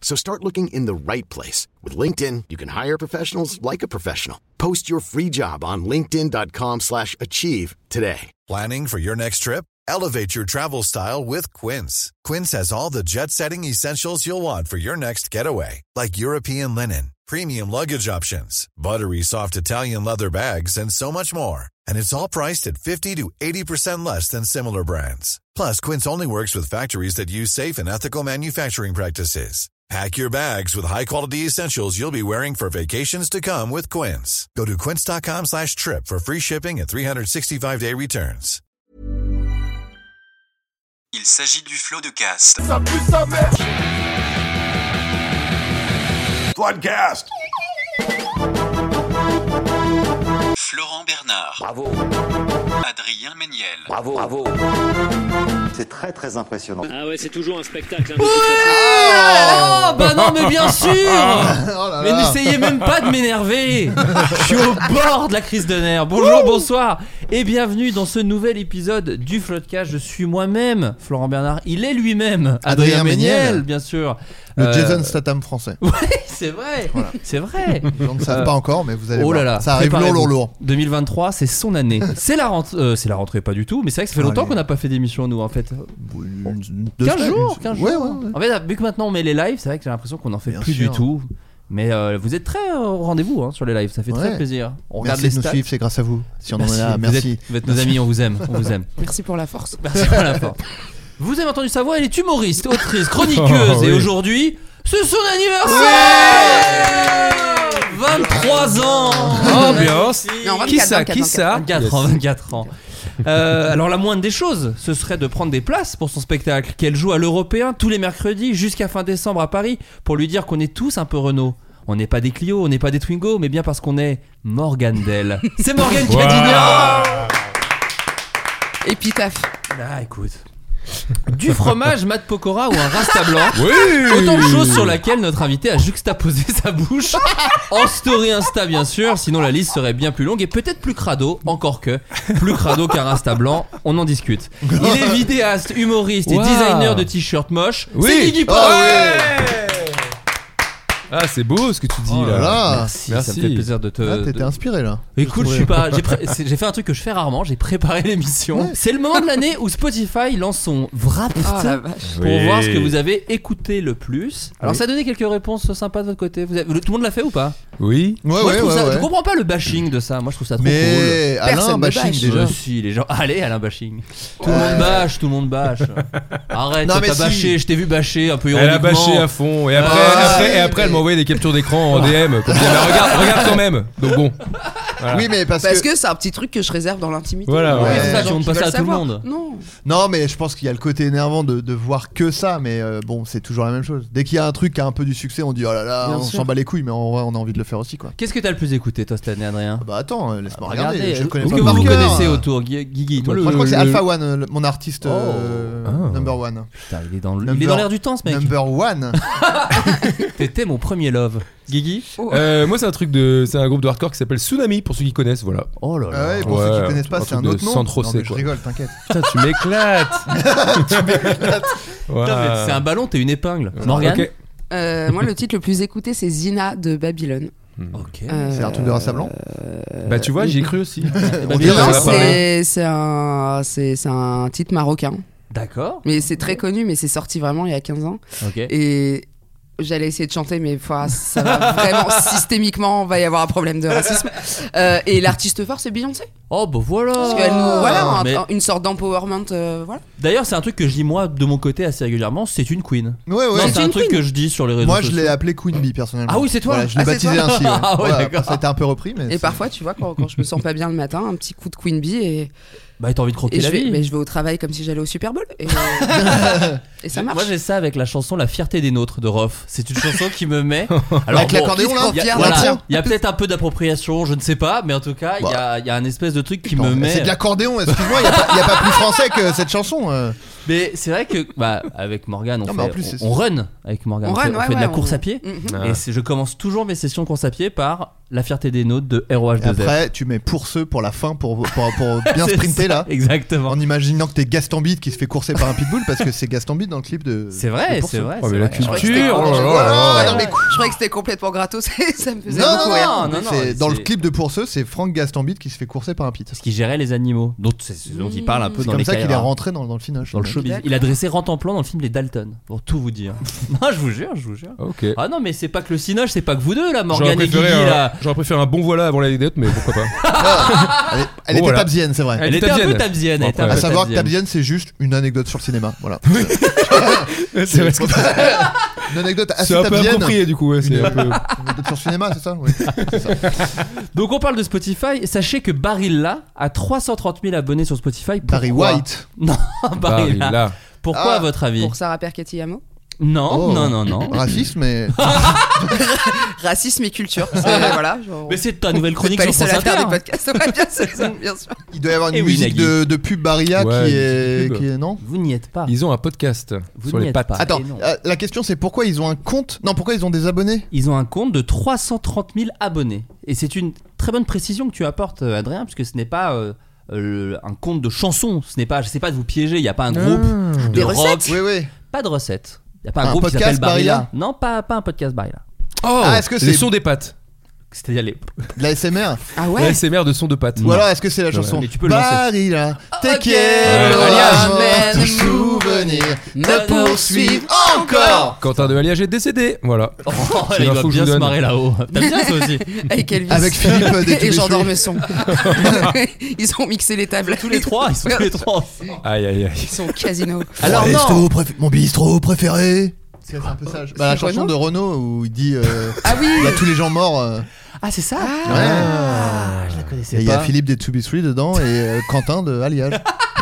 So start looking in the right place. With LinkedIn, you can hire professionals like a professional. Post your free job on linkedin.com slash achieve today. Planning for your next trip? Elevate your travel style with Quince. Quince has all the jet-setting essentials you'll want for your next getaway, like European linen, premium luggage options, buttery soft Italian leather bags, and so much more. And it's all priced at 50 to 80% less than similar brands. Plus, Quince only works with factories that use safe and ethical manufacturing practices. Pack your bags with high-quality essentials you'll be wearing for vacations to come with Quince. Go to quince.com slash trip for free shipping and 365-day returns. Il s'agit du flot de cast. Floodcast. Florent Bernard, Bravo, Adrien Méniel, bravo, bravo. C'est très très impressionnant. Ah ouais, c'est toujours un spectacle. hein. Oh Ah bah non mais bien sûr Ah. Oh Mais n'essayez même pas de m'énerver Je suis au bord de la crise de nerfs Bonjour, bonsoir et bienvenue dans ce nouvel épisode du Floodcast. Je suis moi-même, Florent Bernard. Il est lui-même, Adrien, Adrien Méniel, Méniel. bien sûr. Le Euh, Jason Statham français. C'est vrai, c'est vrai. Les gens ne savent Euh, pas encore, mais vous allez oh voir. là là, ça arrive lourd, préparez-vous. lourd, lourd. 2023, c'est son année. C'est la rentrée, euh, c'est la rentrée pas du tout, mais c'est vrai que ça fait Allez. longtemps qu'on n'a pas fait d'émission nous en fait. Une- une- deux 15 semaines, jours, une- 15 ouais, jours. ouais, ouais. En fait, vu que maintenant on met les lives, c'est vrai que j'ai l'impression qu'on en fait Bien plus sûr. du tout. Mais euh, vous êtes très euh, au rendez-vous hein, sur les lives, ça fait très Ouais. plaisir. On regarde Merci les de nous stats. suivre, c'est grâce à vous. Si on en est là, Vous merci. êtes- Vous êtes nos amis, on vous aime, on vous aime. Merci pour la force. Merci pour l'apport. Vous avez entendu sa voix, elle est humoriste, autrice, chroniqueuse Oh, et aujourd'hui, c'est son anniversaire 23 ans Oh bien Non, 24, Qui ça Qui 24, ça 24 ans, 24 ans. Euh, alors la moindre des choses, ce serait de prendre des places pour son spectacle qu'elle joue à l'Européen tous les mercredis jusqu'à fin décembre à Paris pour lui dire qu'on est tous un peu Renault. On n'est pas des Clio, on n'est pas des Twingo, mais bien parce qu'on est Morgane Dell. C'est Morgane qui a dit non Épitaphe. Ah écoute. Du fromage mat pokora ou un rasta blanc. Oui Autant de choses sur laquelle notre invité a juxtaposé sa bouche en story Insta bien sûr, sinon la liste serait bien plus longue et peut-être plus crado, encore que plus crado qu'un Insta blanc, on en discute. Il est vidéaste, humoriste et Wow. designer de t-shirts moches. C'est Oui Guigui Oh, Pop. Ah c'est beau ce que tu dis Oh là. là là. Merci, Merci. ça me fait plaisir de te. Ah, de- T'étais inspiré là. Écoute, Euh, je trouvais. suis pas. J'ai pré- c'est- j'ai fait un truc que je fais rarement. J'ai préparé l'émission. C'est le moment de l'année où Spotify lance son wrap Oh la vache. pour Oui. voir ce que vous avez écouté le plus. Alors ça a donné quelques réponses sympas de votre côté. Vous avez- Tout le monde l'a fait ou pas Oui. Ouais, Moi, ouais, je, trouve ouais, ça- je ouais. comprends pas le bashing de ça. Moi je trouve ça trop cool. Mais Personne Alain ne Baching bâche. déjà. Euh, si, les gens. Allez, Alain Bashing. Tout le monde bâche, tout le monde bâche. Arrête, Non, toi, mais t'as si. bâché, je t'ai vu bâcher un peu Elle ironiquement. a bâché à fond et après, Ah, après, oui, et après elle mais- m'a envoyé des captures d'écran en DM. Comme ça, bah, regarde, regarde quand même. Donc bon, Oui, mais parce, Parce que... que c'est un petit truc que je réserve dans l'intimité. Voilà, Il y a ouais. des C'est ça, gens tu montres qui pas ça veulent à tout le savoir. monde. Non. Non, mais je pense qu'il y a le côté énervant de, de voir que ça, mais euh, bon, c'est toujours la même chose. Dès qu'il y a un truc qui a un peu du succès, on dit oh là là, Bien on sûr. s'en bat les couilles, mais en vrai, on a envie de le faire aussi quoi. Qu'est-ce que t'as le plus écouté toi cette année, Adrien Ah Bah attends, euh, laisse-moi regarder, je le connais Est-ce pas que par vous vous cœur. connaissez autour, Gui- Guigui toi Moi, Le- je crois que c'est le- Alpha One, euh, le- mon artiste euh, Ah. number one. Putain, il est dans le- il est Number- dans l'air du temps ce mec. Number one. Oh T'étais mon premier love. Guigui Euh, moi c'est un truc de, c'est un groupe de hardcore qui s'appelle Tsunami pour ceux qui connaissent. Voilà. Oh là Ah là. ouais, pour Ouais, ceux qui connaissent un pas, c'est un truc de autre nom. sans trop non, c'est, mais je quoi. rigole, t'inquiètes. Putain tu m'éclates. Putain, mais Voilà. C'est un ballon, t'es une épingle. Morgane Ok. Euh, moi, le titre le plus écouté, c'est Zina de Babylone. Ok. Euh. C'est un truc de Rassa Blanc Bah tu vois, j'y ai cru aussi. On dirait ça Non, va c'est- parler. c'est c'est un, c'est- c'est un titre marocain. D'accord. Mais c'est très connu, mais c'est sorti vraiment il y a 15 ans. Ok. Et j'allais essayer de chanter, mais enfin, ça va vraiment systémiquement, va y avoir un problème de racisme. Euh, et l'artiste fort, c'est Beyoncé. Oh bah voilà. Parce qu'elle nous. Voilà, un- Mais un- une sorte d'empowerment. euh, voilà. D'ailleurs, c'est un truc que je dis moi de mon côté assez régulièrement. C'est une queen. Ouais, Non, ouais. c'est un truc que je dis sur les réseaux Moi, je sociaux. l'ai appelé Queen Bee personnellement. Ah oui, c'est toi Voilà, Je Ah, l'ai c'est baptisé toi ainsi. Ah ouais, Voilà, d'accord. Ça a été un peu repris, mais. Et c'est- parfois, tu vois, quand, quand je me sens pas bien le matin, un petit coup de Queen Bee et Bah, t'as envie de croquer Et la je vais, vie. mais je vais au travail comme si j'allais au Super Bowl. Et, et ça marche. Moi j'ai ça avec la chanson La fierté des nôtres de Rof. C'est une chanson qui me met. Avec l'accordéon, là Il y a, Fier voilà, d'être. il y a peut-être un peu d'appropriation, je ne sais pas, mais en tout cas, il y a- il y, a un espèce de truc qui Attends, me Bah. C'est met. de l'accordéon, excuse-moi, il n'y a, pas plus français que cette chanson. euh. Mais c'est vrai que bah, avec Morgane, on, Non, fait, mais en plus, c'est- on, on run avec Morgane. On fait, run, ouais, fait de la ouais, course on- à pied. Mhm. Ah. Et c'est- je commence toujours mes sessions course à pied par La fierté des nôtres de ROH2Z. Et après, tu mets pour ceux, pour la fin, pour, pour, pour bien C'est sprinter ça, là. Exactement. En imaginant que t'es Gaston Bide qui se fait courser par un pitbull parce que c'est Gaston Bide dans le clip de. C'est de vrai, pour c'est ceux. vrai. Oh, c'est mais la vrai. Je croyais que culture, c'était- oh là je- là là Ah, là. non, mais Je croyais que c'était complètement gratos et ça me faisait Non, beaucoup non, rire. non, non, non, c'est- non, dans le c'est- clip de Pour ceux, c'est Franck Gaston Bide qui se fait courser par un pit. Parce qu'il gérait les animaux. Donc, c'est- c'est- donc il parle un peu C'est dans les comme ça qu'il est KRA. rentré dans, dans le final. Dans le finalement. showbiz. D'accord. Il a dressé Rentemplan dans le film Les Dalton, pour tout vous dire. non, je vous jure, je vous jure. Ok. Ah non, mais c'est pas que le Cinoche, c'est pas que vous deux là, J'aurais Morgane et Guigui préféré, euh, un- là. j'aurais préféré un bon voilà avant l'anecdette, mais pourquoi pas. Elle, est- elle Bon, était voilà. pas bzienne, c'est vrai. Elle Elle est était un peu tabzienne. tabzienne. elle Bon, était un après, peu À savoir que tabzienne. Tabienne, c'est juste une anecdote sur le cinéma. Voilà. c'est vrai, c'est- une anecdote assez c'est un peu Tabienne. approprié du coup. ouais, c'est Une un peu- une anecdote sur le cinéma, c'est ça, Oui. C'est ça. Donc on parle de Spotify. Sachez que Barilla a 330 000 abonnés sur Spotify. Pourquoi Barry White. Non, Barilla. Barilla. Pourquoi Ah, à votre avis Pour Sarah Perchetti Amo. Non, Oh. non, non, non. Raciste, mais. Racisme et culture. c'est- voilà, genre, Mais c'est ta nouvelle vous n'êtes chronique pas les sur seuls à France faire des Inter. hein. podcasts. Ouais, bien sûr, bien sûr. Il doit y avoir une Eh oui, musique Nagui. de, de pub Barilla Ouais, qui, une est, pub. qui est- Non Vous n'y êtes pas. Ils ont un podcast Vous sur n'y les êtes pattes. pas. Attends, Et Ah, eh non. euh, la question c'est pourquoi ils ont un compte Non, pourquoi ils ont des abonnés Ils ont un compte de 330 000 abonnés. Et c'est une très bonne précision que tu apportes, euh, Adrien, puisque ce n'est pas euh, euh, un compte de chansons. Ce n'est pas, je sais pas de vous piéger, il n'y a pas un groupe de Des rock. recettes Oui, oui. Pas de recette. Il n'y a pas un, Un groupe qui podcast s'appelle Barilla. Barilla Non, pas, pas un podcast Barilla. Oh, Ah, est-ce que les c'est- sons des pattes C'est-à-dire les. De la SMR. Ah ouais L'ASMR de sons de pattes. Ou alors est-ce que c'est la chanson Mais tu peux le lancer. Barilla, t'es Ok. qui Ouais, Alias, alias. ton souvenir me poursuit encore Quentin de Alliage est décédé. Voilà. Oh, C'est il l'info va que je bien vous se donne. marrer là-haut. T'as bien ça aussi. Avec Elvis. Avec Philippe euh, des et Tous Jean les Jours. Dormesson. ils ont mixé les tables. Tous les trois, ils sont tous les trois. ensemble. Aïe, aïe, aïe. Ils sont au casino. Alors Mon non. resto préf- Mon bistrot préféré C'est un peu ça. je- Bah, la chanson de Renaud où il dit euh, Ah oui il y a tous les gens morts. euh, Ah c'est ça. Ah. je la et connaissais il y a pas. Philippe des 2B3 dedans et euh, Quentin de Alliage.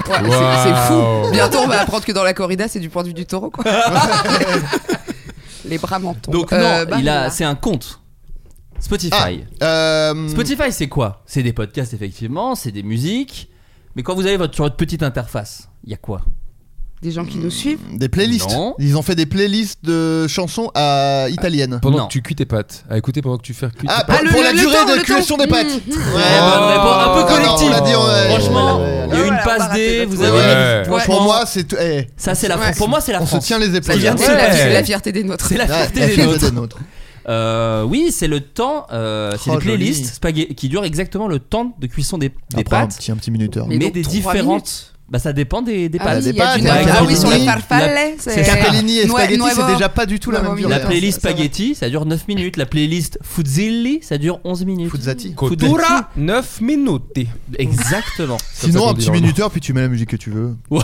Ouais, c'est- Waouh. C'est fou. Bientôt, on va apprendre que dans la corrida, c'est du point de vue du taureau, quoi. les bras mentons. Donc non, Euh, il Barilla. a, c'est un compte. Spotify. Ah, euh, Spotify, c'est quoi C'est des podcasts, effectivement, c'est des musiques. Mais quand vous avez votre, sur votre petite interface, il y a quoi Des gens qui nous suivent. Des playlists. Non. Ils ont fait des playlists de chansons à italiennes. Pendant Non. que tu cuis tes pattes. À écouter pendant que tu fais cuire Ah, tes pour, pattes. Ah, le- pour le- la le durée temps, de le cuisson temps. des pattes. Mmh, Ouais, bonne bah, réponse, un peu non, non, on collective. l'a dit, on- ouais, Franchement, il ouais, y a eu Ah, Voilà, une on va passe rater D, notre vous tour. avez. Ouais. Franchement, Pour moi, c'est tout. eh, ça c'est la Ouais. France. Pour moi, c'est la on se France. tient les Ça épaules. vient de Ouais. c'est la, fi- la fierté des nôtres. C'est la Ouais, fierté la des fierté nôtres. des nôtres. Euh, oui, c'est le temps. euh, c'est Oh, des playlists joli. spaghe- qui durent exactement le temps de cuisson des, des Après, un pâtes, petit, un petit minuteur. mais, Mais donc des trois différentes. Bah ça dépend des, des Ah pâtes. oui, des il y a pâtes, du la Ah oui, sur les farfalle. farfalles. c'est- Capellini et Nue- spaghetti, c'est Nuevo. déjà pas du tout la Nuevo même durée. La Mille. playlist Ça, ça va. spaghetti, ça dure 9 minutes. La playlist Fuzzilli, ça dure 11 minutes. Fuzzati. Oh. Fuzzati. 9 minutes. Exactement. Sinon, qu'on un dit petit normalement. minuteur, puis tu mets la musique que tu veux. Ouais.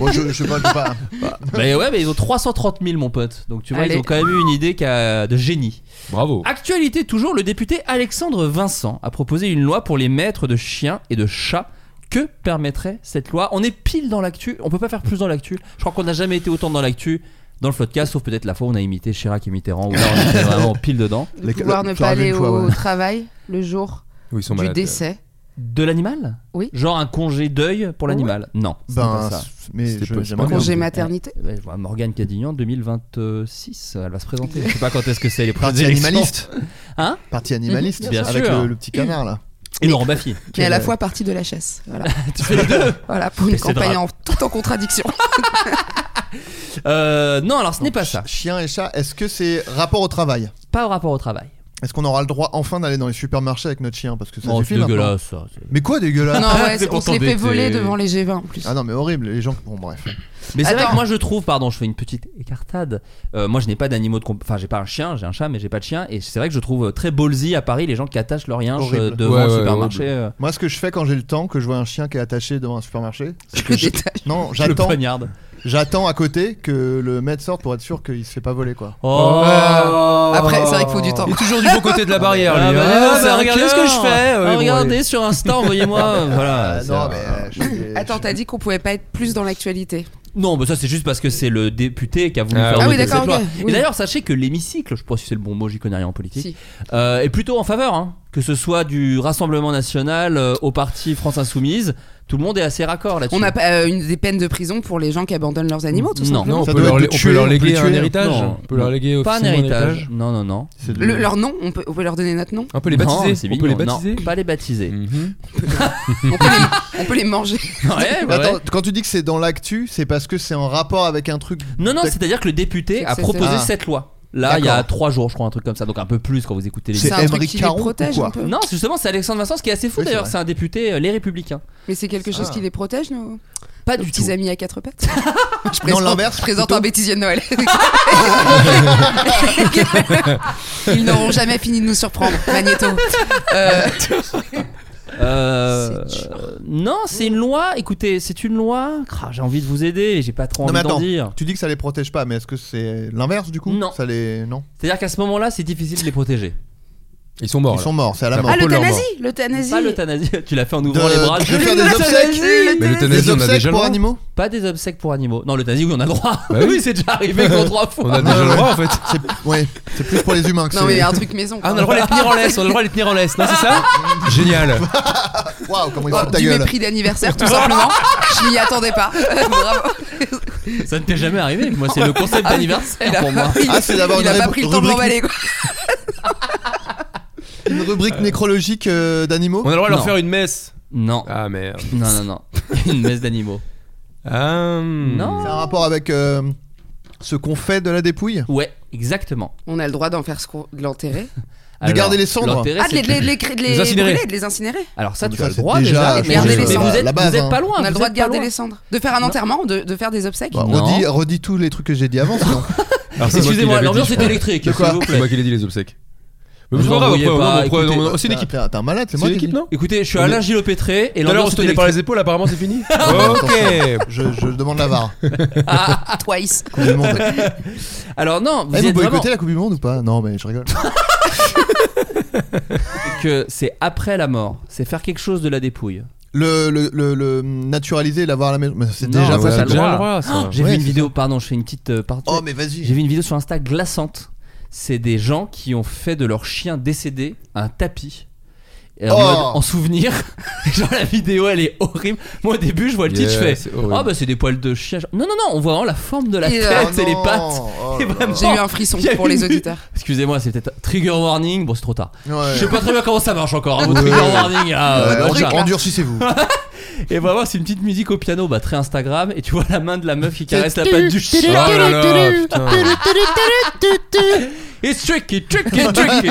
Bon, je, je sais pas, je sais pas. Bah, Mais ouais, mais ils ont 330 000, mon pote. Donc tu vois, Allez. ils ont quand même eu une idée qui a- de génie. Bravo. Actualité toujours, le député Alexandre Vincent a proposé une loi pour les maîtres de chiens et de chats. Que permettrait cette loi On est pile dans l'actu, on peut pas faire plus dans l'actu. Je crois qu'on n'a jamais été autant dans l'actu dans le podcast, sauf peut-être la fois où on a imité Chirac et Mitterrand, où là on était vraiment pile dedans. De Les- pouvoir le- ne ça pas arrive aller une fois, au ouais. travail le jour Oui, ils sont du malades. décès. De l'animal Oui. Genre un congé deuil pour l'animal Non. c'est Ben, pas ça. c'est- mais C'était je- pas- j'aimerais c'est pas bien. Congé maternité. Ouais, je vois Morgane Cadignan 2026, elle va se présenter. Je sais pas quand est-ce que c'est les Parti premières élections. animaliste. Hein Parti animaliste. Bien Avec sûr. le, le petit canard, là. Et Laurent Baffy. Mais à la fois partie de la chasse. Voilà, tu fais les deux Voilà, pour Mais une c'est campagne drôle. en, tout en contradiction. Euh, Non, alors ce n'est pas ça. Chien et chat, est-ce que c'est rapport au travail Pas au rapport au travail. Est-ce qu'on aura le droit enfin d'aller dans les supermarchés avec notre chien Parce que ça Oh, suffit c'est maintenant. dégueulasse. ça, c'est- Mais quoi, dégueulasse non, ouais, on pour se les t'embêter. fait voler devant les G20 en plus. Ah non, mais horrible, les gens. Bon, bref. Mais c'est vrai Attends. que moi je trouve, pardon, je fais une petite écartade. Euh, moi je n'ai pas d'animaux de comp- Enfin, j'ai pas un chien, j'ai un chat, mais j'ai pas de chien. Et c'est vrai que je trouve euh, très ballsy à Paris les gens qui attachent leur yinche Horrible. euh, devant Ouais, le ouais, supermarché. horrible. euh, Moi, ce que je fais quand j'ai le temps, que je vois un chien qui est attaché devant un supermarché, c'est Je que je- déteste. non, le j'attends, poignarde. J'attends à côté que le mec sorte pour être sûr qu'il se fait pas voler quoi. Oh. Après, c'est vrai qu'il faut du temps. Il est toujours du bon côté de la barrière, Ah, lui. bah, bah, Ah, bah, c'est un regardez cœur. ce que je fais. Ah, euh, bon, regardez allez. sur Insta, envoyez-moi. voilà. Ah, c'est non un- mais. euh, je suis- Attends, je- t'as dit qu'on pouvait pas être plus dans l'actualité. Non, mais ça c'est juste parce que c'est le député qui a voulu Ah faire oui. Ah oui, voter cette d'accord, loi. ok, Et oui. d'ailleurs, sachez que l'hémicycle, je pense que c'est le bon mot, j'y connais rien en politique, Si. euh, est plutôt en faveur, hein. que ce soit du Rassemblement National euh, au parti France Insoumise, tout le monde est assez raccord là-dessus. On a pas, euh, une, des peines de prison pour les gens qui abandonnent leurs animaux, tout Non. simplement. Non, on Ça peut doit leur, être on tué, peut leur on peut léguer un tuer. héritage. Non. on peut leur léguer pas un officiellement héritage. Non, non, non. c'est de- Le- leur nom, on peut, on peut leur donner notre nom. On peut les Non, baptiser. c'est on peut les mignon. baptiser. Non, pas les baptiser. Mhm. On peut les, on peut les manger. Mm. Ouais, ouais. Attends, quand tu dis que c'est dans l'actu, c'est parce que c'est en rapport avec un truc. Non, non, c'est-à-dire que le député a C'est- proposé Ah. cette loi. Là, il y a D'accord. trois jours, je crois, un truc comme ça, donc un peu plus quand vous écoutez les C'est C'est un truc Émeric qui Caron les ou protège quoi un peu. Non, c'est justement, c'est Alexandre Vincent, ce qui est assez fou Oui, c'est d'ailleurs, vrai. c'est un député euh, Les Républicains. Mais c'est quelque Ah. chose qui les protège, nos Pas nos du petits tout. amis à quatre pattes. je présente, l'inverse, je présente plutôt. un bêtisier de Noël. Ils n'auront jamais fini de nous surprendre, Magneto. Euh, Euh, C'est dur. euh, non, c'est une loi. Écoutez, c'est une loi. Crah, J'ai envie de vous aider, j'ai pas trop Non, envie mais d'en attends. dire. Tu dis que ça les protège pas, mais est-ce que c'est l'inverse du coup Non. Ça les non. C'est-à-dire qu'à ce moment-là, c'est difficile de les protéger. Ils sont morts. Ils là. sont morts, c'est à la Ah, mort. ah, peut leur l'euthanasie L'euthanasie Pas l'euthanasie. Tu l'as fait en ouvrant De- les bras. de Je- faire des obsèques. Mais l'euthanasie, Des on a obsèques déjà le pour droit. animaux Pas des obsèques pour animaux. Non, l'euthanasie, oui, on a le droit. Bah oui, oui. c'est déjà arrivé qu'on trois On fois. a déjà le droit, en fait. Euh, C'est- Ouais, c'est plus pour les humains que Non, mais il y c'est. a un truc maison. Ah, on a quoi. le droit de les tenir en laisse. On a le droit de les tenir en laisse. Non, c'est ça Génial. Waouh, comment ils Oh, foutent ta du gueule. mépris d'anniversaire, tout simplement. Je m'y attendais pas. Bravo. Ça ne t'est jamais arrivé. Moi, c'est le concept d'anniversaire pour moi. Il, Ah, c'est d'avoir il une a pas ré- pris le temps de rubrique- l'emballer, quoi. Une rubrique nécrologique euh, d'animaux On a le droit de Non. leur faire une messe. Non, Ah, merde. non, non, non. Une messe d'animaux. Ah, hmm. Non. C'est un rapport avec euh, ce qu'on fait de la dépouille Ouais, exactement. On a le droit d'en faire ce qu'on. de l'enterrer. De garder les cendres. l'intérêt, Ah, de c'est les, que- de les, de les, de les incinérer. brûler, de les incinérer. Alors ça, Mais tu ça, as le c'est drois déjà- déjà. mais- Garder les mais cendres, vous êtes, la base, vous êtes hein. pas loin. On a vous le droit êtes de pas garder loin. les cendres. De faire un Non. enterrement, de, de faire des obsèques. Bah, Non. redis, redis tous les trucs que j'ai dit avant sinon. Alors, c'est moi qui Excusez-moi, l'avais l'ambiance dit, je est crois. électrique, De s'il quoi vous C'est moi plaît. qui l'ai dit les obsèques. Mais Vous c'est pas grave, envoyez après, pas, on prend- écoutez, on- on- c'est T'es- l'équipe. T'es un t'es un malade, c'est C'est moi qui l'équipe, l'ai dit. non Écoutez, je suis Alain Gilopétré Tout à et l'heure, on l'ambiance se est tenait par les électrique. épaules, apparemment, c'est fini Ok. Ok Je, je demande la VAR. Ah, Twice. Coupe du monde. Alors non, vous Eh, vous êtes boycottez vraiment la Coupe du Monde ou pas Non, mais je rigole. que c'est après la mort, c'est faire quelque chose de la dépouille. Le, le, le, le naturaliser et l'avoir à la maison. Mais c'est Non, déjà ouais, pas ça, ça. le droit. ça. J'ai Ouais, vu une c'est vidéo, pardon, je fais une petite euh, parenthèse. Oh, mais J'ai vas-y. vu une vidéo sur Insta glaçante. C'est des gens qui ont fait de leur chien décédé un tapis. Et En, Oh. mode- en souvenir, genre la vidéo elle est horrible. Moi au début je vois le titre, je Yeah, fais c'est horrible. Ah bah c'est des poils de chien. Non, non, non, on voit vraiment la forme de la Et, euh, tête Oh et les non. pattes. Oh Et là vraiment- J'ai eu un frisson Il y a pour les une- auditeurs. Excusez-moi, c'est peut-être un trigger warning. Bon, c'est trop tard. là. Ouais. Je sais pas très bien comment ça marche encore. hein, votre Ouais. trigger warning. ah, Ouais, euh, endur- bon, ça. Endurcissez-vous. Et vraiment, c'est une petite musique au piano, bah très Instagram. Et tu vois la main de la meuf qui caresse la patte du Oh chien. là là, putain. It's tricky, tricky, tricky.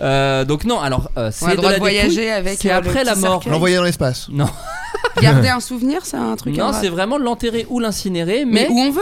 Euh, donc non, alors euh, c'est On a le de droit la de voyager dépouille, avec, C'est euh, le après petit la mort. cercueil. L'envoyer dans l'espace. Non, Garder un souvenir, c'est un truc. non, à- c'est vraiment l'enterrer ou l'incinérer, mais Mais où on veut.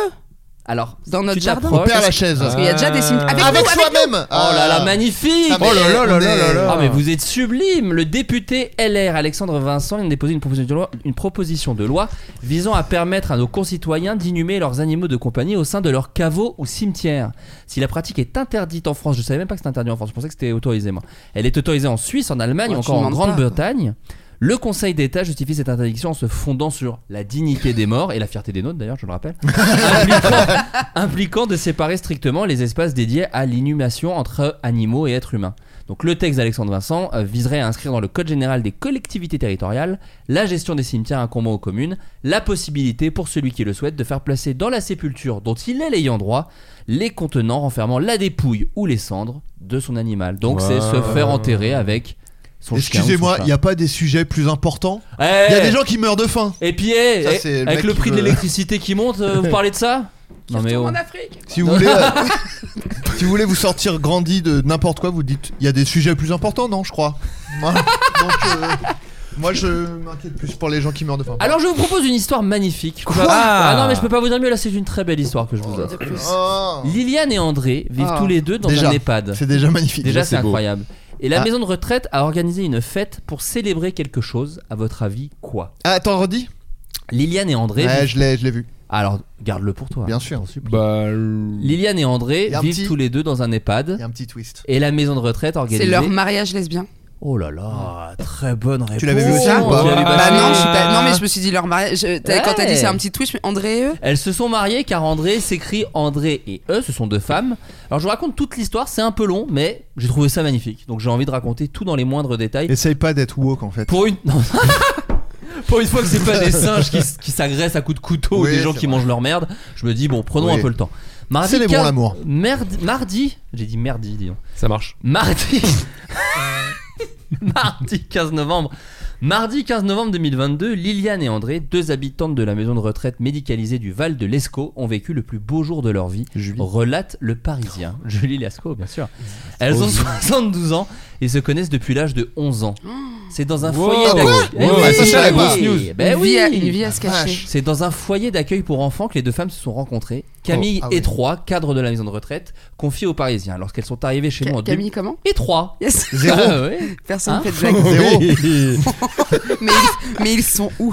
alors Dans notre tu jardin. On t'approches. perd la chaise. Parce qu'il y a déjà des cimetières. Avec, Avec nous, avec nous. soi-même. Ah, Oh là là, magnifique. Ah, mais Oh là là là on là est- là là. Ah mais vous êtes sublime Le député LR Alexandre Vincent vient de déposer une proposition de loi, une proposition de loi visant à permettre à nos concitoyens d'inhumer leurs animaux de compagnie au sein de leurs caveaux ou cimetières. Si la pratique est interdite en France, je savais même pas que c'était interdit en France, je pensais que c'était autorisé moi. Elle est autorisée en Suisse, en Allemagne, Ouais, tu encore en demandes pas, Grande-Bretagne. Le Conseil d'État justifie cette interdiction en se fondant sur la dignité des morts et la fierté des nôtres d'ailleurs, je le rappelle, impliquant, impliquant de séparer strictement les espaces dédiés à l'inhumation entre animaux et êtres humains. Donc le texte d'Alexandre Vincent euh, viserait à inscrire dans le Code général des collectivités territoriales la gestion des cimetières incombant aux communes, la possibilité pour celui qui le souhaite de faire placer dans la sépulture dont il est l'ayant droit les contenants renfermant la dépouille ou les cendres de son animal. Donc c'est se faire enterrer avec son chien ou son Excusez-moi, chat. il y a pas des sujets plus importants Eh, Il y a des gens qui meurent de faim. Et puis, eh, Ça, eh, c'est le avec mec le qui prix de veut- l'électricité qui monte, euh, vous parlez de ça Non mais oh. En Afrique. Si vous voulez, euh, si vous voulez vous sortir grandi de n'importe quoi, vous dites il y a des sujets plus importants, non Je crois. Moi, donc, euh, moi, je m'inquiète plus pour les gens qui meurent de faim. Alors je vous propose une histoire magnifique. ah non mais je peux pas vous dire mieux là, c'est une très belle histoire que je vous offre. Oh, Liliane et André vivent Ah. tous les deux dans Déjà. un EHPAD. c'est déjà magnifique. Déjà, c'est beau. incroyable. Et la Ah. maison de retraite a organisé une fête pour célébrer quelque chose. À votre avis, quoi Ah, attends, redis Liliane et André Ouais, vivent je l'ai, je l'ai vu. Alors, garde-le pour toi. Bien sûr, super. Bah, le- Liliane et André Y a un vivent petit- tous les deux dans un Il y EHPAD a un petit twist. et la maison de retraite C'est organisée. leur mariage lesbien. Oh là là, très bonne réponse. l'avais vu aussi Tu ou pas l'avais pas Bah vu non, je suis pas- non, mais je me suis dit leur mariage. je- t'as- Quand t'as dit Ouais. c'est un petit twist, mais André et eux Elles se sont mariées car André s'écrit André et eux, ce sont deux femmes. Alors je vous raconte toute l'histoire, c'est un peu long, mais j'ai trouvé ça magnifique. Donc j'ai envie de raconter tout dans les moindres détails. Essaye pas d'être woke en fait. Pour une. non. Pour une fois que c'est pas des singes qui, s- qui s'agressent à coups de couteau Oui, ou des gens c'est qui vrai. mangent leur merde, je me dis bon, prenons Oui. un peu le temps. Mardi Célébrons 15 l'amour. Merde- Mardi, j'ai dit merdi, dis donc. ça marche. Mardi. Euh. Mardi 15 novembre. Mardi 15 novembre 2022, Liliane et André, deux habitantes de la maison de retraite médicalisée du Val de l'Escaut, ont vécu le plus beau jour de leur vie, relate le Parisien. Julie Lascaux, bien sûr. Elles ont 72 ans et se connaissent depuis l'âge de 11 ans. C'est dans un Wow. foyer Ah, d'accueil. quoi Wow, ça, c'est la grosse news. Ben une, oui. vie à, une vie à se cacher. vache. C'est dans un foyer d'accueil pour enfants que les deux femmes se sont rencontrées. Camille Oh, ah oui. Étroit, cadre de la maison de retraite, confie aux Parisiens lorsqu'elles sont arrivées chez Ca- nous en Camille, comment 2003. Yes. Zéro. Ah ouais. Personne Hein ne fait de blague. Zéro. mais, ils, mais ils sont où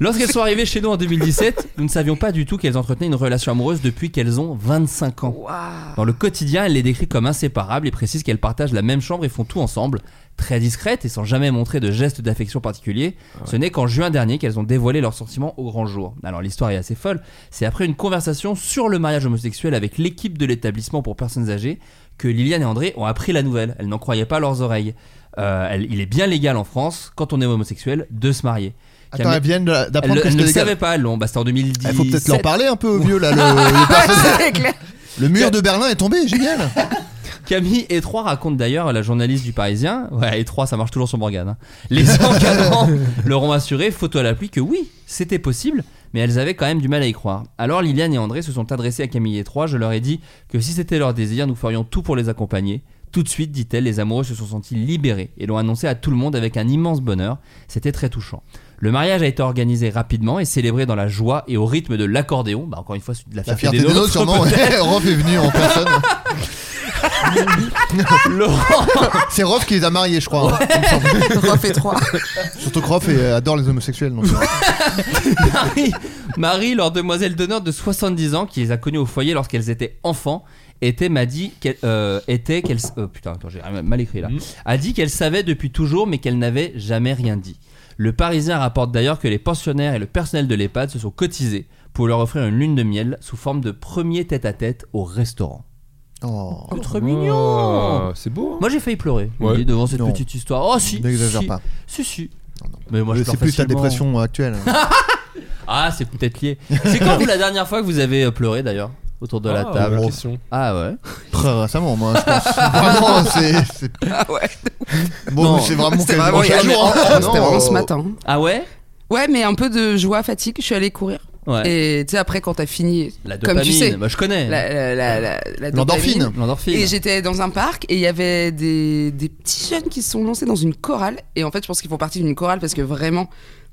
Lorsqu'elles sont arrivées chez nous en 2017, nous ne savions pas du tout qu'elles entretenaient une relation amoureuse depuis qu'elles ont 25 ans. Waouh. Dans le quotidien, elle les décrit comme inséparables et précise qu'elles partagent la même chambre et font tout ensemble, très discrètes et sans jamais montrer de gestes d'affection particulier. Ah Ce n'est qu'en juin dernier qu'elles ont dévoilé leurs sentiments au grand jour. Alors l'histoire est assez folle. C'est après une conversation sur le mariage homosexuel avec l'équipe de l'établissement pour personnes âgées que Liliane et André ont appris la nouvelle. Elles n'en croyaient pas leurs oreilles. Euh, elle- il est bien légal en France, quand on est homosexuel, de se marier. Attends, elles viennent de- Elles d'apprendre ne- que elles c'était ne le légal. savaient pas, elles l'ont. Bah, c'était en 2010. Il faut peut-être leur parler un peu aux vieux là. Le, le personnel- C'est clair. le mur de Berlin est tombé, génial. Camille Étroit raconte d'ailleurs à la journaliste du Parisien, ouais Étroit ça marche toujours sur Morgane, hein. les encadrants leur ont assuré, photo à l'appui, que oui, c'était possible, mais elles avaient quand même du mal à y croire. Alors Liliane et André se sont adressés à Camille Étroit, je leur ai dit que si c'était leur désir, nous ferions tout pour les accompagner. Tout de suite, dit-elle, les amoureux se sont sentis libérés et l'ont annoncé à tout le monde avec un immense bonheur. C'était très touchant. Le mariage a été organisé rapidement et célébré dans la joie et au rythme de l'accordéon. Bah, encore une fois, c'est de la La fierté, fierté des nôtres, sûrement. peut-être. ouais. Rof est venu en personne. Laurent C'est Rof qui les a mariés, je crois. hein, il me semble. Refais trois. Surtout que Rof euh, adore les homosexuels. Donc, euh, Marie, Marie, leur demoiselle d'honneur de 70 ans, qui les a connues au foyer lorsqu'elles étaient enfants, était m'a dit qu'elle euh, était qu'elle oh, putain attends j'ai mal écrit Mm. là a dit qu'elle savait depuis toujours mais qu'elle n'avait jamais rien dit. Le Parisien rapporte d'ailleurs que les pensionnaires et le personnel de l'EHPAD se sont cotisés pour leur offrir une lune de miel sous forme de premier tête-à-tête au restaurant. oh, C'est trop mignon. Ah, C'est beau. hein. Moi j'ai failli pleurer Ouais. devant cette Non. petite histoire. Oh si. N'exagère si, pas. Si si. Mais moi je c'est pleure plus ta facilement. dépression euh, actuelle. Ah, c'est peut-être lié. C'est quand vous la dernière fois que vous avez euh, pleuré d'ailleurs autour de la Oh. Ah, table bonne question. Ah ouais. Très récemment, moi, je pense. Vraiment, c'est. c'est- Ah ouais. Bon, Non. c'est vraiment C'était quasiment vraiment chaque hier. jour, hein. Ah, C'était Non, vraiment ce euh, matin. Ah ouais. Ouais, mais un peu de joie, fatigue. Je suis allée courir. Ouais. Et tu sais, après, quand t'as fini, la comme dopamine, tu sais, Bah, je connais. la, la, la, la, la L'endorphine. dopamine. L'endorphine. Et j'étais dans un parc et il y avait des, des petits jeunes qui se sont lancés dans une chorale. Et en fait, je pense qu'ils font partie d'une chorale parce que vraiment,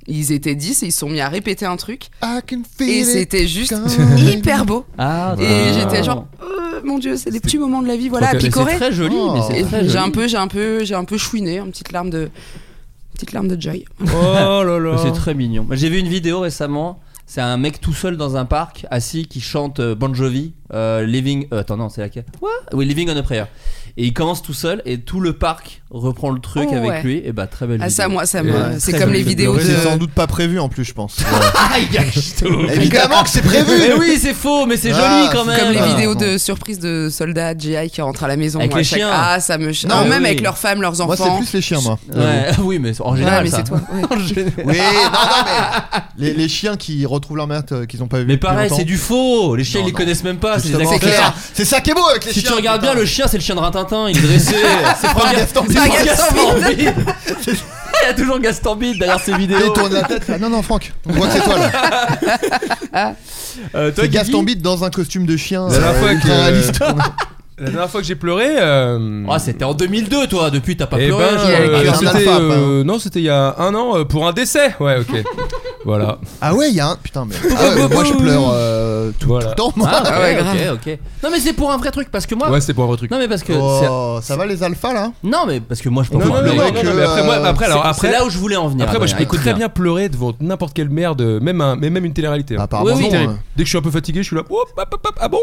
ils étaient 10 et ils se sont mis à répéter un truc. I can feel Et it c'était juste coming. hyper beau. Ah, Et bah. j'étais genre, Euh, mon dieu, c'est des petits moments de la vie, voilà, à Ok, mais c'est Mais C'est picorer. très joli, mais Et c'est très J'ai joli. un peu, j'ai un peu, j'ai un peu chouiné, une petite larme de, petite larme de joy. Oh là là. C'est très mignon. J'ai vu une vidéo récemment. C'est un mec tout seul dans un parc, assis, qui chante euh, Bon Jovi, euh, Living. euh, attends, non, c'est laquelle What Oui, Living on a Prayer. Et il commence tout seul, et tout le parc reprend le truc Oh, avec ouais. lui. Et bah, très belle Ah vidéo. ça, moi, ça me, Ouais, c'est très comme joli. les vidéos de. Ouais, C'est sans doute pas prévu en plus, je pense. Ouais. Ah, il gâche tout Évidemment que c'est prévu. Mais Eh oui, c'est faux, mais c'est Ah, joli quand c'est même. Comme les Ah, vidéos non. de surprise de soldats GI qui rentrent à la maison. Avec moi, les à chaque- chiens. Ah, ça me. ch- Non, Non, mais même oui. avec leurs femmes, leurs Moi, enfants. c'est plus les chiens, moi. Ouais, oui, mais en Ouais, général. mais ça. c'est toi. ouais. En général. Ah, Oui, non, non, mais les, les chiens qui retrouvent leur mère euh, qu'ils ont pas vu. Mais pareil, c'est du faux. Les chiens, Non, ils les non. connaissent même pas. C'est des c'est acteurs. ça. C'est ça qui est beau avec les Si chiens. tu regardes bien, le chien, c'est le chien de Rintintin. Il est dressé. c'est pas Gaston c'est Bide. pas Gaston Gaston Bide. Il y a toujours Gaston Bide derrière ses vidéos. Il tourne la tête. là. Non, non, Franck, on voit que c'est toi là. Euh, toi, C'est Guigui, Gaston Bide dans un costume de chien. La dernière euh, fois ultra que- réaliste. La dernière fois que j'ai pleuré. euh, Ah, c'était en 2002, toi. Depuis, t'as pas eh ben, pleuré. avec euh, un c'était, alpha, euh, non, c'était il y a un an euh, pour un décès. Ouais, ok. Voilà. Ah ouais, il y a un. Putain, mais. Ah ouais, mais moi je pleure euh, tout, Voilà. tout le temps, moi. Ah, ouais, ok, grave. ok, ok. Non, mais c'est pour un vrai truc, parce que moi. Ouais, c'est pour un vrai truc. Non, mais parce que. Oh, ça va les alphas là c'est- Non, mais parce que moi, je peux Non, pas non, non, pleurer. mec, non, non, mais après, moi, euh, après, alors, C'est- après, c'est là où je voulais en venir. Après, moi, je Adrien, peux écoute très bien pleurer devant n'importe quelle merde, même, un, mais même une télé-réalité. Ah, Apparemment, Oui, oui. non, Terrible. hein. Dès que je suis un peu fatigué, je suis là. Hop, hop, hop, hop, ah bon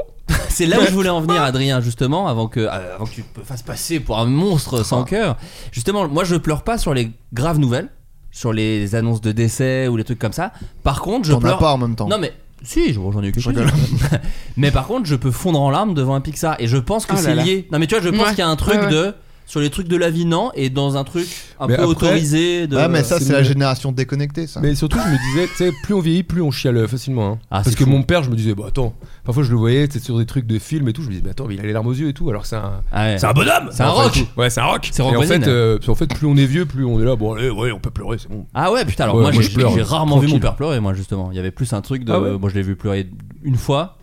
C'est là où je voulais en venir, Adrien, justement, avant que, euh, avant que tu te fasses passer pour un monstre sans Ah. cœur. Justement, moi, je pleure pas sur les graves nouvelles, sur les annonces de décès ou les trucs comme ça. Par contre, je T'en as pleure. pas en même temps. Non, mais. Si, j'en j'en ai eu quelque chose. rigole. mais par contre, je peux fondre en larmes devant un Pixar. Et je pense que Ah Oh là c'est là. lié. Non, mais tu vois, je pense Ouais. qu'il y a un truc Ouais, ouais. de. Sur les trucs de la vie, non. Et dans un truc un Mais peu après- autorisé. De... Ah, mais ça, c'est c'est la mieux. génération déconnectée, ça. Mais surtout, je me disais, tu sais, plus on vieillit, plus on chiale euh, facilement. hein. Ah, c'est Parce que fou. mon père, je me disais, bah attends, parfois je le voyais, c'était sur des trucs de films et tout, je me disais, bah attends, mais il a les larmes aux yeux et tout, alors que c'est un. Ah ouais. C'est un bonhomme C'est un En fait, rock. Ouais, c'est un rock C'est hein. Et rock en fait, voisine. euh, en fait, plus on est vieux, plus on est là, bon allez, ouais, on peut pleurer, c'est bon. Ah ouais, putain, alors Ouais, moi, moi, j'ai je pleure, j'ai rarement vu mon tranquille. père pleurer, moi, justement. Il y avait plus un truc de. Ah ouais Moi, je l'ai vu pleurer une fois.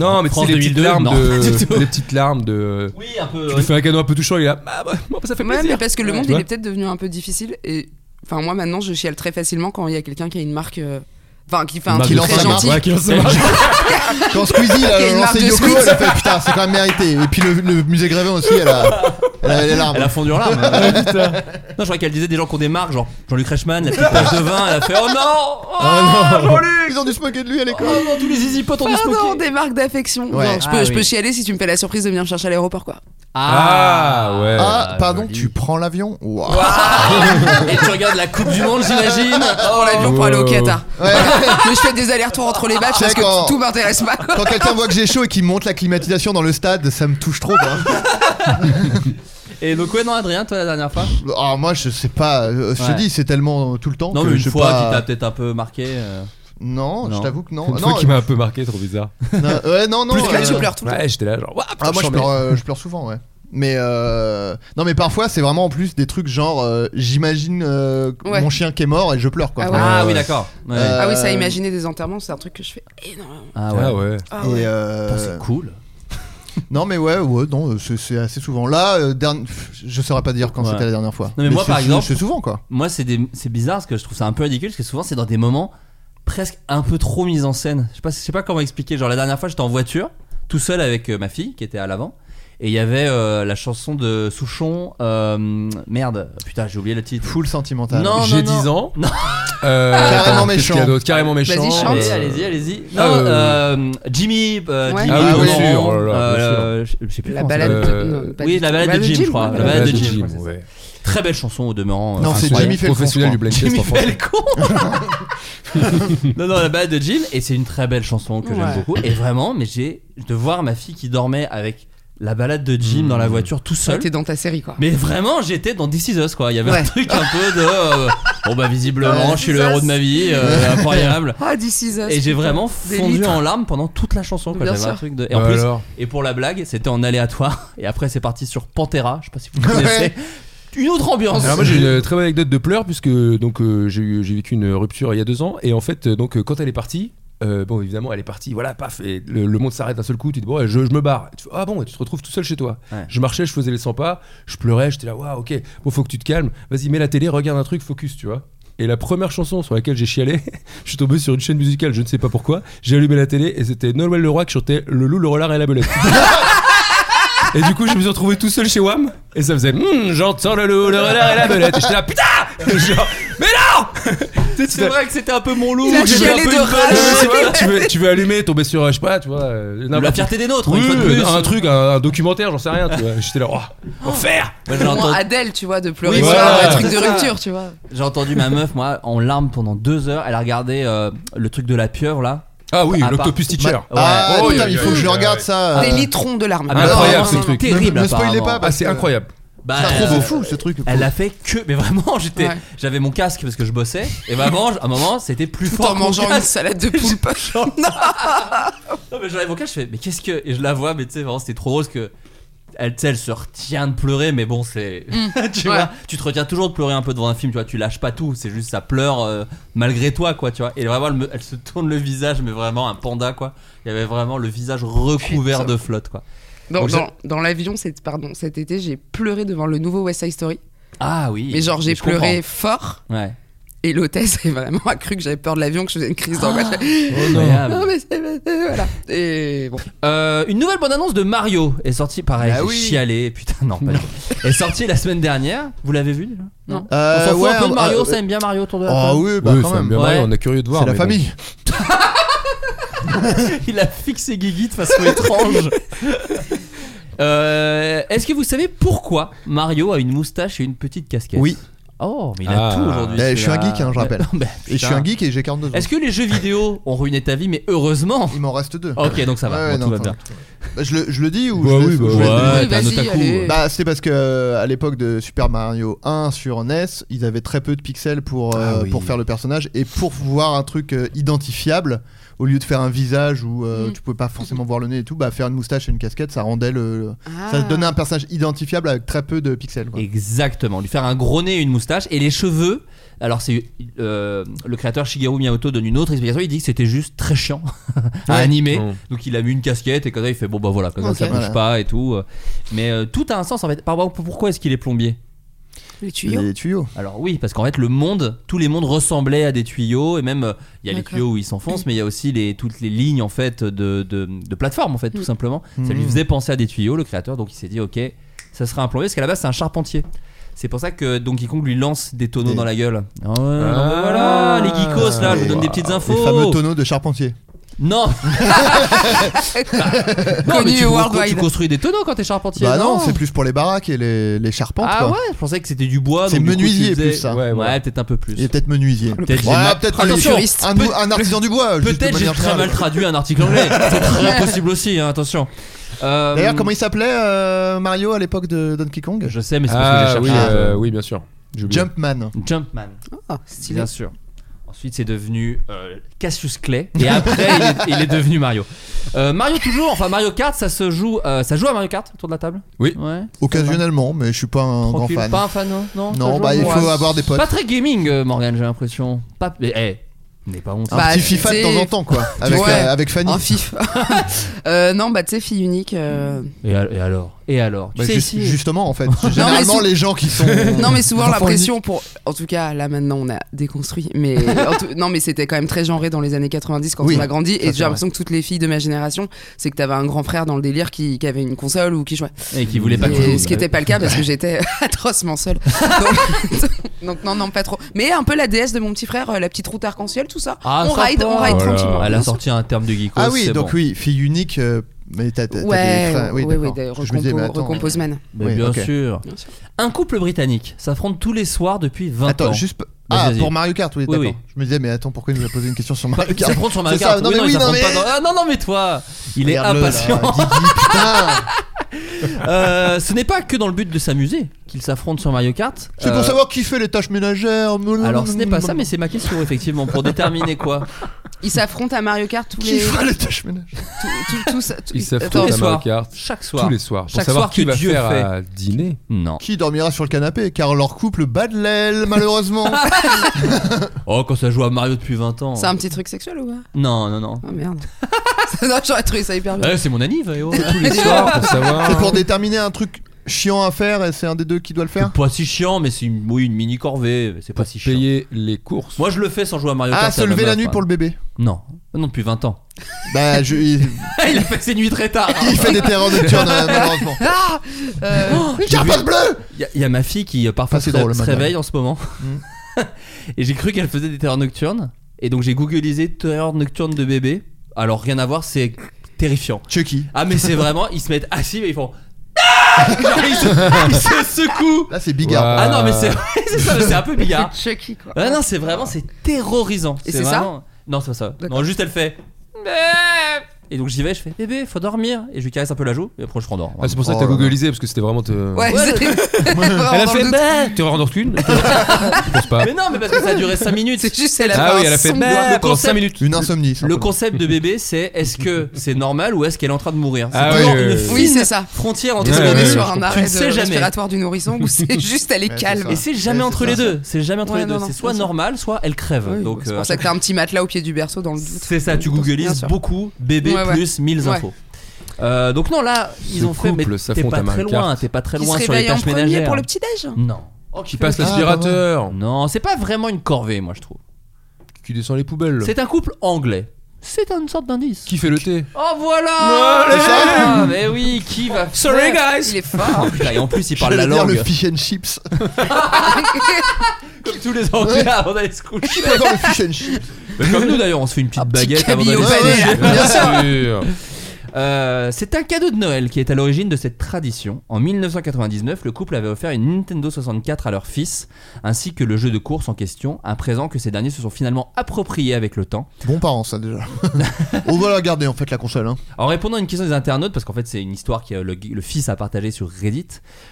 Non, mais tu sais, France les petites 2002, larmes non, pas du tout. de. Les petites larmes de. Oui, un peu. Tu lui fais un cadeau un peu touchant, il est là, bah, bah, moi, ça fait Ouais, plaisir. mais parce que le Ouais. monde, Tu il vois est peut-être devenu un peu difficile. Et enfin, moi, maintenant, je chiale très facilement quand il y a quelqu'un qui a une marque. euh, Enfin, qui fait un Marque truc de très sa marque. gentil. Ouais, qui lance sa marque. Quand Squeezie là, Il y a a une marque lancé de Yoko, Squeeze. elle a fait putain, c'est quand même mérité. Et puis le, le musée Grévin aussi, elle a, elle a les larmes. Elle a fondu en larmes. non, je crois qu'elle disait des gens qu'on démarre, genre Jean-Luc Reichmann, la petite tache de vin, elle a fait Oh non Oh, Ah, non. Jean-Luc Ils ont dû se moquer de lui à l'école. Oh non, tous les easy potes ont dû se Pardon, moquer. des marques d'affection. Ouais. Genre, je, Ah peux, je oui. peux chialer si tu me fais la surprise de venir me chercher à l'aéroport, quoi. Ah, ouais. Ah, pardon, joli. tu prends l'avion Waouh. Et tu regardes la Coupe du Monde, j'imagine. Ah Oh, l'avion pour aller au Qatar. Ouais. Mais je fais des allers-retours entre les matchs Tu sais, parce quand- que tout m'intéresse pas, quoi. Quand quelqu'un voit que j'ai chaud et qu'il monte la climatisation dans le stade, ça me touche trop. quoi. Et donc, ouais, non, Adrien, toi, la dernière fois Ah, moi, je sais pas. euh, Je Ouais. te dis, c'est tellement euh, tout le temps. Non, que mais une je sais fois pas- qui t'a peut-être un peu marqué. euh. Non, Non. je t'avoue que non. Une non, fois qui m'a un peu marqué, trop bizarre. non, ouais, non, non. Plus que là, euh, tu pleures tout le temps. euh, Ouais, j'étais là, genre, Ouah, putain, Ah, moi, je chambé. pleure, euh, je pleure souvent, ouais. Mais euh, non, mais parfois, c'est vraiment en plus des trucs genre, euh, j'imagine euh, Ouais. mon chien qui est mort et je pleure quoi. Ah ouais. Ah, Euh, oui, d'accord. Ouais. Euh, Ah oui, ça, imaginer des enterrements, c'est un truc que je fais énormément. Ah Ah ouais. Ah Et ouais. euh, Putain, C'est cool. non mais ouais ouais non euh, c'est- c'est assez souvent là euh, derni- pff, je saurais pas dire quand Ouais. c'était la dernière fois mais moi, c'est- par c'est- exemple- c'est souvent quoi Moi, c'est des- c'est bizarre parce que je trouve ça un peu ridicule parce que souvent, c'est dans des moments presque un peu trop mis en scène. Je sais pas, je sais pas comment expliquer. Genre, la dernière fois, j'étais en voiture, tout seul avec euh, ma fille qui était à l'avant. Et il y avait euh, la chanson de Souchon. euh, merde, putain, j'ai oublié le titre. full sentimental Non, J'ai non. 10 ans. Non. Euh, Carrément attends, qu'est-ce qu'il y a méchant. d'autre Carrément méchant. Vas-y, chante. Allez, Euh, allez-y, allez-y. Non, Ah, euh, Jimmy, euh, Ouais. Jimmy, Ah oui, Laurent, bien sûr, oh là là, euh, je- je sais plus La comment ça balade de. s'appelle. euh, non, pas oui, du la tout. balade de Jim, je crois. ouais. La balade de Jim. Ah, Jim, c'est ça. ouais. Très belle chanson au demeurant. Non, euh, c'est incroyable. Jimmy fait le professionnel con, du blind test Jimmy en fait français. le con Non, non, la balade de Jim, et c'est une très belle chanson que j'aime Ouais. beaucoup. Et vraiment, mais j'ai de voir ma fille qui dormait avec la balade de Jim dans Mmh. la voiture tout Ouais, seul. T'es dans ta série, quoi. Mais vraiment, j'étais dans This Is Us, quoi. Il y avait un Ouais. truc un peu de. euh, bon, bah, visiblement, Ouais, je suis le This Is héros Us. de ma vie, euh, incroyable. Ah, This Is Us. Et j'ai vraiment Des fondu litres. en larmes pendant toute la chanson. Quoi. Bien J'avais un sûr. truc de... Et en Bah plus, alors. et pour la blague, c'était en aléatoire. Et après, c'est parti sur Pantera. Je sais pas si vous connaissez. Une autre ambiance. Ah, Alors moi j'ai une très bonne anecdote de pleurs puisque donc euh, j'ai eu- j'ai vécu une rupture il y a deux ans et en fait euh, donc euh, quand elle est partie euh, bon évidemment elle est partie voilà paf et le, le monde s'arrête d'un seul coup tu te dis bon ouais, je, je me barre Et tu fais, ah bon et tu te retrouves tout seul chez toi Ouais. je marchais je faisais les 100 pas je pleurais j'étais là waouh ok bon faut que tu te calmes vas-y mets la télé regarde un truc focus tu vois et la première chanson sur laquelle j'ai chialé, je suis tombé sur une chaîne musicale, je ne sais pas pourquoi. J'ai allumé la télé et c'était Noël Leroy qui chantait Le loup, le renard et la belette. Et du coup, je me suis retrouvé tout seul chez Wam. Et ça faisait Hmm, J'entends le loup, le renard et la belette. Et j'étais là, putain Genre, Mais non C'est vrai que c'était un peu mon loup. Il a j'étais un chialé peu de une rage. bonne- euh, Tu vois, tu veux, tu veux allumer, tomber sur, euh, je sais pas, tu vois, euh, n'importe- Ah, La fierté des nôtres, Oui, une fois de plus. un truc, un, un documentaire, j'en sais rien, tu vois. J'étais là, oh, enfer Moi, j'ai Au moins entendu- Adèle, tu vois, de pleurer Oui, sur voilà. un truc C'est de ça. rupture, tu vois. j'ai entendu ma meuf, moi, en larmes pendant deux heures. Elle a regardé euh, le truc de la pieuvre, là. Ah oui, Ah, pas- l'Octopus Teacher. Ouais. ah Oh, putain, oui, il faut oui, que je oui, regarde oui. ça Des euh, litrons de larmes. Ah, Incroyable, non, ce non, truc. Terrible. Ne- ne spoilez apparemment. pas, Ah, c'est parce que- incroyable. Bah, c'est euh, trop fou ce truc Elle a fait que, mais vraiment, j'étais, Ouais. j'avais mon casque parce que je bossais, et vraiment, à un moment, c'était plus Tout fort. en que mon mangeant une casque. salade de poulpe. Non, mais j'arrive au cas, je fais, mais qu'est-ce que. Et je la vois, mais tu sais, vraiment, c'était trop drôle parce que. Elle, tu sais, elle se retient de pleurer, mais bon, c'est. tu Mm. ouais. vois, tu te retiens toujours de pleurer un peu devant un film, tu vois, tu lâches pas tout, c'est juste ça pleure euh, malgré toi, quoi, tu vois. Et vraiment, elle, me- elle se tourne le visage, mais vraiment un panda, quoi. Il y avait vraiment le visage recouvert Putain. de flotte, quoi. Dans, Donc, dans, dans l'avion, c'est- pardon, cet été, j'ai pleuré devant le nouveau West Side Story. Ah oui. Mais genre, j'ai je pleuré fort. comprends. Ouais. Et l'hôtesse est vraiment a cru que j'avais peur de l'avion, que je faisais une crise d'angoisse. Ah. Incroyable. non, mais c'est. Voilà. Et bon. Euh, une nouvelle bande-annonce de Mario est sortie, pareil, Ah j'ai oui. chialé, putain, non, pas du tout. Est sortie la semaine dernière, vous l'avez vu déjà Non. On Euh, s'en fout ouais, un peu de Mario, euh, ça euh, aime bien Mario autour de la Ah table. oui, bah Oui, quand ça me même. bien marrer, Ouais. on est curieux de voir. C'est la mais bon. famille. Il a fixé Guigui de façon étrange. Euh, Est-ce que vous savez pourquoi Mario a une moustache et une petite casquette Oui. Oh, mais il a Ah. tout aujourd'hui. Eh, je suis celui-là. un geek, hein, je rappelle. Bah, Et je suis putain. un geek et j'ai 42 ans. Est-ce que les jeux vidéo ont ruiné ta vie, mais heureusement Il m'en reste deux. Ok, donc ça va, Ouais, bon, non, tout va enfin, bien. bah, je, le, je le dis ou Bah je oui, laisse- bah je ouais, laisse- Oui, t'as un vas-y, otaku. allez. Bah, c'était parce que euh, à l'époque de Super Mario 1 sur NES, ils avaient très peu de pixels pour, euh, Ah oui. pour faire le personnage et pour voir un truc euh, identifiable. Au lieu de faire un visage où euh, Mm. tu pouvais pas forcément voir le nez et tout, bah faire une moustache et une casquette, ça rendait le, Ah. ça donnait un personnage identifiable avec très peu de pixels. quoi. Exactement, lui faire un gros nez, une moustache et les cheveux. Alors c'est euh, le créateur Shigeru Miyamoto donne une autre explication. Il dit que c'était juste très chiant à Ouais. animer. Mm. Donc il a mis une casquette et comme ça il fait bon bah voilà, comme ça, Ok. ça bouge Voilà. pas et tout. Mais euh, tout a un sens en fait. Par exemple, pourquoi est-ce qu'il est plombier Ah, Les tuyaux. Les tuyaux. Alors oui, parce qu'en fait le monde, tous les mondes ressemblaient à des tuyaux et même euh, il y a les D'accord. tuyaux où ils s'enfoncent, mais il y a aussi les, toutes les lignes en fait de, de, de plateforme en fait tout Mm. simplement. Ça lui Mm. faisait penser à des tuyaux, le créateur, donc il s'est dit ok, ça sera un plombier parce qu'à la base c'est un charpentier. C'est pour ça que Donkey Kong lui lance des tonneaux Des- dans la gueule. Ah ouais, non, mais voilà, les geekos là, je vous donne des petites infos. Les fameux tonneaux de charpentier. Non, non mais Connu tu, tu worldwide. construis des tonneaux quand t'es charpentier. Bah non, c'est plus pour les baraques et les, les charpentes. Ah quoi. ouais, je pensais que c'était du bois. C'est Ah, donc du coup, tu menuisier, faisais- plus, ça. Ouais, Ouais, voilà. peut-être un peu plus. Il est peut-être menuisier. Peut-être j'ai Ouais, mal- peut-être Attention, menuisier. un, peut- un artisan du bois. juste de Peut-être j'ai manière très générale. mal traduit un article anglais. C'est très possible aussi, hein, attention. Euh, D'ailleurs, comment il s'appelait euh, Mario à l'époque de Donkey Kong Je sais, mais Bah, c'est parce Ah que j'ai oui, cherché. euh, oui, bien sûr. J'ai oublié. Jumpman. Jumpman, Ah, stylé. bien sûr. Ensuite, c'est devenu euh, Cassius Clay. Et après, il, est, il est devenu Mario. Euh, Mario toujours, enfin Mario Kart, ça se joue, euh, ça joue à Mario Kart autour de la table. Oui. Ouais. Occasionnellement, mais je suis pas un grand Tranquille. fan. Pas un fan, non. Non, ça Non, joue bah il à- faut Ouais. avoir des potes. Pas très gaming, euh, Morgan, j'ai l'impression. Pas. Mais, eh, n'est pas honte. Un Bah, petit FIFA de c'est- temps en temps, quoi. Avec, Ouais. euh, avec Fanny. Un fif. Euh, non, bah tu sais, fille unique. euh, Et, al- et alors Et alors Tu Bah, sais, juste- ici- Justement, en fait. sou- Généralement, les gens qui sont. Non mais souvent les la enfants pression pour en tout cas là maintenant on a déconstruit mais en tout- non mais c'était quand même très genré dans les années 90 quand Oui, on a grandi ça, et c'est j'ai l'impression que toutes les filles de ma génération c'est que t'avais un grand frère dans le délire qui, qui avait une console ou qui jouait Et qui voulait pas Et que tu ce qui n'était pas le cas parce que j'étais atrocement seule donc, donc, non non pas trop mais un peu la déesse de mon petit frère euh, la petite route arc-en-ciel tout ça Ah, on sympa. ride on ride Oh Voilà. tranquillement Elle bien a sûr. sorti un terme de geekos. Ah oui, Oh, c'est donc bon. oui, fille unique. euh, Mais t'as t'as- t'as ouais des frères- oui oui d'accord. des Je me disais, mais recompo- attends. recompose man Mais oui, bien, ok. sûr. Bien sûr. Un couple britannique s'affronte tous les soirs depuis 20 ans. Attends, juste. Vas-y, Ah, vas-y. pour Mario Kart, oui, Oui, d'accord. oui. Je me disais, mais attends, pourquoi il nous a posé une question sur Pas- Mario Ils Kart s'affrontent sur Mario C'est ça, Kart. non, mais oui, ils non, s'affrontent pas mais- dans- Ah, non, non, mais toi, il est Regarde-le, là, impatient. Guigui, putain Euh, ce n'est pas que dans le but de s'amuser qu'ils s'affrontent sur Mario Kart. C'est Euh, pour savoir qui fait les tâches ménagères. Alors ce n'est pas ça, mais c'est ma question effectivement pour déterminer quoi. ils s'affrontent à Mario Kart tous Qui les fera les tâches ménagères tout, tout, tout ça- tout- Ils Attends, s'affrontent les à Mario soirs. Kart Chaque soir. tous les soirs pour Chaque savoir soir qui que va Dieu faire fait. à dîner. Non. Qui dormira sur le canapé Car leur couple bat de l'aile, malheureusement. Oh quand ça joue à Mario depuis 20 ans. c'est un petit truc sexuel ou quoi Non non non. Oh merde. non, j'aurais trouvé ça hyper bien. Eh, c'est mon anniv. eh, oh. Tous les soirs pour C'est savoir. pour déterminer un truc chiant à faire et c'est un des deux qui doit le faire Pas si chiant mais c'est une, oui, une mini corvée. mais C'est pas si chiant. Payer les courses. Moi je le fais sans jouer à Mario Kart. Ah, se lever la nuit pour le bébé. le. Non. Non depuis 20 ans. Bah, je- il, il a fait ses nuits très tard. il fait des terreurs nocturnes, euh, malheureusement. Ah Euh, Oh, Une carapace bleue Il y, a ma fille qui euh, parfois Ah, c'est se, drôle, se maintenant. réveille en ce moment. Mm. et j'ai cru qu'elle faisait des terreurs nocturnes. Et donc j'ai googlisé terreurs nocturnes de bébé. Alors rien à voir, c'est terrifiant. Chucky. Ah mais c'est vraiment, ils se mettent assis et ils font... Ah Genre, ils, se, ils se secouent. Là, c'est Bigard. Ah non mais c'est c'est ça, mais c'est un peu bizarre. C'est Chucky quoi. Ah non c'est vraiment, c'est terrorisant. Et c'est ça vraiment- Non c'est pas ça. D'accord. Non juste elle fait... Et donc j'y vais, je fais "Eh, bébé, faut dormir. Et je lui caresse un peu la joue. Et après je rendors. Ah, c'est pour ça que Oh t'as là là. googlisé parce que c'était vraiment. te- Ouais, Ouais, c'est. Elle a Dans le fait doute. bah T'es rendu qu'une Je pense pas. Mais non mais parce que ça a duré 5 minutes. C'est juste, elle a Ah fait oui, un elle a fait son de bah doigt. pendant 5 concept- minutes. Une insomnie. Le simplement. concept de bébé, c'est est-ce que c'est normal ou est-ce qu'elle est en train de mourir C'est Ah toujours oui, oui, une oui. fine Oui, c'est ça. frontière entre Est-ce Ouais, les qu'on ouais, est ouais, sur je un comprends. arrêt Tu ne sais de jamais. respiratoire du nourrisson ou c'est juste elle est Ouais, c'est calme ça. Et c'est jamais Ouais, entre c'est les ça. deux. C'est jamais entre Ouais, les deux. non, non, C'est soit c'est ça. normal, soit elle crève. Oui, Donc C'est euh, pour ça que t'as un petit matelas au pied du berceau dans le doute. c'est ça, tu Bien googlises sûr. beaucoup bébé Ouais, ouais. plus 1000 Ouais. infos. Euh, donc non là ils Ce ont fait mais couple t'es s'affronte pas à très Mario loin Kart. t'es pas très Qui loin se sur les réveille en tâches premier ménagères Mm. pour le petit déj non qui passe Ah, l'aspirateur, Non, c'est pas vraiment une corvée, moi je trouve. qui descend les poubelles, C'est un couple anglais. C'est une sorte d'indice. qui fait le thé. Oh voilà Allez Ah, Mais oui, qui va Sorry, faire guys. Il est fort. Oh, putain, et en plus, il parle J'allais la dire langue. le fish and chips. Comme tous les Anglais Ouais. avant d'aller se coucher. Je préfère le fish and chips. Comme nous d'ailleurs, on se fait une petite Un petit baguette avant cabillaud d'aller se pané, coucher. là. Bien sûr. sûr. Ah Euh, c'est un cadeau de Noël qui est à l'origine de cette tradition. En 1999, le couple avait offert une Nintendo 64 à leur fils, ainsi que le jeu de course en question, un présent que ces derniers se sont finalement approprié avec le temps. Bon parents, ça déjà. On va la garder en fait la console. Hein. En répondant à une question des internautes, parce qu'en fait c'est une histoire que euh, le, le fils a partagée sur Reddit,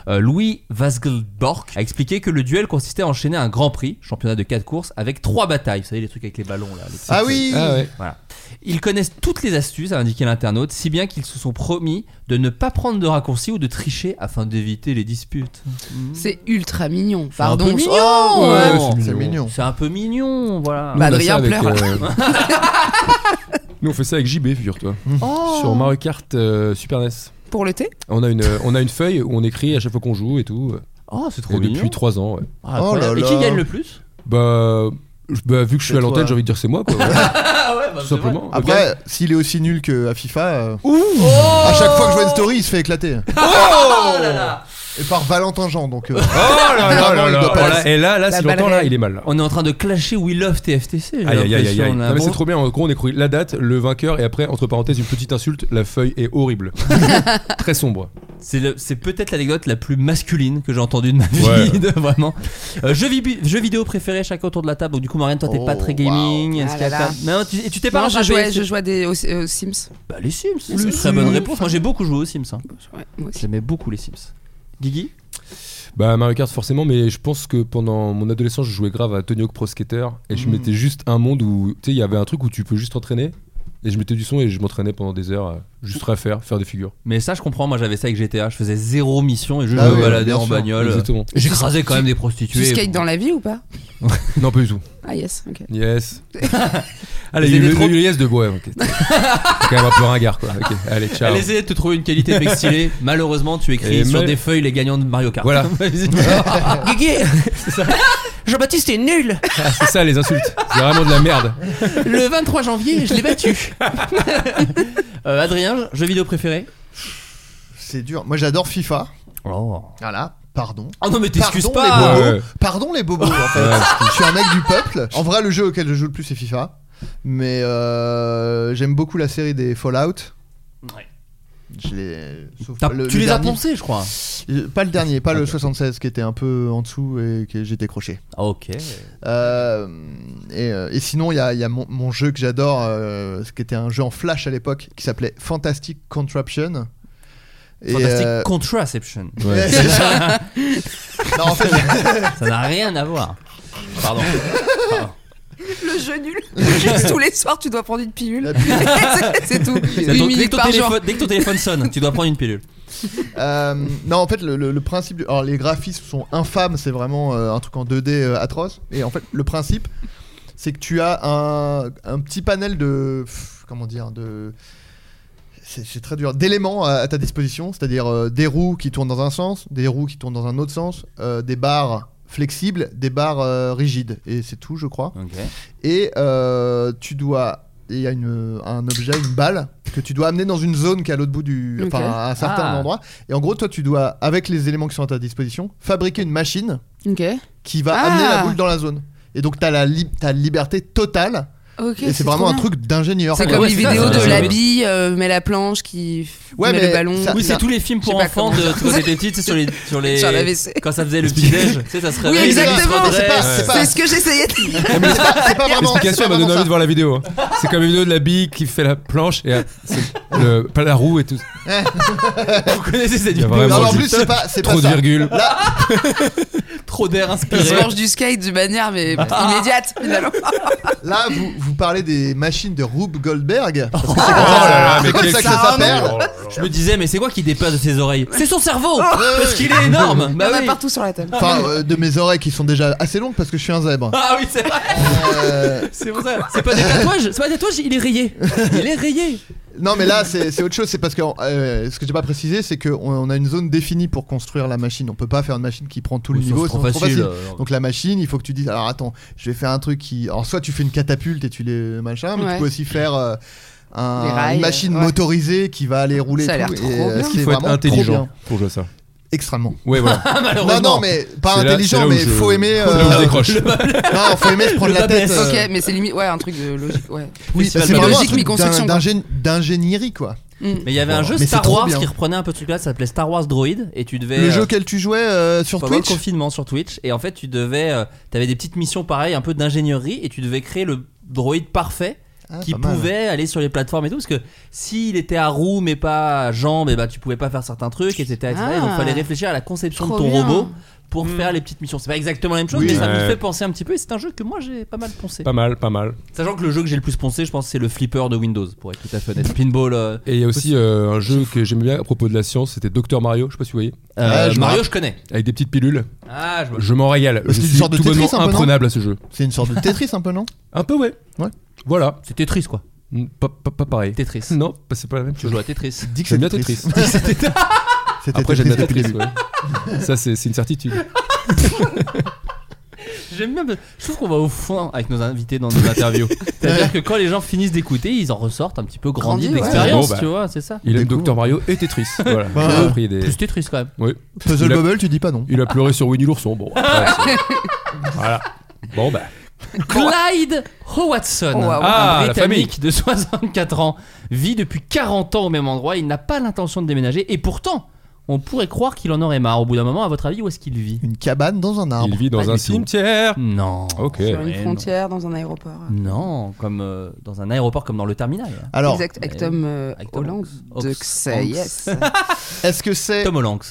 euh, Louis Vasgelborg a expliqué que le duel consistait à enchaîner un Grand Prix, championnat de 4 courses, avec 3 batailles. Vous savez les trucs avec les ballons là. les petits- Ah oui Ah ouais. Voilà. Ils connaissent toutes les astuces, a indiqué l'internaute, si bien qu'ils se sont promis de ne pas prendre de raccourcis ou de tricher afin d'éviter les disputes. C'est ultra mignon. un Pardon. peu je- mignon, Oh, ouais. ouais. C'est mignon. C'est un peu mignon, voilà. Bah, on a Adrien ça avec, pleure, là. euh, Nous on fait ça avec JB, figure-toi. Oh. Sur Mario Kart euh, Super NES. Pour le thé On a, une, euh, on a une feuille où on écrit à chaque fois qu'on joue et tout. Oh, c'est Et trop mignon. depuis 3 ans, ouais. Ah, Oh incroyable. là Et qui là. gagne le plus Bah, je- bah, vu que je suis C'est à l'antenne, toi. j'ai envie de dire c'est moi, quoi. Ah ouais, bah, Tout simplement. Après, s'il est aussi nul que à FIFA, euh, à chaque fois Oh. que je vois une story, il se fait éclater. Et par Valentin Jean, donc. euh, Oh là là là là. doit pas Oh là, Et là, là, La si balle l'entend, là, réelle. il est mal. Là. On est en train de clasher We Love TFTC. j'ai Aïe aïe aïe aïe. l'impression, aïe. là. Non, mais Bon. c'est trop bien. En gros, on écrit la date, le vainqueur, et après, entre parenthèses, une petite insulte. La feuille est horrible, très sombre. C'est le- c'est peut-être l'anecdote la plus masculine que j'ai entendue de ma vie, Ouais. de- vraiment. Euh, jeux, vi- jeux vidéo préférés chacun autour de la table. Donc du coup, Marianne, toi t'es Oh, pas très gaming. wow. Est-ce Ah qu'il y a là là. ta- Non, tu, et tu t'es pas Non, je rattrapé, jouais, c'est- je jouais des, aux, aux Sims. Bah, les Sims. C'est Les une très Sims. bonne réponse. Moi, j'ai beaucoup joué aux Sims. hein. Ouais, moi aussi. J'aimais beaucoup les Sims. Guigui Bah Mario Kart forcément, mais je pense que pendant mon adolescence, je jouais grave à Tony Hawk Pro Skater et je Mm. mettais juste un monde où tu sais, il y avait un truc où tu peux juste t'entraîner et je mettais du son et je m'entraînais pendant des heures euh, juste à faire, faire des figures. Mais ça, je comprends. Moi, j'avais ça avec GTA. Je faisais zéro mission et je Ah me ouais, baladais bien en sûr. bagnole. Exactement. J'écrasais quand même des prostituées. Tu skates dans la vie ou pas non pas du tout. Ah yes, ok. Yes. Vous allez, il y a aimez eu le, trop- il y a eu le yes de ouais, ok. C'est quand même un peu ringard quoi. Ok, Allez, ciao. Elle essayait de te trouver une qualité de mec stylé. Malheureusement, tu écris Et sur mal- des feuilles les gagnants de Mario Kart. Voilà. Guigui Jean-Baptiste est nul Ah, c'est ça les insultes. C'est vraiment de la merde. Le 23 janvier, je l'ai battu Euh, Adrien, jeu vidéo préféré C'est dur. Moi, j'adore FIFA. Oh, Voilà, pardon. non, mais t'excuses Pardon pas les bobos. Ouais. Pardon les bobos. En fait. je suis un mec du peuple. En vrai, le jeu auquel je joue le plus c'est FIFA, mais euh, j'aime beaucoup la série des Fallout. Ouais. Je les. sauf T'as- le- Tu le les as dernier. poncés, je crois Euh, Pas le dernier, pas le 76 qui était un peu en dessous et que j'ai décroché. Ah, Ok. Euh, et, euh, et sinon, il y a, il y a mon, mon jeu que j'adore, euh, ce qui était un jeu en flash à l'époque, qui s'appelait Fantastic Contraption. Et, Fantastic euh, Contraception. Ouais. c'est ça. non, en fait, Ça n'a rien à voir. Pardon. Le jeu nul. Juste tous les soirs, tu dois prendre une pilule. La pilule. C'est- c'est tout. Dès Une que, minute ton par jour. téléphone, dès que ton téléphone sonne, tu dois prendre une pilule. Euh, non, en fait, le, le- le principe. du- Alors, les graphismes sont infâmes, c'est vraiment euh, un truc en 2D euh, atroce. Et en fait, le principe, c'est que tu as un, un petit panel de. pff, Comment dire de c'est c'est très dur. D'éléments à, à ta disposition, c'est-à-dire euh, des roues qui tournent dans un sens, des roues qui tournent dans un autre sens, euh, des barres flexibles, des barres euh, rigides. Et c'est tout, je crois Ok. et euh, tu dois il y a une, un objet, une balle que tu dois amener dans une zone qui est à l'autre bout du, Ok. enfin à un certain Ah. endroit. Et en gros, toi, tu dois avec les éléments qui sont à ta disposition fabriquer une machine Ok. qui va Ah. amener la boule dans la zone. Et donc, t'as la lib- t'as la liberté totale. Ok. et c'est vraiment trop un bien. truc d'ingénieur. C'est Ouais, comme ouais, les c'est ça, vidéos c'est de ça. la bille, euh, met la planche qui f- Ouais, met mais le ballon. ça- Oui, c'est Non. tous les films pour Je sais pas enfants comment. de quand t'étais petite, c'est sur les sur les Sur la WC. quand ça faisait le petit déj, tu sais, ça se Oui, réveillait, exactement. il se C'est pas- redresse. c'est pas- C'est ce que j'essayais de C'est pas vraiment. L'explication c'est pas elle m'a donné vraiment envie ça. de voir la vidéo. hein. C'est comme une vidéo de la bille qui fait la planche et euh, c'est le, pas la roue et tout. Vous connaissez cette Il y a vidéo vraiment Non, mais en du- plus, c'est pas, c'est pas Trop de ça. virgules. Trop d'air se inspiré. mange du skate de manière mais immédiate finalement. Là, vous, vous parlez des machines de Rube Goldberg. Parce que c'est comme Oh là ça- là, Ah, c'est mais comme quel ça que ça s'appelle. Oh, Je me disais mais c'est quoi qui dépasse de ses oreilles C'est son cerveau parce qu'il est énorme. Il y en Bah a oui. partout sur la table. Enfin, euh, de mes oreilles qui sont déjà assez longues parce que je suis un zèbre. Ah oui, c'est vrai. Euh, C'est pour ça. C'est pas des tatouages, c'est pas des tatouages, il est rayé. Il est rayé. Non, mais là, c'est c'est autre chose. C'est parce que euh, ce que j'ai pas précisé, c'est qu'on on a une zone définie pour construire la machine. On peut pas faire une machine qui prend tout le Oui, sinon, niveau. c'est trop sinon c'est facile, euh. alors. Donc la machine, il faut que tu dises alors attends, je vais faire un truc qui. Alors soit tu fais une catapulte et tu les machin, mais Ouais. tu peux aussi faire. euh, un- Des rails, une machine ouais. motorisée qui va aller rouler Ça a tout, l'air trop et, euh, bien. c'est Il faut être vraiment trop intelligent bien. pour jouer à ça. extrêmement Ouais, voilà. non Ah, Malheureusement. non mais pas C'est là- intelligent c'est là où mais je- faut aimer C'est là où je euh, décroche. non, faut aimer se prendre Le la tête babès. euh, Ok, mais c'est limite. Ouais, un truc de logique. Ouais. oui Festival c'est de vraiment un logique, mais truc construction, d'in- quoi. d'ingé- d'ingénierie quoi Mm. Mais il y avait un jeu Mais c'est Star trop Wars bien. qui reprenait un peu ce truc-là, ça s'appelait Star Wars Droid, et tu devais. le euh, jeu auquel tu jouais euh, sur pendant le Twitch confinement sur Twitch, et en fait, tu devais. euh, T'avais des petites missions pareilles, un peu d'ingénierie, et tu devais créer le droïde parfait Ah, qui pas mal. pouvait aller sur les plateformes et tout, parce que s'il était à roue mais pas à jambe, et bah tu pouvais pas faire certains trucs, etc. etc. Ah. donc fallait réfléchir à la conception Trop de ton bien. Hmm. robot pour faire les petites missions. C'est pas exactement la même chose, Oui. mais ça me Ouais. fait penser un petit peu. Et c'est un jeu que moi j'ai pas mal pensé. Pas mal, pas mal. Sachant que le jeu que j'ai le plus pensé, je pense, c'est le flipper de Windows, pour être tout à fait honnête. Pinball. euh, Et il y a aussi euh, un jeu que j'aimais bien à propos de la science, c'était Docteur Mario, je sais pas si vous voyez, euh, Ah, je me Mario, rappelle. je connais. avec des petites pilules. Ah, je me- Je m'en régale. Parce je qu'il suis sort de tout Tetris bonnement un peu, non imprenable à ce jeu. c'est une sorte de Tetris un peu non Un peu, ouais. Ouais. Voilà. C'est Tetris, quoi. Mm, Pas, pas- pas pareil. Tetris. Non, pas- c'est pas la même Tu chose. joues à Tetris. dis que J'aime bien c'est Tetris. C'était Après, j'aime Tetris bien depuis le Tetris. début. ouais. Ça, c'est c'est une certitude. J'aime bien. Je trouve qu'on va au fond avec nos invités dans nos interviews. C'est-à-dire que quand les gens finissent d'écouter, ils en ressortent un petit peu grandis Grandis, ouais. d'expérience, Bon, bah. tu vois, c'est ça. Il aime Découvre. Docteur Mario et Tetris. Voilà. Bah, Il a ouais. pris des- Plus Tetris quand même. Oui. Puzzle Il a- Bubble tu dis pas non Il a pleuré sur Winnie l'ourson. Bon. après, c'est- voilà. Bon bah. Clyde Howatson, Oh, wow. un Ah, la Britannique de 64 ans, vit depuis 40 ans au même endroit. Il n'a pas l'intention de déménager et pourtant, on pourrait croire qu'il en aurait marre. Au bout d'un moment, à votre avis, où est-ce qu'il vit une cabane dans un arbre Il vit dans Pas un du tout. cimetière. Non. Ok. Ouais, Sur une non. frontière, dans un aéroport. Non, comme euh, dans un aéroport, comme dans le terminal. alors exact, avec mais- Tom euh, avec Tom Holland. Hanks. De Hanks. ça, yes. est-ce que c'est Tom Hanks.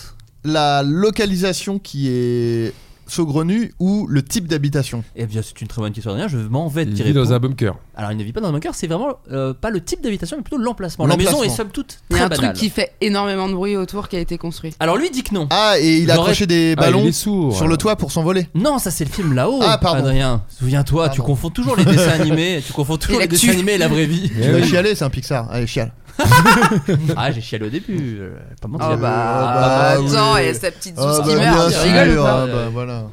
la localisation qui est saugrenue ou le type d'habitation Eh bien, c'est une très bonne question. Adrien. Je m'en vais Il tirer. vit dans un bunker. Alors, il ne vit pas dans un bunker, c'est vraiment euh, pas le type d'habitation, mais plutôt l'emplacement. La L'emplacement. maison est somme toute Il y très a un banale. truc qui fait énormément de bruit autour qui a été construit. Alors, lui dit que non. ah et il a J'aurais- accroché des Ah, il ballons est sourd. sur le toit pour s'envoler Non, ça c'est le film là-haut. Ah, pardon. Adrien, souviens-toi, tu Pardon. confonds toujours les dessins animés, tu confonds toujours Et les l'actu. dessins animés et la vraie Eh vie. tu vas chialer c'est un Pixar allez chiale ah, j'ai chialé au début, euh, pas mentir. Oh bah, Ah bah, attends, oui. et sa petite Ah, Zeus qui bah, meurt, bien tu rigoles sûr, ou pas ah, bah, voilà.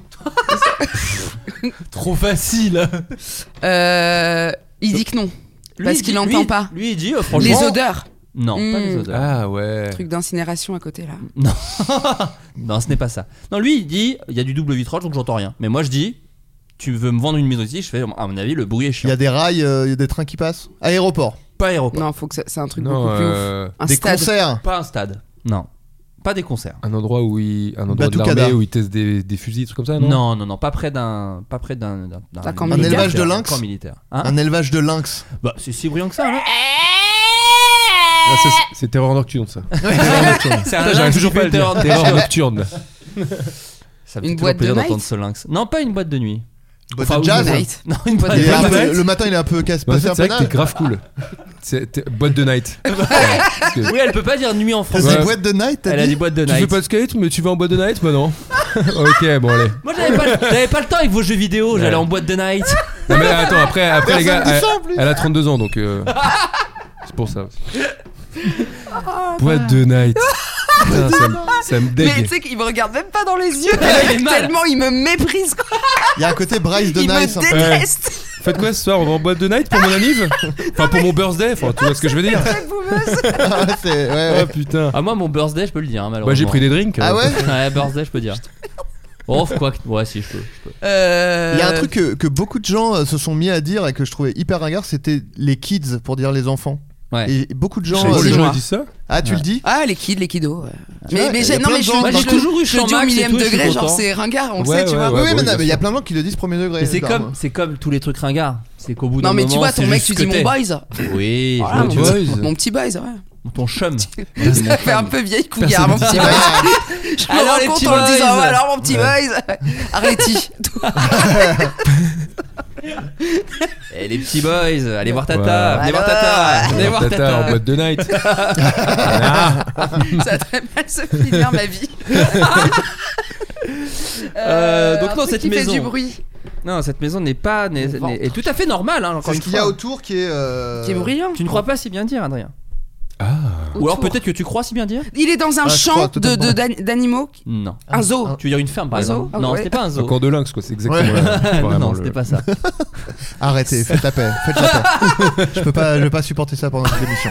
Trop facile. Euh, Il dit que non, Lui, parce il dit- qu'il n'entend lui- pas. Lui il dit euh, franchement. Les odeurs, Non, pas les Mm. odeurs. Ah ouais. truc d'incinération à côté là. Non, ce n'est pas ça. Non, lui il dit il y a du double vitrage donc j'entends rien. Mais moi je dis tu veux me vendre une maison ici, je fais à mon avis le bruit est il y chiant. a des rails euh, il y a des trains qui passent aéroport Pas aéroport, Non, faut que ça- c'est un truc Non, beaucoup plus ouf. euh, Un des stade. concerts pas un stade. Non. Pas des concerts. un endroit où il, un endroit de Batucada. l'armée où il teste des, des fusils, des trucs comme ça, non Non, non, non, pas près d'un, pas près d'un, d'un, d'un- D'un camp d'un militaire. élevage de lynx camp militaire. Hein un élevage de lynx bah, c'est si bruyant que ça. Hein Ah, ça, c'est- c'est terreur nocturne ça. Ah, c'est Putain, j'arrive toujours pas à le dire. Terreur nocturne. Ça Une boîte de night d'entendre ce lynx. Non, pas une boîte de nuit. Boîte Enfin, de jazz oui, Night. Non, une boîte Il de est un night. peu- le matin il est un peu casse Mais en passé fait, un c'est vrai peu que t'es nage. grave cool. C'est t'es- boîte de night. Oui, elle peut pas dire nuit en T'as français. Ouais. dit boîte de night t'as Elle a dit dit boîte de Tu fais night. pas de skate, mais tu vas en boîte de night Bah non. ok, bon allez. Moi, j'avais pas, le- j'avais pas le temps avec vos jeux vidéo. J'allais Ouais. en boîte de night. Non, mais attends, après, après les gars, Personne dit elle, ça, en plus. elle a 32 ans donc. euh, c'est pour ça. boîte de night. Putain, ça, me- ça me Ah, Mais tu dégue. sais qu'il me regarde même pas dans les yeux, Il est mal. tellement il me méprise, quoi. il y a un côté Bryce de il nice me un peu. déteste. Faites quoi ce soir On va en boîte de night pour mon anniv Enfin pour mon birthday, enfin, tu vois ce que je veux dire Cette boumeuse. Ah, c'est- ouais, ouais. Ah putain. Ah, moi, mon birthday, je peux le dire, hein, malheureusement. Bah j'ai pris des drinks. ah ouais Ouais, birthday, je peux dire. Oh, quoi que. Ouais, si, je peux. je peux. Euh, Il y a un truc que, que beaucoup de gens euh, se sont mis à dire et que je trouvais hyper ringard, c'était les kids pour dire les enfants. Ouais. Et beaucoup de gens. sais pas, Oh, euh, les c'est gens moi. ils disent ça ah, tu le dis Ah, les kids, les kiddos. ouais. Mais, vois, mais il y j'ai- a non, plein mais de je gens- Moi, le- je j'ai le- Bah, toujours eu je le dis Jean au Max et millième tout, je suis degré, genre content. c'est ringard, on Ouais, le sait, ouais, tu vois. ouais. bah Oui, mais bon, non, oui, mais il y a plein de gens qui le disent premier degré. Mais c'est évidemment. comme, c'est comme tous les trucs ringards. C'est qu'au bout d'un Non, mais moment. tu vois, ton c'est mec, juste tu que dis mon t'es. boys. Oui, je Voilà, vois, mon tu boys. vois, petit- mon petit boys, ouais. ton chum. Ça fait un peu vieille cougar, mon petit Ouais. boys. Je me Alors, rends les compte petits en le disant, boys. ouais, alors mon petit boys, arrêtez. Eh, les petits boys, allez voir Tata, Ouais. venez voir Tata, venez voir Tata, en Tata. boîte de night. Ah, Ça a très mal se finir ma vie. Euh, donc un non, truc cette qui maison. fait du bruit, Non, cette maison n'est pas n'est- Mon n'est- est tout à fait normale. Hein, encore C'est ce une qu'il y a fois. autour qui est. euh, qui est bruyant. Tu ne crois pas si bien dire, Adrien. Ou alors autour. peut-être que tu crois si bien dire Il est dans un Ah, je champ crois, de- de- totalement. d'ani- d'animaux, Non. un zoo. un- Tu veux dire une ferme par Un zoo exemple Ah Non, ouais. c'était pas un Un zoo. camp de lynx, quoi, c'est exactement. Ouais. la- non, vraiment non, le- c'était pas ça. Arrêtez, faites la paix, faites la paix. je peux pas, je peux pas supporter ça pendant cette émission.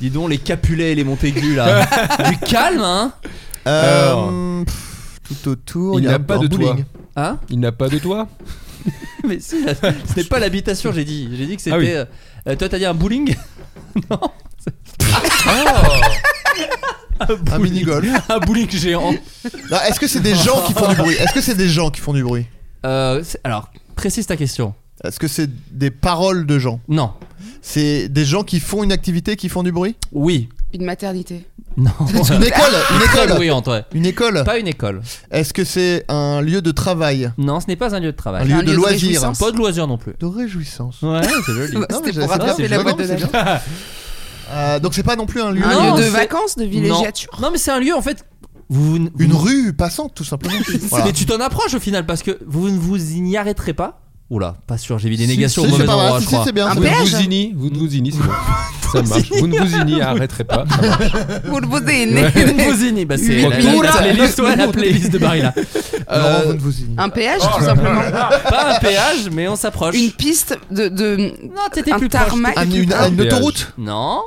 Dis donc, les Capulets et les Montaigu là. du calme, hein Alors. Euh, pff, tout autour, Il il y a n'a pas un de bowling. toit. Hein Il n'a pas de toit Mais si, là, ce n'est pas l'habitation, j'ai dit. J'ai dit que c'était. Ah oui. euh, euh, toi, t'as dit un bowling Non. Ah, Un mini golf. un bowling géant. Non, Est-ce que c'est des gens qui font du bruit Est-ce que c'est des gens qui font du bruit Euh, c'est- alors, précise ta question. Est-ce que c'est des paroles de gens Non. C'est des gens qui font une activité qui font du bruit Oui. Une maternité. Non. Une école, une Très école, bruyante, ouais. une école. Pas une école. Est-ce que c'est un lieu de travail, Non, ce n'est pas un lieu de un travail. lieu lieu de de loisirs, réjouissance. Pas de loisirs non plus. de réjouissance Ouais, c'est joli. Bah, Non, mais C'était j'ai- pour c'est bien, attraper c'est la bien, boîte de c'est Noël. bien. Euh, Donc c'est pas non plus un lieu, Un Non, lieu de c'est- vacances, de villégiature. Non, mais c'est un lieu en fait. Vous, vous- une vous- rue passante tout simplement. Voilà. Mais tu t'en approches au final parce que vous ne vous n'y arrêterez pas. Oula, pas sûr, j'ai mis des Si, négations si, au mauvais c'est pas mal, endroit, si, je si, crois. c'est bien. Un c'est Vous ne bien. péage vous unis, vous ne vous unis, c'est bon. ça marche. Vous ne vous unis, arrêterez pas. ça marche. Vous le posez Vous ne vous y- bah, c'est Huit la, minutes. la playlist, ouais, la playlist de Barilla. Laurent, Euh, vous ne vous y- Un péage, tout simplement. pas un péage, mais on s'approche. Une piste de. de... Non, t'étais un plus proche. tarmac. Un- une, Un une péage. autoroute Non,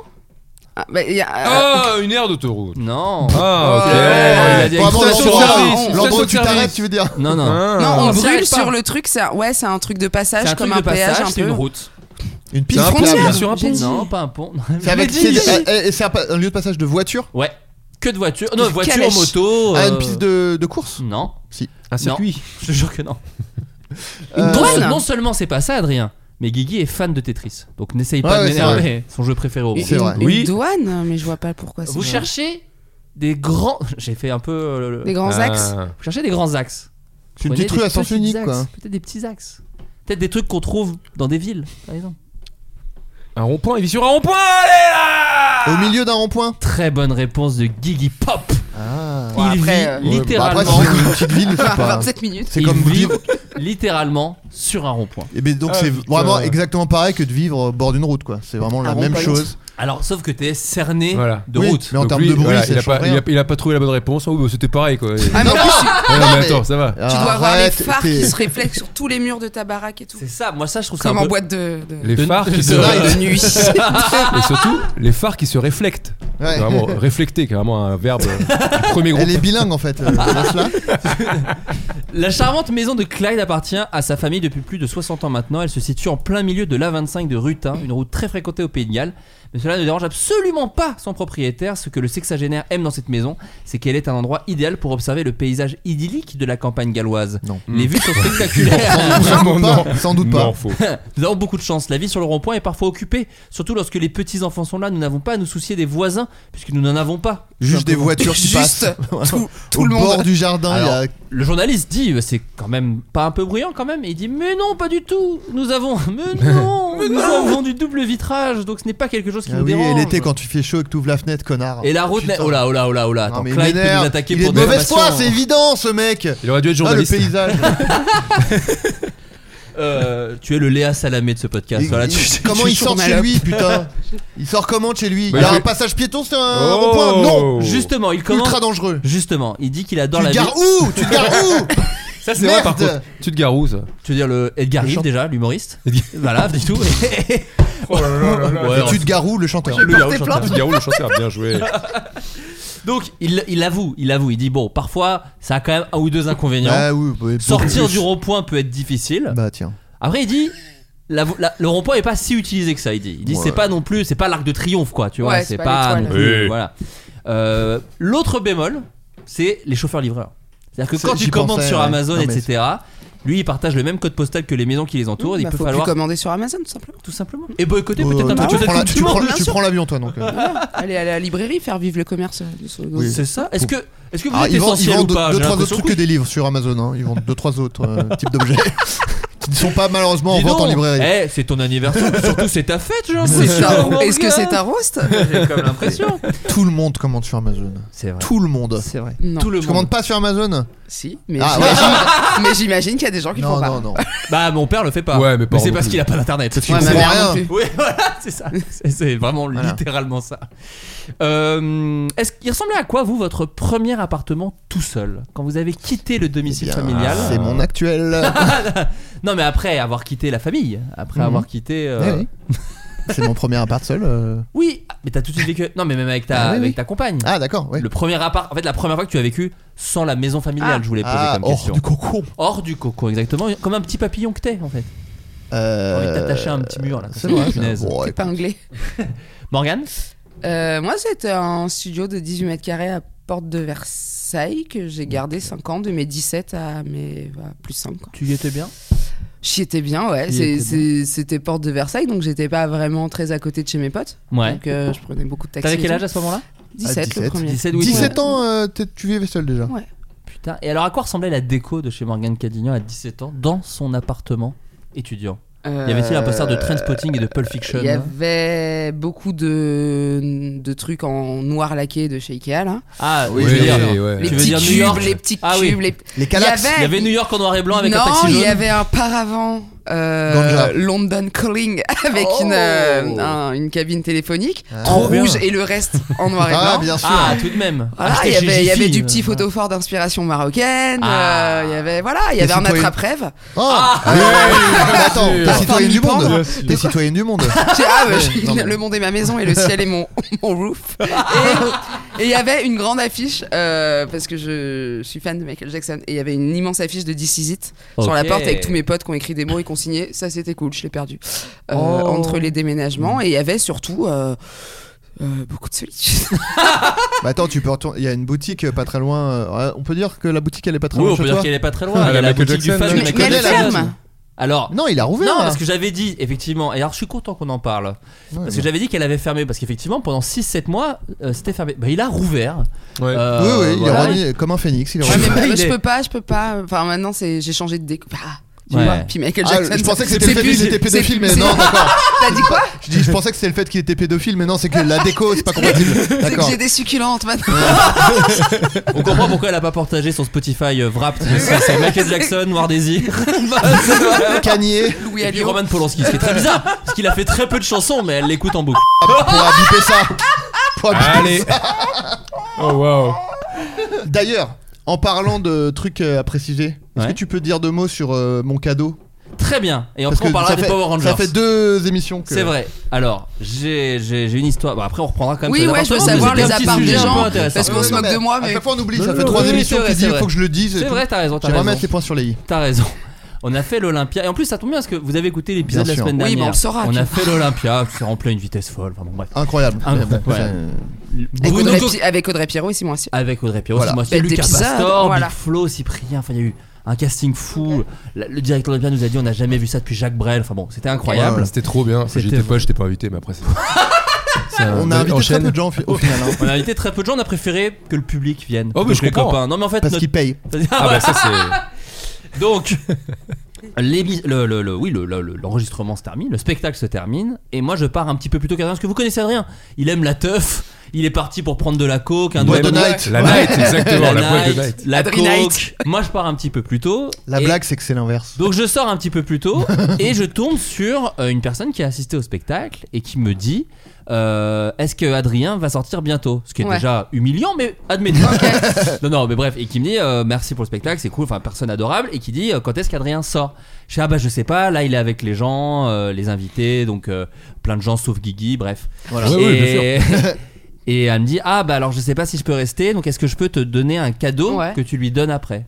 Ah, bah, il y a- Ah, une aire d'autoroute. non. Ah, ok. Ouais, il a dit Vraiment, une station l'endroit- service, une L'endroit où tu station t'arrêtes, service. tu veux dire Non, non. Ah. Non, on, on s'y brûle arrête pas. sur le truc, c'est un- ouais, c'est un truc de C'est passage un comme truc de un péage passage, un c'est une peu. route. Une Une piste, un frontière. péage. Sur un pont. Non, pas un pont. C'est avec- Je l'ai dit. c'est- eh, eh, c'est un pa- un lieu de passage de voiture Ouais. Que de voiture. Non, Une voiture, calèche. moto. à euh, Ah, hmm. une piste de, de course Non. Un circuit. Je te jure que non. Euh, non, douane. non seulement c'est pas ça, Adrien, mais Guigui est fan de Tetris. Donc n'essaye pas Ouais, ouais, de c'est m'énerver. Son jeu préféré au Une- monde. C'est vrai. Une, une Oui. douane, mais je vois pas pourquoi. c'est Vous vrai. cherchez des grands. J'ai fait un peu. euh, le- des grands axes. Ah. Vous cherchez des grands axes. C'est une Prenez petite des rue à sens petits unique, axes, quoi. Peut-être des petits axes. Peut-être des trucs qu'on trouve dans des villes, par exemple. Un rond-point, il vit sur un rond-point, allez Ah. là Au milieu d'un rond-point Très bonne réponse de Guigui Pop. Ah. Bon, Il après, vit euh, Ouais, bah littéralement. Après, c'est une petite ville, c'est pas. 27 minutes. C'est il comme vit vivre. littéralement sur un rond-point. Et ben donc, Ah, c'est putain. vraiment exactement pareil que de vivre au bord d'une route, quoi. C'est vraiment la Ah, même rond-point. chose. Alors, sauf que t'es cerné Voilà. de Oui, route. mais en Donc termes lui, de bruit, voilà, ça il, a change pas, rien. il, a, il a pas trouvé la bonne réponse. Oh, bah, c'était pareil quoi. Ah, mais en plus, tu- Ouais, non, mais mais- attends, ça va. tu dois avoir les Arrête, phares t'es- qui se reflètent sur tous les murs de ta baraque et tout. C'est ça, moi ça je trouve ça Comme un en peu- boîte de. de- Les De- phares de- qui se de- reflètent. de nuit. Et surtout, les phares qui se réflectent. Ouais. Vraiment, réflecter, qui est vraiment un verbe euh, du premier groupe. Elle est bilingue en fait. euh, Tesla. La charmante maison de Clyde appartient à sa famille depuis plus de 60 ans maintenant. Elle se situe en plein milieu de l'A25 de Rutin, une route très fréquentée au Pays de Galles. Mais cela ne dérange absolument pas son propriétaire. Ce que le sexagénaire aime dans cette maison, c'est qu'elle est un endroit idéal pour observer le paysage idyllique de la campagne galloise. Non. Les vues sont spectaculaires. Vraiment, non. Sans doute pas. Non, faux. Nous avons beaucoup de chance. La vie sur le rond-point est parfois occupée, surtout lorsque les petits enfants sont là. Nous n'avons pas à nous soucier des voisins, puisque nous n'en avons pas. Juste des voitures qui passent. Juste tout, tout Au le bord monde. du jardin, il y a Le journaliste dit, euh, c'est quand même pas un peu bruyant quand même. Et il dit, mais non, pas du tout. Nous avons, mais non, nous avons du double vitrage, donc ce n'est pas quelque chose qui Ah nous oui, et dérange. l'été quand tu fais chaud et que tu ouvres la fenêtre, connard. Et la route, Putain. n'est- oh là, oh là, oh là, oh là. Non, Attends, mais il Clyde peut m'énerve. nous attaquer Il pour est de mauvaise foi, diffamation. c'est évident ce mec. Il aurait dû être Ah, le journaliste. paysage. Euh, tu es le Léa Salamé de ce podcast. Et- voilà, tu- et- tu- comment tu- il sort chez lui, putain Il sort comment de chez lui Il Bah, y a je- un passage piéton, c'est un Oh. rond-point Non Justement, il commence. Ultra dangereux Justement, il dit qu'il adore Tu la te gares vie- où Tu te gares où Ça, c'est vrai, par Merde. contre. Tu te gares où ça Tu veux dire le Edgar Le Rive chant- Oh déjà, l'humoriste. Edgar- voilà, du tout. Ouais, Et Tu te gares où, le chanteur Le Léa, chanteur. Tu te gares où le chanteur Bien joué. Donc il, il avoue, il avoue, il dit bon, parfois ça a quand même un ou deux inconvénients. Ah oui, bah, Sortir beaucoup du plus. rond-point peut être difficile. Bah tiens. Après il dit la vo- la- le rond-point est pas si utilisé que ça. Il dit, il dit Ouais. c'est pas non plus, c'est pas l'arc de triomphe quoi, tu vois, Ouais, c'est c'est pas pas, non l'étoile. plus, Oui. voilà. Euh, L'autre bémol, c'est les chauffeurs livreurs. C'est-à-dire que C'est- quand tu j'y commandes pensais, sur ouais. Amazon, Non, mais etc. Lui, il partage le même code postal que les maisons qui les entourent. il Bah, peut faut falloir plus commander sur Amazon, tout simplement. tout simplement. Et boycotter Euh, peut-être un peu. tu, peut-être prends la- tout le tu prends- monde. tu prends l'avion toi donc. euh. Aller à la librairie, faire vivre le commerce. de ce- de- C'est ça. Est-ce que, est-ce que vous Ah, êtes ils vendent, ils essentiel vendent ou pas deux, J'ai trois autres l'impression trucs que que des livres sur Amazon. hein. Ils vendent deux trois autres euh, types d'objets. qui ne sont pas malheureusement en Dis vente en donc, librairie. eh, c'est ton anniversaire, surtout c'est ta fête, genre. C'est ça. mon Est-ce que gars. c'est un roast J'ai comme l'impression. Tout le monde commande sur Amazon. C'est vrai. Tout le monde. Eh. C'est vrai. Non. Tout le Je monde. commande pas sur Amazon Si, mais Ah, j'imagine- mais j'imagine qu'il y a des gens qui le Non, font pas. non, non. Bah mon père le fait pas. Ouais, mes parents c'est non parce plus. qu'il a pas d'internet. Ouais, C'est ma mère rien. non plus. Oui, voilà, c'est ça. C'est- C'est vraiment Voilà. littéralement ça. Euh, Est-ce qu'il ressemblait à quoi vous votre premier appartement tout seul quand vous avez quitté le domicile Eh Bien, familial Ah, C'est mon actuel. Non, mais après avoir quitté la famille, après Mhm. avoir quitté. euh, Eh oui. C'est mon premier appart seul. euh. Oui, mais t'as tout de suite vécu. Non, mais même avec ta, Ah, oui, avec oui. ta compagne. Ah d'accord, oui. Le premier appart, en fait, la première fois que tu as vécu sans la maison familiale, Ah. je voulais poser Ah, comme hors question. du cocon. Hors du coco, exactement, comme un petit papillon que t'es en fait. Euh, envie de t'attacher à un petit mur, là, comme ça, C'est vrai. punaise. ça. Bon, C'est pas anglais. Morgane Euh, moi, c'était un studio de 18 mètres carrés à Porte de Versailles que j'ai gardé 5 ans, de mes 17 à mes bah, plus 5. quoi. Tu y étais bien J'y étais bien, ouais. T'y C'est- étais c'est- C'était Porte de Versailles, donc j'étais pas vraiment très à côté de chez mes potes. Ouais. Donc euh, je prenais beaucoup de taxis. T'avais et quel tout. âge à ce moment-là 17, le 17. premier. 17 ou 17 ans, euh, t'es- tu vivais seul déjà. Ouais. Putain. Et alors, à quoi ressemblait la déco de chez Morgane Cadignan à 17 ans dans son appartement étudiant Y avait-il un poster de Trainspotting et de Pulp Fiction hein. Il Euh, y avait beaucoup de, de trucs en noir laqué de chez Ikea, là. Ah, Oui, tu veux oui, dire, oui, ouais. Les tu veux petits dire New cubes, York les petits cubes, Ah oui. les... Les Il y Calax. avait- Il y avait New York en noir et blanc avec non, un taxi jaune. il y avait un paravent euh, Ganja. London Calling avec Oh. une, euh, un- une cabine téléphonique Ah. en Trop bien. rouge et le reste en noir et blanc. Ah bien sûr. Ah, tout de même. Voilà, Acheté il y chez avait, il y avait Jiffy. du petit photophore d'inspiration marocaine. Ah. euh, il y avait voilà, il y Des avait un citoyens. attrape-rêve. Oh, Ah. ouais, ouais, ouais, mais Attends, sûr. t'es citoyenne du Parmi monde. les T'es citoyenne du monde. J'ai- ah, bah, Ouais, j'ai- non, mais- le monde est ma maison et le ciel est mon, mon roof. Et et il y avait une grande affiche, euh, parce que je suis fan de Michael Jackson, et il y avait une immense affiche de This Is It sur la Ok. porte avec tous mes potes qui ont écrit des mots et qui ont signé. Ça, c'était cool, je l'ai perdu. Euh, Oh. Entre les déménagements, et il y avait surtout euh, euh, beaucoup de solitude. Bah attends, tu peux retourner. Il y a une boutique euh, pas très loin. euh, On peut dire que la boutique elle est pas très Oui, loin on de peut chez dire toi. qu'elle est pas très loin. Ah, Il y la a la Michael boutique du Jackson. fan de Mais- mais Michael elle Jackson. ferme. Alors, Non, il a rouvert. Non, là. parce que j'avais dit, effectivement, et alors je suis content qu'on en parle, Ouais, parce que ouais. j'avais dit qu'elle avait fermé, parce qu'effectivement, pendant 6-7 mois, euh, c'était fermé. Bah, il a rouvert. Ouais. Euh, oui, oui, il est voilà. revenu comme un phénix. Il est Ouais, Ouais, revenu. mais moi, Il je est- peux pas, je peux pas. Enfin, maintenant, c'est j'ai changé de déco. Ah, tu Ouais. vois. Puis Michael Ah, Jackson. je pensais que c'est- c'était c'est le fait plus- qu'il était c'est- pédophile, mais c'est- non, d'accord. T'as dit quoi Je, dis, je pensais que c'était le fait qu'il était pédophile, mais non, c'est que la déco, c'est pas compatible. C'est que D'accord. j'ai des succulentes maintenant. On comprend pourquoi elle a pas partagé son Spotify euh, Wrapped, mais ça, c'est Michael Jackson, Noir Désir, Cagné Louis et puis Alliot. Roman Polanski, ce qui est très bizarre, parce qu'il a fait très peu de chansons, mais elle l'écoute en boucle. pour habiter ça. Pour habiter Allez. Oh waouh. ça. D'ailleurs, en parlant de trucs euh, à préciser, est-ce Ouais. que tu peux dire deux mots sur euh, mon cadeau Très bien. Et Parce après, on que parlera ça des fait- Power Rangers. Ça fait deux émissions que. C'est vrai. Alors, j'ai j'ai- j'ai une histoire. Bon, après, on reprendra quand même. Oui, sur ouais, je veux appartements, mais savoir c'était les un petit apparts des sujet un peu gens, intéressant. parce qu'on Ouais, se non, moque mais de moi, À mais- chaque fois, on oublie. Non, Ça non, fait non, trois oui, c'est émissions que vrai, tu dis c'est il faut vrai. que je le dise. C'est et vrai, tout. t'as raison. t'as Je raison. remets tes points sur les i. T'as raison. On a fait l'Olympia. Et en plus, ça tombe bien parce que vous avez écouté l'épisode de Bien la sûr. semaine Oui, dernière. mais on le saura, a puis. fait l'Olympia, c'est rempli à une vitesse folle. Enfin, bon, bref. Incroyable. Incroyable. Ouais. Avec Bruno Audrey, Coq- Pi- avec Audrey Pierrot et Simon Assier. Avec Audrey Pierrot, Voilà. c'est moi Bête Lucas d'épisode, Pastor, voilà. Big Flo, Cyprien. Enfin, il y a eu un casting fou. La- Le directeur de l'Olympia nous a dit on n'a jamais vu ça depuis Jacques Brel. Enfin bon, c'était incroyable. C'était trop bien. Enfin, C'était J'y étais pas, j'étais pas invité, mais après c'est. C'est un- On a invité très enchaîne. peu de gens au fi- au final. hein, On a invité très peu de gens, on a préféré que le public vienne. Oh, mais Donc, je les comprends. copains. Non, mais en fait, Parce notre- qu'ils payent. Ah bah ça c'est. Donc, l'émi- le, le- le- oui, le- le- le- l'enregistrement se termine, le spectacle se termine, et moi je pars un petit peu plus tôt qu'Adrien, parce que vous connaissez Adrien. Il aime la teuf, il est parti pour prendre de la coke, un Boîte de doigt night. La Ouais. night, exactement. La boîte de night. la Adri coke. night. Moi je pars un petit peu plus tôt. La et- blague, c'est que c'est l'inverse. Donc je sors un petit peu plus tôt et je tombe sur euh, une personne qui a assisté au spectacle et qui me dit euh, est-ce que Adrien va sortir bientôt Ce qui est Ouais. déjà humiliant mais admettons. non non mais bref et qui me dit euh, merci pour le spectacle c'est cool enfin personne adorable et qui dit euh, quand est-ce qu'Adrien sort Je dis ah bah je sais pas là il est avec les gens euh, les invités donc euh, plein de gens sauf Guigui bref. Voilà. Ouais, ouais, et... et elle me dit ah bah alors je sais pas si je peux rester donc est-ce que je peux te donner un cadeau Ouais. que tu lui donnes après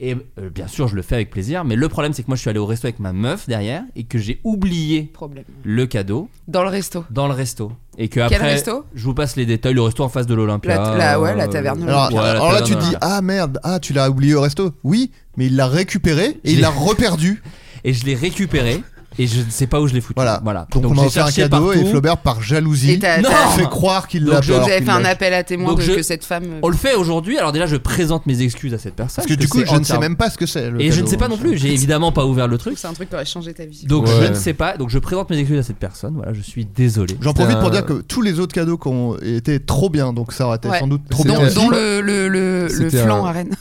et euh, bien sûr, je le fais avec plaisir, mais le problème c'est que moi je suis allé au resto avec ma meuf derrière et que j'ai oublié Problème. le cadeau Dans le resto. dans le resto. Et que Quel après, resto je vous passe les détails, le resto en face de l'Olympia. La- la- ouais, la euh, taverne. Alors, ouais, la alors là, taverne tu te dis Olympia. Ah merde, ah, tu l'as oublié au resto Oui, mais il l'a récupéré et il J'ai- l'a reperdu. Et je l'ai récupéré. et je ne sais pas où je l'ai foutu. Voilà. voilà. Donc, on j'ai a offert un cherché cadeau partout. et Flaubert, par Et jalousie, t'as- Non. t'as- fait croire qu'il Donc, l'a je- pas. alors J'avais qu'il fait un l'a. appel à témoins Donc de- je- Oh, que cette femme. On le fait aujourd'hui. Alors déjà, je présente mes excuses à cette personne. Parce que du coup, c'est je ne sais entièrement- même pas ce que c'est. le Et je cadeau, ne sais pas hein. non plus. J'ai évidemment pas ouvert le truc. euh, C'est un truc qui aurait changé ta vie. Donc Ouais. je ne sais pas. Donc je présente mes excuses à cette personne. Voilà, je suis désolé. J'en profite pour C'était dire un- que tous les autres cadeaux qui ont été trop bien, donc ça aurait été Ouais. sans doute trop C'était- bien. dont, C'était- aussi. dont le, le, le, le C'était flan un- à Rennes.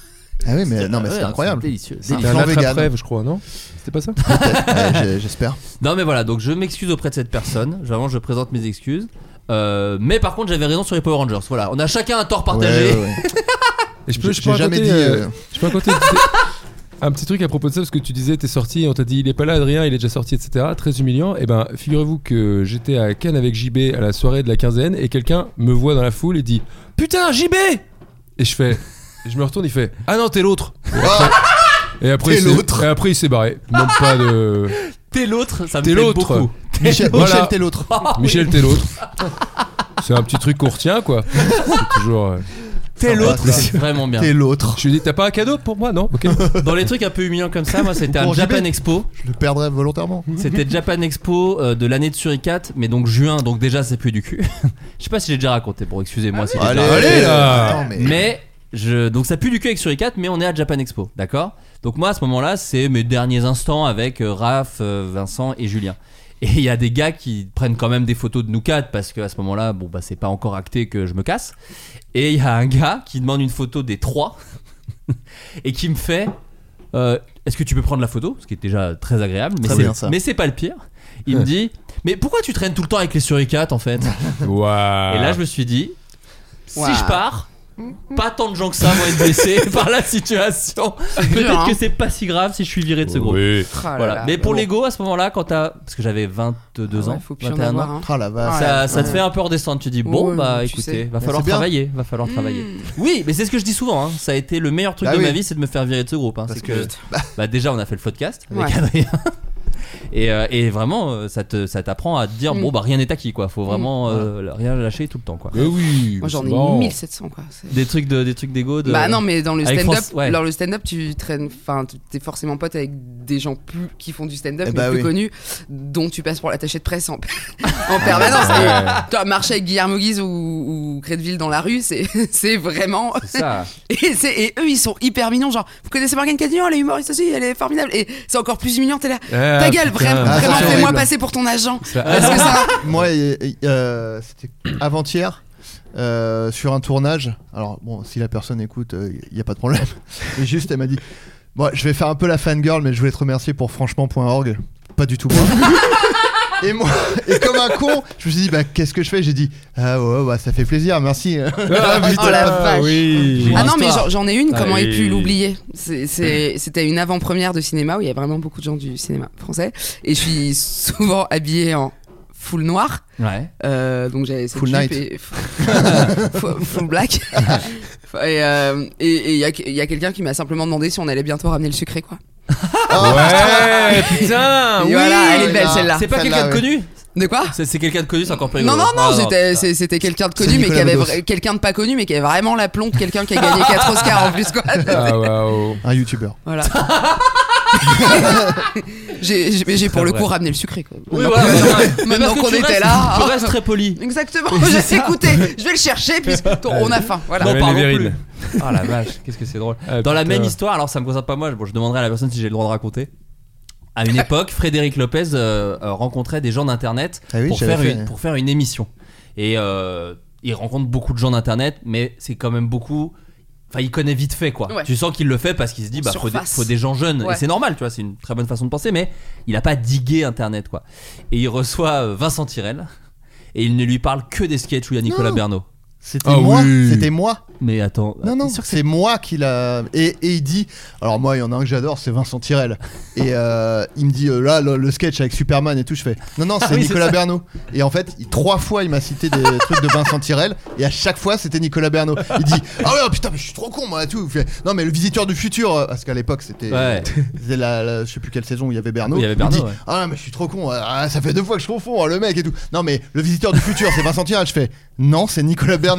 Ah oui, mais non, mais Ouais, c'est incroyable. Délicieux. C'est un délicieux. flan attrape vegan. rêve, je crois, non C'était pas ça Ouais, j'ai- J'espère. Non mais voilà, donc je m'excuse auprès de cette personne. Vraiment, je présente mes excuses. Euh, mais par contre, j'avais raison sur les Power Rangers. Voilà, on a chacun un tort partagé. Ouais, ouais, ouais. Et je peux, je J'ai peux jamais dit. raconter, euh, euh, Je peux raconter une petite- un petit truc à propos de ça parce que tu disais t'es sorti et on t'a dit il est pas là Adrien il est déjà sorti etc très humiliant et ben figurez-vous que j'étais à Cannes avec JB à la soirée de la quinzaine et quelqu'un me voit dans la foule et dit putain JB et je fais je me retourne il fait ah non t'es l'autre et après, Ah T'es il s'est- l'autre. et après il s'est barré même pas de T'es l'autre, ça me T'es plaît l'autre. beaucoup. Oh, Michel, Voilà. Michel, t'es l'autre. Michel t'es l'autre c'est un petit truc qu'on retient quoi C'est toujours euh, T'es l'autre, ça. c'est vraiment bien. T'es l'autre. je lui dis t'as pas un cadeau pour moi non ok Dans les trucs un peu humiliants comme ça, moi c'était Pour un Japan JB. Expo. Je le perdrais volontairement. C'était Japan Expo euh, de l'année de Suricate, mais donc juin, donc déjà c'est plus du cul. Je sais pas si j'ai déjà raconté, bon excusez-moi si j'ai Allez, déjà allez, raconté. là. Attends, mais- Mais je, donc ça pue du cul avec Suricate, mais on est à Japan Expo, d'accord Donc moi à ce moment-là, c'est mes derniers instants avec euh, Raph, euh, Vincent et Julien. Et il y a des gars qui prennent quand même des photos de nous quatre parce qu'à ce moment-là, bon bah c'est pas encore acté que je me casse. Et il y a un gars qui demande une photo des trois et qui me fait euh, Est-ce que tu peux prendre la photo Ce qui est déjà très agréable, mais Très c'est- bien, ça. mais c'est pas le pire. Il me dit Mais pourquoi tu traînes tout le temps avec les suricates en fait Waouh. Ah. et là, je me suis dit, si Waouh. je pars, pas tant de gens que ça vont être blessés par la situation. dur, hein. Peut-être que c'est pas si grave si je suis viré de ce groupe. Oui. Oh là Voilà. là. Mais pour Bon. Ah l'ego, à ce moment-là, quand t'as. Parce que j'avais 22 Ouais, ans, faut plus en 21 avoir. ans. hein. Ah la vache. Ça, Ouais, ça te ouais. fait un peu en descente. Tu dis, bon, Ouais, bah tu écoutez, sais. Mmh. va falloir c'est bien. travailler. Va falloir travailler. Oui, mais c'est ce que je dis souvent. hein. Ça a été le meilleur truc Bah de oui. ma vie, c'est de me faire virer de ce groupe. hein. Parce C'est que. que- Bah, déjà, on a fait le podcast avec Ouais. Adrien. Et, euh, et vraiment, euh, ça te- ça t'apprend à te dire, Mm. bon, bah rien n'est acquis, quoi. Mmh. Faut vraiment euh, rien lâcher tout le temps, quoi. Mais oui Moi j'en ai c'est marrant. 1700 quoi. C'est- Des trucs de, des trucs d'ego. De... Bah non, mais dans le Avec stand-up, France- ouais. dans le stand-up, tu traînes, enfin, tu- t'es forcément pote avec des gens plus qui font du stand-up, Eh mais bah plus oui. connus, dont tu passes pour l'attaché de presse en, en permanence. Ouais. Tu vois, marcher avec Guillermo Guise ou, ou Crédville dans la rue, c'est, c'est vraiment. C'est ça. Et, c'est- et eux, ils sont hyper mignons. Genre, vous connaissez Morgane Cadignan, elle est humoriste aussi, elle est formidable. Et c'est encore plus mignon, t'es là. Ah, Ta gueule, putain. vraiment, Ah, ça, vraiment, c'est fais-moi horrible. passer pour ton agent. Ça- Parce que ça, Moi, et- et, euh, c'était avant-hier. euh, sur un tournage, alors bon, si la personne écoute, il n'y a pas de problème. Et juste, elle m'a dit Bon, je vais faire un peu la fangirl, mais je voulais te remercier pour franchement.org. Pas du tout moi. et moi, et comme un con, je me suis dit Bah, qu'est-ce que je fais J'ai dit Ah ouais, bah, ça fait plaisir, merci. Ah, putain, Oh, la vache. oui. Ah non, mais j'en- j'en ai une, comment Ah ai oui. pu l'oublier C'est- c'est- C'était une avant-première de cinéma où il y a vraiment beaucoup de gens du cinéma français. Et je suis souvent habillée en full noir. Ouais. Euh, donc j'avais cette Full jupe night. et- full, full black. et euh, et- et il y a, il y a quelqu'un qui m'a simplement demandé si on allait bientôt ramener le sucré, quoi. Ah, Ouais, putain. Et oui. voilà, elle est belle là. celle-là. C'est pas Celle-là, quelqu'un de ouais. connu De quoi C'est c'est quelqu'un de connu, c'est encore plus non, rigolo. non, non, c'était- putain. c'est- c'était quelqu'un de C'est connu, mais qui Nicolas avait Bedos. vra- quelqu'un de pas connu, mais qui avait vraiment la plombe, de quelqu'un qui a gagné 4 Oscars en plus, quoi. Ah waouh. Un youtubeur. Voilà. j'ai, j'ai- mais j'ai pour Très le vrai. coup ramené le sucré. Quoi. Oui, Maintenant voilà, qu'on- c'est vrai. Mais maintenant parce que qu'on tu était restes- là. Tu restes très poli. Exactement. C'est Je- ça. Écoutez, je vais le chercher puisque on a faim. Voilà. Non, Non, mais pardon les plus. vérines. Oh la vache, qu'est-ce que c'est drôle. Ah, Dans la putain. même histoire, alors ça me concerne pas moi, bon, je demanderai à la personne si j'ai le droit de raconter. À une époque, Frédéric Lopez euh, euh, rencontrait des gens d'internet Ah oui, pour, j'avais faire fait. une, pour faire une émission. Et euh, il rencontre beaucoup de gens d'internet, mais c'est quand même beaucoup. Enfin, il connaît vite fait quoi. Ouais. Tu sens qu'il le fait parce qu'il se dit, bah, faut des, Surface. faut des gens jeunes. Ouais. Et c'est normal, tu vois, c'est une très bonne façon de penser, mais il a pas digué internet quoi. Et il reçoit euh, Vincent Tirel, et il ne lui parle que des sketchs où il y a Nicolas Non. Bernot. C'était Ah moi, oui. c'était moi. Mais attends, ah, Non, non, Bah, t'es sûr que c'est moi qui l'a. Et, et il dit Alors, moi, il y en a un que j'adore, c'est Vincent Tirel. Et euh, il me dit euh, Là, le, le sketch avec Superman et tout, je fais Non, non, c'est Ah oui, c'est Nicolas ça. Bernot. Et en fait, il- trois fois, il m'a cité des trucs de Vincent Tirel. Et à chaque fois, c'était Nicolas Bernot. Il dit Ah ouais, putain, mais je suis trop con, moi, et tout. Il fait, non, mais le visiteur du futur, euh, parce qu'à l'époque, c'était. Ouais. c'était la, la- je sais plus quelle saison où il y avait Bernot. Oui, il y avait Bernot, dit ouais. euh, hein, Ah, mais je suis trop con, ah, ça fait deux fois que je confonds, ah, le mec et tout. Non, mais le visiteur du futur, c'est Vincent Tirel. Je fais Non, c'est Nicolas Bernot.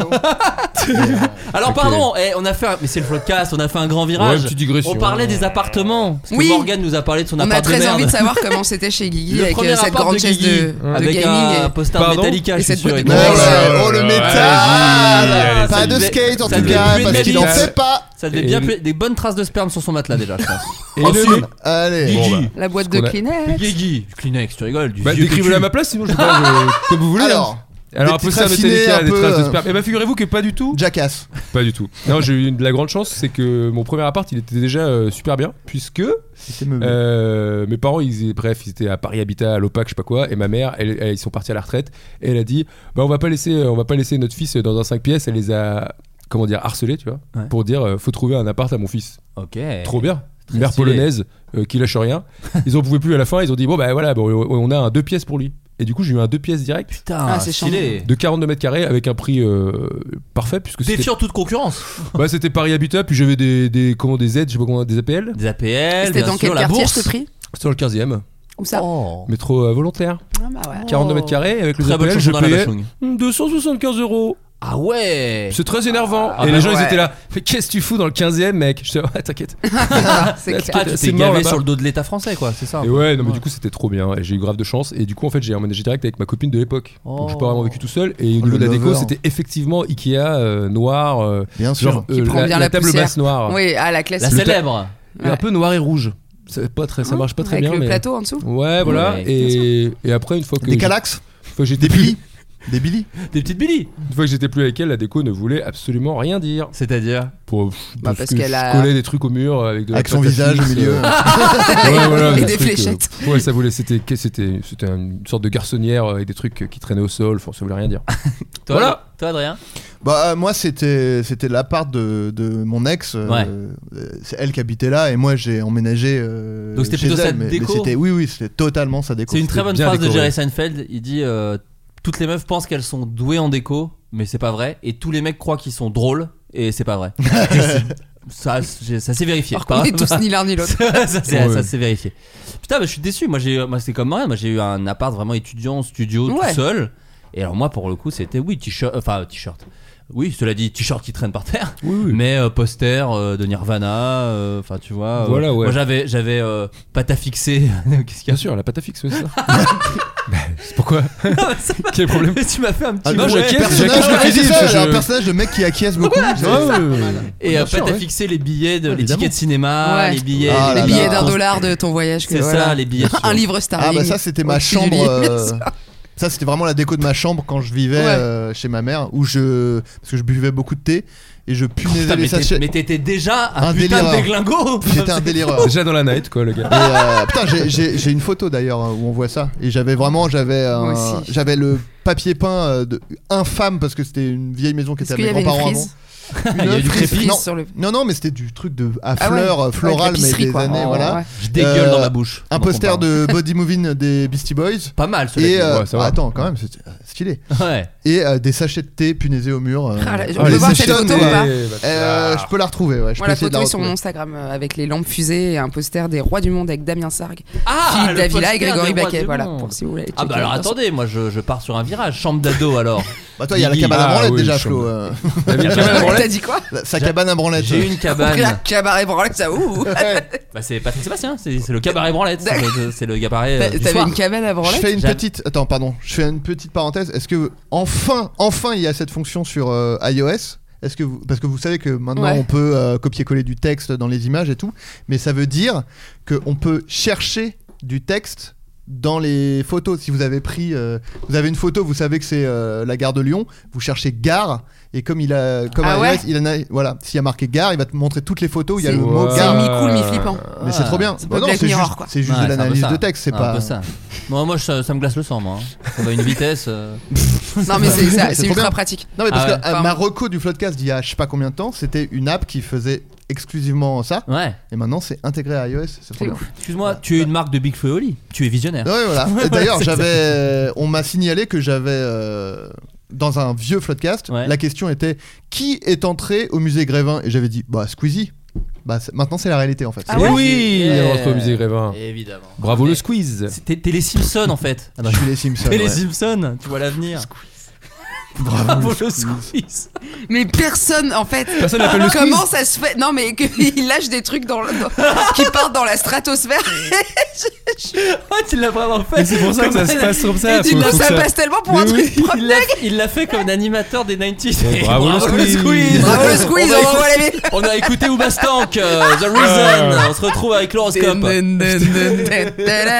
Alors Ok. pardon, eh, on a fait, un- mais c'est le podcast, on a fait un grand Ouais, virage. petite digression. on parlait des appartements. Parce que Oui. Morgane nous a parlé de son On a appart de très merde. envie de savoir comment c'était chez Guigui Le avec premier euh, cette appart grande de chaise Guigui, de, de avec gaming. un et- poster Pardon de Metallica, Et je suis cette sûr. boîte Oh, de là Ouais, là, oh, le ouais, métal vas-y, Pas allez, de ça skate en devait- tout ça cas, devait parce être qu'il en Metallica. fait pas. Ça devait Et- bien plus- des bonnes traces de sperme sur son matelas déjà, je pense. Et Ensuite, le- Allez. Bon, bah. La boîte Parce de qu'on a- Kleenex. Guigui, du Kleenex, tu rigoles. Du Bah, vieux que décrivez-le à tu- ma place, sinon je sais pas, je- comme vous voulez. hein. Alors, Alors, des un peu petites ça, raffinées, Metallica, un des peu, traces de euh, sperme. Eh bah, figurez-vous que pas du tout. Jackass. Pas du tout. Non, j'ai eu de la grande chance, c'est que mon premier appart, il était déjà euh, super bien, puisque euh, mes parents, ils, étaient- bref, ils étaient à Paris Habitat, à l'OPAC, je sais pas quoi, et ma mère, elle- elle- ils sont partis à la retraite, et elle a dit, bah, on va pas laisser, on va pas laisser notre fils dans un 5 pièces, elle les a, comment dire, harcelés, tu vois, Ouais. pour dire, euh, faut trouver un appart à mon fils. Ok. Trop bien. Très Mère stylé. polonaise euh, qui lâche rien. Ils en pouvaient plus à la fin. Ils ont dit bon bah voilà, bon, on a un deux pièces pour lui. Et du coup j'ai eu un deux pièces direct Putain, Ah, c'est stylé. de 42 mètres carrés avec un prix euh, parfait puisque c'était Défiant toute concurrence. bah, c'était Paris Habitat puis j'avais des des comment des aides je sais pas comment des APL. Des APL, C'était bien dans sûr, quel la quartier bourse. Oh. ce prix C'était dans le 15e Où ça métro euh, volontaire. Ah bah ouais. 42 mètres carrés avec le Très bonne APL je chanson d'Alain payais Bachung. hmm, 275 euros. Ah ouais. C'est très énervant. Ah, et bah les gens ils ouais. étaient là mais qu'est-ce que tu fous dans le 15e mec. Je dis ouais t'inquiète. C'est Là, clair. Ah, C'est tu t'es mort, gavé là-bas. sur le dos de l'État français, quoi, c'est ça. hein. Et ouais, non, mais Ouais. du coup, c'était trop bien. Et J'ai eu grave de chance. Et du coup, en fait, j'ai emménagé direct avec ma copine de l'époque. Donc, j'ai Oh. pas vraiment vécu tout seul. Et au Oh, niveau de le la déco, lover. c'était effectivement Ikea euh, noir. euh, Bien genre, sûr. Qui euh, prend la, bien la la table poussière. basse noire. Oui, ah la classe. La célèbre. Et Un peu noir et rouge. C'est pas très, ça marche pas très Mmh, Avec bien. le mais- plateau en dessous. Ouais, voilà. Ouais, et... et après, une fois que. Des j'ai- Calax. une fois que j'étais Des plus... Billy. Des Billy. Des petites Billy. une fois que j'étais plus avec elle, la déco ne voulait absolument rien dire. C'est-à-dire. Pour... pff, Bah, parce que qu'elle je a- collais des trucs au mur avec de la Avec son pâte à visage au fixe, milieu. euh, Ouais, voilà, Et le des truc, fléchettes. euh, ouais, ça voulait. C'était, qu'est- c'était, c'était une sorte de garçonnière euh, avec des trucs euh, qui traînaient au sol. Enfin, ça voulait rien dire. Toi, Voilà. Toi, Adrien. Bah euh, moi c'était c'était l'appart de, de mon ex. euh, Ouais. euh, c'est elle qui habitait là et moi j'ai emménagé. euh, Donc c'était chez plutôt elle, sa mais- mais déco c'était- oui oui c'était totalement sa déco. C'est une très bonne bien phrase de décoré. Jerry Seinfeld. Il dit euh, Toutes les meufs pensent qu'elles sont douées en déco, mais c'est pas vrai. Et tous les mecs croient qu'ils sont drôles, et c'est pas vrai. ça, c'est- ça s'est vérifié. Par contre, on est tous ni l'un ni l'autre. ça c'est- Ouais. ça s'est vérifié. Putain, bah, je suis déçu. Moi, j'ai, moi, c'est comme Marianne. Moi, j'ai eu un appart vraiment étudiant, studio, Ouais. tout seul. Et alors, moi, pour le coup, c'était oui, t-shirt. Enfin, t-shirt. Oui, cela dit, t-shirt qui traîne par terre. Oui, oui. Mais euh, poster euh, de Nirvana. euh, Enfin, tu vois. euh, Voilà, ouais. Moi, j'avais, j'avais euh, pâte à fixer. Qu'est-ce qu'il y Bien a sûr, la pâte à fixe, c'est ça. Bah, c'est pourquoi Quel problème Mais tu m'as fait un petit Ah, non, mot. j'acquiesce, personnage, j'acquiesce, je l'ai ouais, dit, c'est ça, ça, je- un personnage de mec qui acquiesce beaucoup. c'est- Et Bien après, sûr, t'as ouais. Ah, fixé les billets, de, les Évidemment. tickets de cinéma, Ouais. les billets, Ah Les là billets là. d'un dollar de ton voyage. que Oh C'est voilà. ça, les billets. sur- Un livre Ah Starling. bah ça c'était ma Au-dessus du chambre. lit. euh, Ça c'était vraiment la déco de ma chambre quand je vivais Ouais. euh, chez ma mère où je parce que je buvais beaucoup de thé et je punaisais Putain, les mais t'es- sachets. mais t'étais déjà un, Un putain de délireur. déglingo J'étais un délireur. Déjà dans la night, quoi, le gars. Et, euh, putain, j'ai- j'ai j'ai une photo d'ailleurs hein, où on voit ça. Et j'avais vraiment, j'avais Moi un- aussi. j'avais le papier peint euh, de, infâme parce que c'était une vieille maison qui Est-ce était à qu'il mes y avait une grands-parents avant. frise Une Il y a du frise, crépi non. sur le. Non, non, mais c'était du truc de à Ah ouais, fleurs, euh, avec floral, la mais pisserie, des quoi. années, Oh, voilà. ouais. Ah, Je dégueule Euh, dans ma bouche. Un pendant qu'on poster parle. de Body Moving des Beastie Boys. Pas mal, celui Et euh, Ouais, ça va. attends, quand même, c'est stylé. Ouais. Et euh, des sachets de thé punaisés au mur. euh. Ah, là, je Ah, peux les voir cette sachets photo de ou thé, pas bah, Euh, ça. je peux la retrouver, ouais. Je Moi, peux la essayer de photo la est sur mon retrouver. Instagram euh, avec les lampes fusées et un poster des rois du monde avec Damien Sargue, Ah, Philippe le Davila poster et Grégory des rois Baquet. du Voilà, monde. pour si vous voulez. Ah bah checker. alors attendez, moi je, je pars sur un virage, chambre d'ado alors. Bah, toi, il y a la Guigui. cabane Ah, à branlette oui, déjà, je suis en- Flo. euh. La vie- T'as dit quoi Sa cabane à branlette. J'ai une Après, la cabane. cabaret branlette, ça ouh Bah c'est Patrick Sébastien, c'est c'est le cabaret branlette, ça, D'accord. c'est c'est le cabaret euh, T'as- du T'avais soir. une cabane à Je branlette fais une J'aime. petite. Attends, pardon. Je fais une petite parenthèse. Est-ce que enfin, enfin, il y a cette fonction sur euh, iOS Est-ce que vous, parce que vous savez que maintenant Ouais. on peut euh, copier-coller du texte dans les images et tout, mais ça veut dire que on peut chercher du texte dans les photos. Si vous avez pris, euh, vous avez une photo, vous savez que c'est euh, la gare de Lyon. Vous cherchez gare et comme il a, comme Ah iOS, ouais il en a, voilà, s'il y a marqué gare, il va te montrer toutes les photos où il y a C'est- le mot Ouais. C'est gare. mi-cool, mi-flippant. Mais c'est trop bien. C'est Bah pas non, Black c'est Mirror, juste, quoi. c'est juste Ouais, de c'est un peu l'analyse ça. de texte, c'est Ah, Un pas. peu ça. Moi, moi ça, ça me glace le sang, moi. hein. Ça va à une vitesse. euh. Non, mais c'est- C'est ça- trop c'est ultra bien. pratique. Non mais Ah parce ouais. que euh, Enfin, ma reco du Floodcast d'il y a je sais pas combien de temps, c'était une app qui faisait exclusivement ça Ouais. et maintenant c'est intégré à iOS, c'est trop C'est bien. ouf. Excuse-moi, tu es une marque de Big Flo et Oli. Tu es visionnaire. Ouais, voilà. Ouais, Et D'ailleurs, c'est j'avais euh, on m'a signalé que j'avais euh, dans un vieux Floodcast, Ouais. la question était qui est entré au musée Grévin et j'avais dit bah Squeezie. Bah c'est- maintenant c'est la réalité en fait. Ah Eh ouais oui, il y a Yeah. le droit de au musée Grévin. Évidemment. Bravo le Mais- squeeze. T'es t'es les Simpsons en fait. Je suis les Simpsons. T'es les ouais. Simpsons, tu vois l'avenir. Bravo le squeeze. Mais personne, en fait. Personne n'appelle le Comment squeeze. ça se fait Non, mais qu'il lâche des trucs dans, le- dans- qui partent dans la stratosphère. Ah, tu l'as vraiment fait. Mais c'est pour ça que ça se passe comme ça. et du faut- coup, faut ça que passe tellement pour un Mais truc propre. Il l'a- Il l'a fait comme un animateur des 90s. Ouais, bravo, le squeeze. Bravo le squeeze, on envoie la vie. On a écouté Oubastank, euh, The Reason. On se retrouve avec l'horoscope.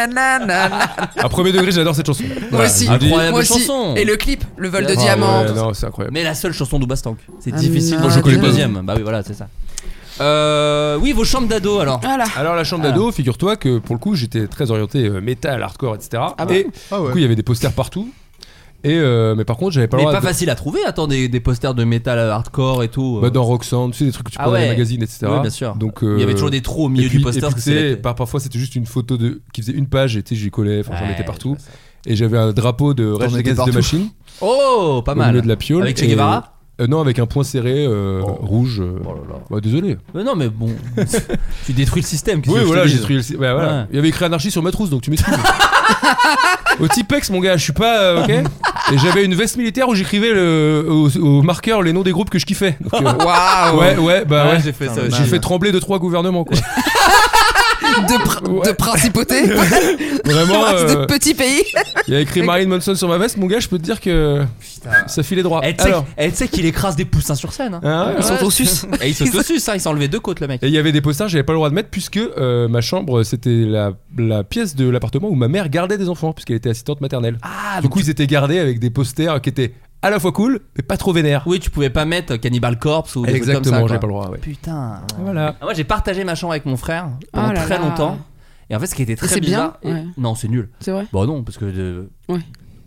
À premier degré, j'adore cette chanson. Moi Voilà. aussi, Ah, dis- Bah, Incroyable moi aussi. chanson. Et le clip, le vol de Ah Ah diamant. ouais, tout ça. non, c'est incroyable. Euh, Mais la seule chanson d'Oubastank. C'est Ah, difficile. non, d'en je choisir connais le pas. deuxième. Bah oui, voilà, c'est ça. Euh, oui, vos chambres d'ado alors. Voilà. Alors la Ah. chambre d'ado, figure-toi que pour le coup j'étais très orienté euh, métal, hardcore, etc. bon et Ah du ouais. coup il y avait des posters partout. Et euh, mais par contre j'avais pas Mais le droit pas de- facile à trouver. Attends, des, des posters de métal hardcore et tout. euh. bah, dans Roxanne, tu sais des trucs que tu Ah prends dans ouais. les magazines, etc. Oui, bien sûr. Donc Il y avait euh, toujours des trous au milieu et puis- du poster. et puis, que tu sais, c'était- par- parfois c'était juste une photo de qui faisait une page et tu sais j'y collais, enfin j'en Ouais, mettais partout. je vois ça. Et j'avais un drapeau de Rage mettais Against the partout. Machine Oh, pas au mal. milieu de la piole. Avec Che et- Guevara Euh, Non, avec un point serré euh, Oh. rouge. euh, bah, désolé. Mais Euh, Non, mais bon, tu détruis le système. Oui, qu'est-ce que je te voilà, dis j'ai détruit le site. Ouais, voilà. Ouais. Il y avait écrit anarchie sur ma trousse, donc tu m'excuses. au Tipex, mon gars, je suis pas. euh, ok Et j'avais une veste militaire où j'écrivais le- au, au marqueur les noms des groupes que je kiffais. Donc, euh, Waouh ouais, ouais, bah ouais. Ouais, j'ai fait ça aussi. J'ai fait trembler deux trois gouvernements quoi. de, pr- de principauté, Vraiment, de euh, petit pays. il y a écrit Marine Manson sur ma veste, mon gars, je peux te dire que ça filait droit. Eh, tu sais- Alors, eh, tu sais qu'il écrase des poussins sur scène. hein. hein, Ils sont au sus. Et ils sont au sus, hein, ils s'est enlevé deux côtes, le mec. Et il y avait des posters, j'avais pas le droit de mettre puisque euh, ma chambre c'était la, la pièce de l'appartement où ma mère gardait des enfants puisqu'elle était assistante maternelle. Ah, du coup ils étaient gardés avec des posters qui étaient à la fois cool mais pas trop vénères. Ah Oui, tu pouvais pas mettre Cannibal Corpse ou des trucs comme ça. Exactement, quoi. j'ai pas le droit. ouais. Putain. Voilà. Ah, Moi, j'ai partagé ma chambre avec mon frère pendant Oh là très là. longtemps. Et en fait, ce qui était très c'est bizarre. bien Ouais. Non, c'est nul. C'est vrai Bon, non, parce que. de- Ouais.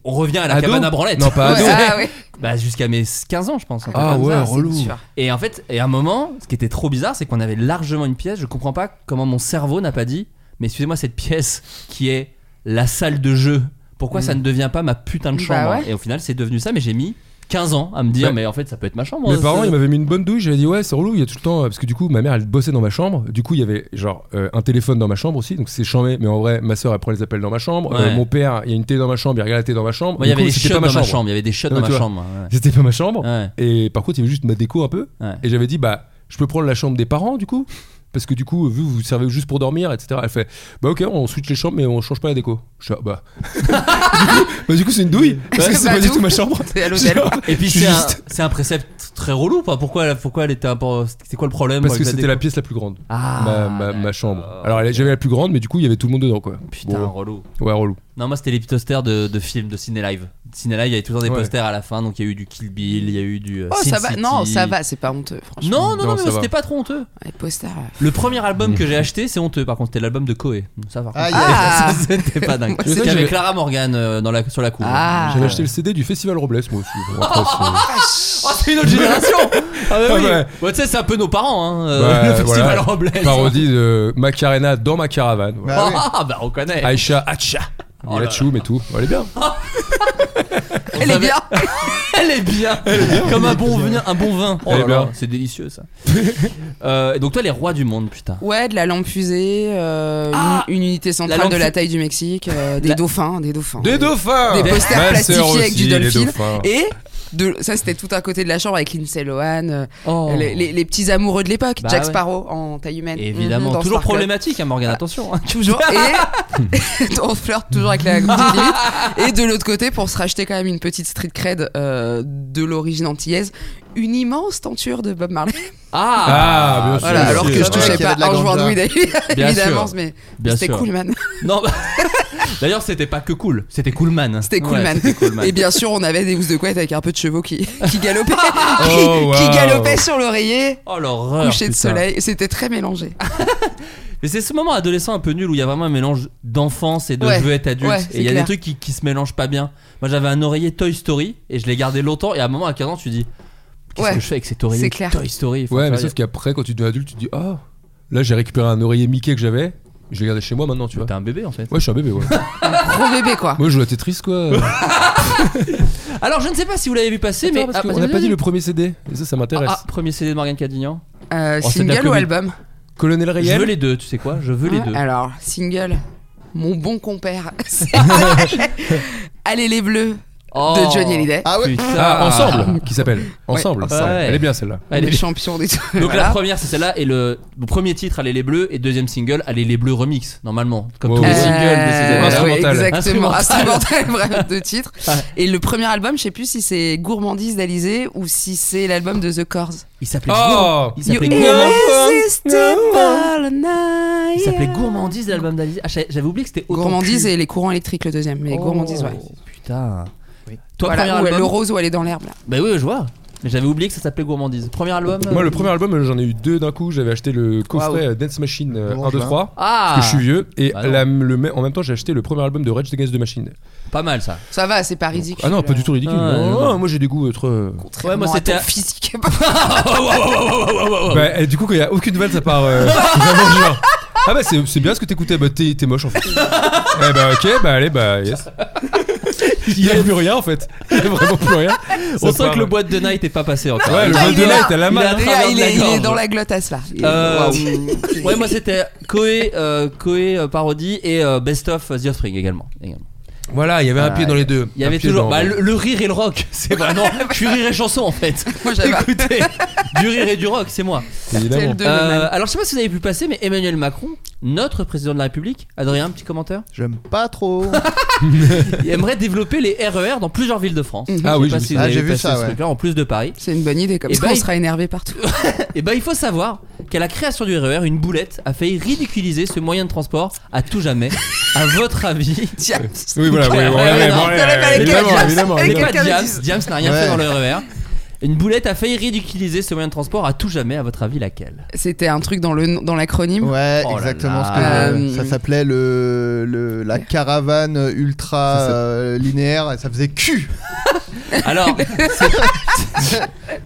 On revient à la Ado cabane à branlette. Non, pas ado. Ah ouais. Bah, jusqu'à mes 15 ans, je pense. un truc Ah comme ouais, ça. relou. Et en fait, et à un moment, ce qui était trop bizarre, c'est qu'on avait largement une pièce. Je comprends pas comment mon cerveau n'a pas dit, mais excusez-moi, cette pièce qui est la salle de jeu, pourquoi Mm. ça ne devient pas ma putain de Bah chambre ouais. Et au final, c'est devenu ça, mais j'ai mis 15 ans à me dire, Ouais. mais en fait, ça peut être ma chambre. Mes ça. parents, ils m'avaient mis une bonne douille. J'avais dit, ouais, c'est relou, il y a tout le temps. euh, Parce que du coup, ma mère, elle bossait dans ma chambre. Du coup, il y avait genre euh, un téléphone dans ma chambre aussi. Donc c'est chambé. Mais en vrai, ma soeur, elle prend les appels dans ma chambre. Euh, Ouais. mon père, il y a une télé dans ma chambre. Il regarde la télé dans ma chambre. Moi, il y Du avait coup, des c'était shots pas dans ma chambre. Il y avait des shots Non, mais dans ma tu vois. chambre. ouais. C'était pas ma chambre. Ouais. Et par contre, il y avait juste ma déco un peu. Ouais. Et j'avais dit, bah, je peux prendre la chambre des parents, du coup parce que du coup, vu que vous servez juste pour dormir, etc. Elle fait, bah ok, on switch les chambres, mais on change pas la déco. Je suis là, bah. du coup, bah, du coup, c'est une douille. Parce que c'est Bah, pas du d'où tout ma chambre. T'es à l'hôtel. Genre, Et puis je suis c'est un, juste- c'est un précepte très relou, quoi. Pourquoi, pourquoi elle était impor- C'était quoi le problème Parce avec que la c'était déco la pièce la plus grande. Ah, ma, ma- ma chambre. Alors elle- j'avais la plus grande, mais du coup il y avait tout le monde dedans quoi. Putain, Bon, relou. ouais, relou. Non, moi c'était les posters de, de films, de Ciné Live. Ciné Live, il y avait toujours des Ouais. posters à la fin, donc il y a eu du Kill Bill, il y a eu du. euh, Oh, Sin ça va. City. Non, ça va, c'est pas honteux, franchement. Non, non, non, Non, ça mais va. c'était pas trop honteux. Les posters. euh, Le premier album que j'ai acheté, c'est honteux, par contre, c'était l'album de Koé. Ça va. Aïe, aïe. C'était pas dingue. Moi, c'est- C'était avec j'avais- Clara Morgan euh, dans la, sur la couve. Ah. J'avais acheté le CD du Festival Robles moi aussi. Bon, après, c'est- Oh, c'est une autre génération Ah, bah Ah oui ouais. Bah, Tu sais, c'est un peu nos parents, hein, euh, Ouais, le festival voilà. Robles. Parodie de Macarena dans ma caravane. Bah ouais. Ah, bah on connaît. Aïcha Hacha. Oh Oh, là la tchoum et tout. Oh, elle est bien. Elle est bien. Elle est bien, Comme un bon, vin, un bon vin. Oh Elle est là là, bien. C'est délicieux ça. Euh, et donc toi les rois du monde putain. Ouais, de la lampe fusée, euh, une- Ah une, unité centrale lampe de la fu- taille du Mexique, euh, des La- dauphins, des dauphins. Des dauphins Des posters Ma plastifiés sœur avec du aussi, les dolphin. dauphins. Et de, ça, c'était tout à côté de la chambre avec Lindsay Lohan, euh, Oh. les, les- les petits amoureux de l'époque, Bah Jack ouais. Sparrow en taille humaine. Mhm, Évidemment, dans Ah. toujours Star Club. problématique hein, Morgan, attention. hein. Toujours. Et on flirte toujours avec la petite limite. Et de l'autre côté, pour se racheter quand même une petite street cred euh, de l'origine antillaise, une immense tenture de Bob Marley. Ah, bien sûr. Voilà, bien alors que sûr. je touche touchais qu'il y pas avait de la un joueur de ganja. Louis David, Bien évidemment, sûr. mais Bien c'était sûr. cool, man. Non. bah- D'ailleurs, c'était pas que cool, c'était cool man. C'était cool, Ouais, man. c'était cool, man. Et bien sûr, on avait des housses de couette avec un peu de chevaux qui, qui galopaient, qui, Oh, qui wow. galopaient sur l'oreiller. Oh l'horreur. Coucher de putain. soleil, c'était très mélangé. Mais c'est ce moment adolescent un peu nul où il y a vraiment un mélange d'enfance et de Ouais. je veux être adulte. Ouais, et c'est il y a des clair. trucs qui, qui se mélangent pas bien. Moi j'avais un oreiller Toy Story et je l'ai gardé longtemps et à un moment à 15 ans tu dis qu'est-ce Ouais. que je fais avec cet oreiller C'est clair. Toy Story Enfin, Ouais, tu mais vois, sauf qu'après, quand tu deviens adulte, tu te dis Ah, là j'ai récupéré un oreiller Mickey que j'avais, je l'ai gardé chez moi maintenant, tu vois. T'es un bébé en fait. Ouais, je suis un bébé, ouais. Gros bébé, quoi. Moi je joue à Tetris, quoi. Alors je ne sais pas si vous l'avez vu passer, Attends, mais parce Ah, qu'on n'a pas dit le premier CD, et ça, ça m'intéresse. Ah, premier CD de Morgan Cadignan. Euh, Oh, c'est de la single ou comédie. album Colonel ah. Je veux Rayel les deux, tu sais quoi Je veux les Ouais, deux. Hein Alors, single, mon bon compère. C'est- Allez les bleus, Oh. de Johnny Hallyday. Ah ouais Putain. Ah, ensemble, qui s'appelle Ensemble. Ensemble. Ouais. Elle est bien celle-là. Elle les est- champions des trucs. Donc Voilà. la première c'est celle-là et le le premier titre Allez les Bleus et deuxième single Allez les Bleus remix normalement comme Wow. tous les Euh, singles de ces ouais, années-là. Instrumental. Instrumental. exactement. Ah. Instrumental, vraiment, de titre. Ouais. Et le premier album, je sais plus si c'est Gourmandise d'Alizé ou si c'est l'album de The Corrs. Il s'appelait Oh Gour- il You s'appelait Gour- irresistible night. il s'appelait Gourmandise l'album d'Alizé. Ah, j'avais j'avais oublié que c'était autant Gourmandise cul. et les courants électriques le deuxième, mais Oh, Gourmandise ouais. Putain. Toi premier Voilà, où elle- album. le rose où elle est dans l'herbe là. Bah oui, je vois. Mais j'avais oublié que ça s'appelait Gourmandise. Premier album. euh, Moi, le premier album, j'en ai eu deux d'un coup. J'avais acheté le coffret euh, Dance Machine euh, Bon, 1, 2, je 3. Ah. Parce que je suis vieux. Et Ah non. la- le, me- en même temps, j'ai acheté le premier album de Rage Against the Machine. Pas mal ça. Ça va, c'est pas ridicule. Ah non, pas du tout ridicule. Ah, Non, non, non, non. moi, j'ai des goûts euh, trop. euh, Ouais, moi c'était à- physique. Ah, Bah, et du coup, quand il n'y a aucune vanne, ça part euh, vraiment genre. Ah bah c'est c'est bien ce que t'écoutais, bah t'es t'es moche en fait. eh bah ok, bah allez, bah yes. Il n'y a plus rien en fait. Il n'y a vraiment plus rien. On Ça sent part- que le boîte de night est pas passé encore. Ouais, le Ah, boîte il de est light, là. t'as la main. a- Il, travers de la est, il est gorge. dans la glottasse là. Il est- Euh, Waouh. ouais, moi c'était Koé, euh, Koé euh, parodie et euh, Best of The Offspring également. également. Voilà, Ah, il y avait un pied dans les deux. Il y avait toujours bah, le, le rire et le rock. C'est vraiment. je suis rire et chanson en fait. Moi, j'avais un Écoutez, du rire et du rock, c'est moi. tel de Euh, Neumann. alors je sais pas si vous avez pu passer, mais Emmanuel Macron, notre président de la République, Adrien, un petit commentaire, J'aime pas trop. il aimerait développer les RER dans plusieurs villes de France. Mhm. Ah Je oui, sais pas j'ai vu si vous avez vu ça. Ah, j'ai vu passer ça, ce ouais. truc-là, en plus de Paris. C'est une bonne idée comme Et ça bah, on il- sera énervé partout. Et ben il faut savoir qu'à la création du RER, une boulette a failli ridiculiser ce moyen de transport à tout jamais. À votre avis Tiens. Oui, voilà, oui, Ouais, bon, ouais, ouais, non, bon, ça ouais, va pas les évidemment, gars, Oh, évidemment. ça va C'est Et pas quelqu'un le Diams, dise. Diams n'a rien fait Ouais. dans le RER. Une boulette a failli ridiculiser ce moyen de transport à tout jamais, à votre avis laquelle C'était un truc dans le dans l'acronyme. Ouais, Oh là exactement là. ce que Euh, ça s'appelait le, le- la caravane ultra Ça, ça- euh, linéaire et ça faisait cul. Alors,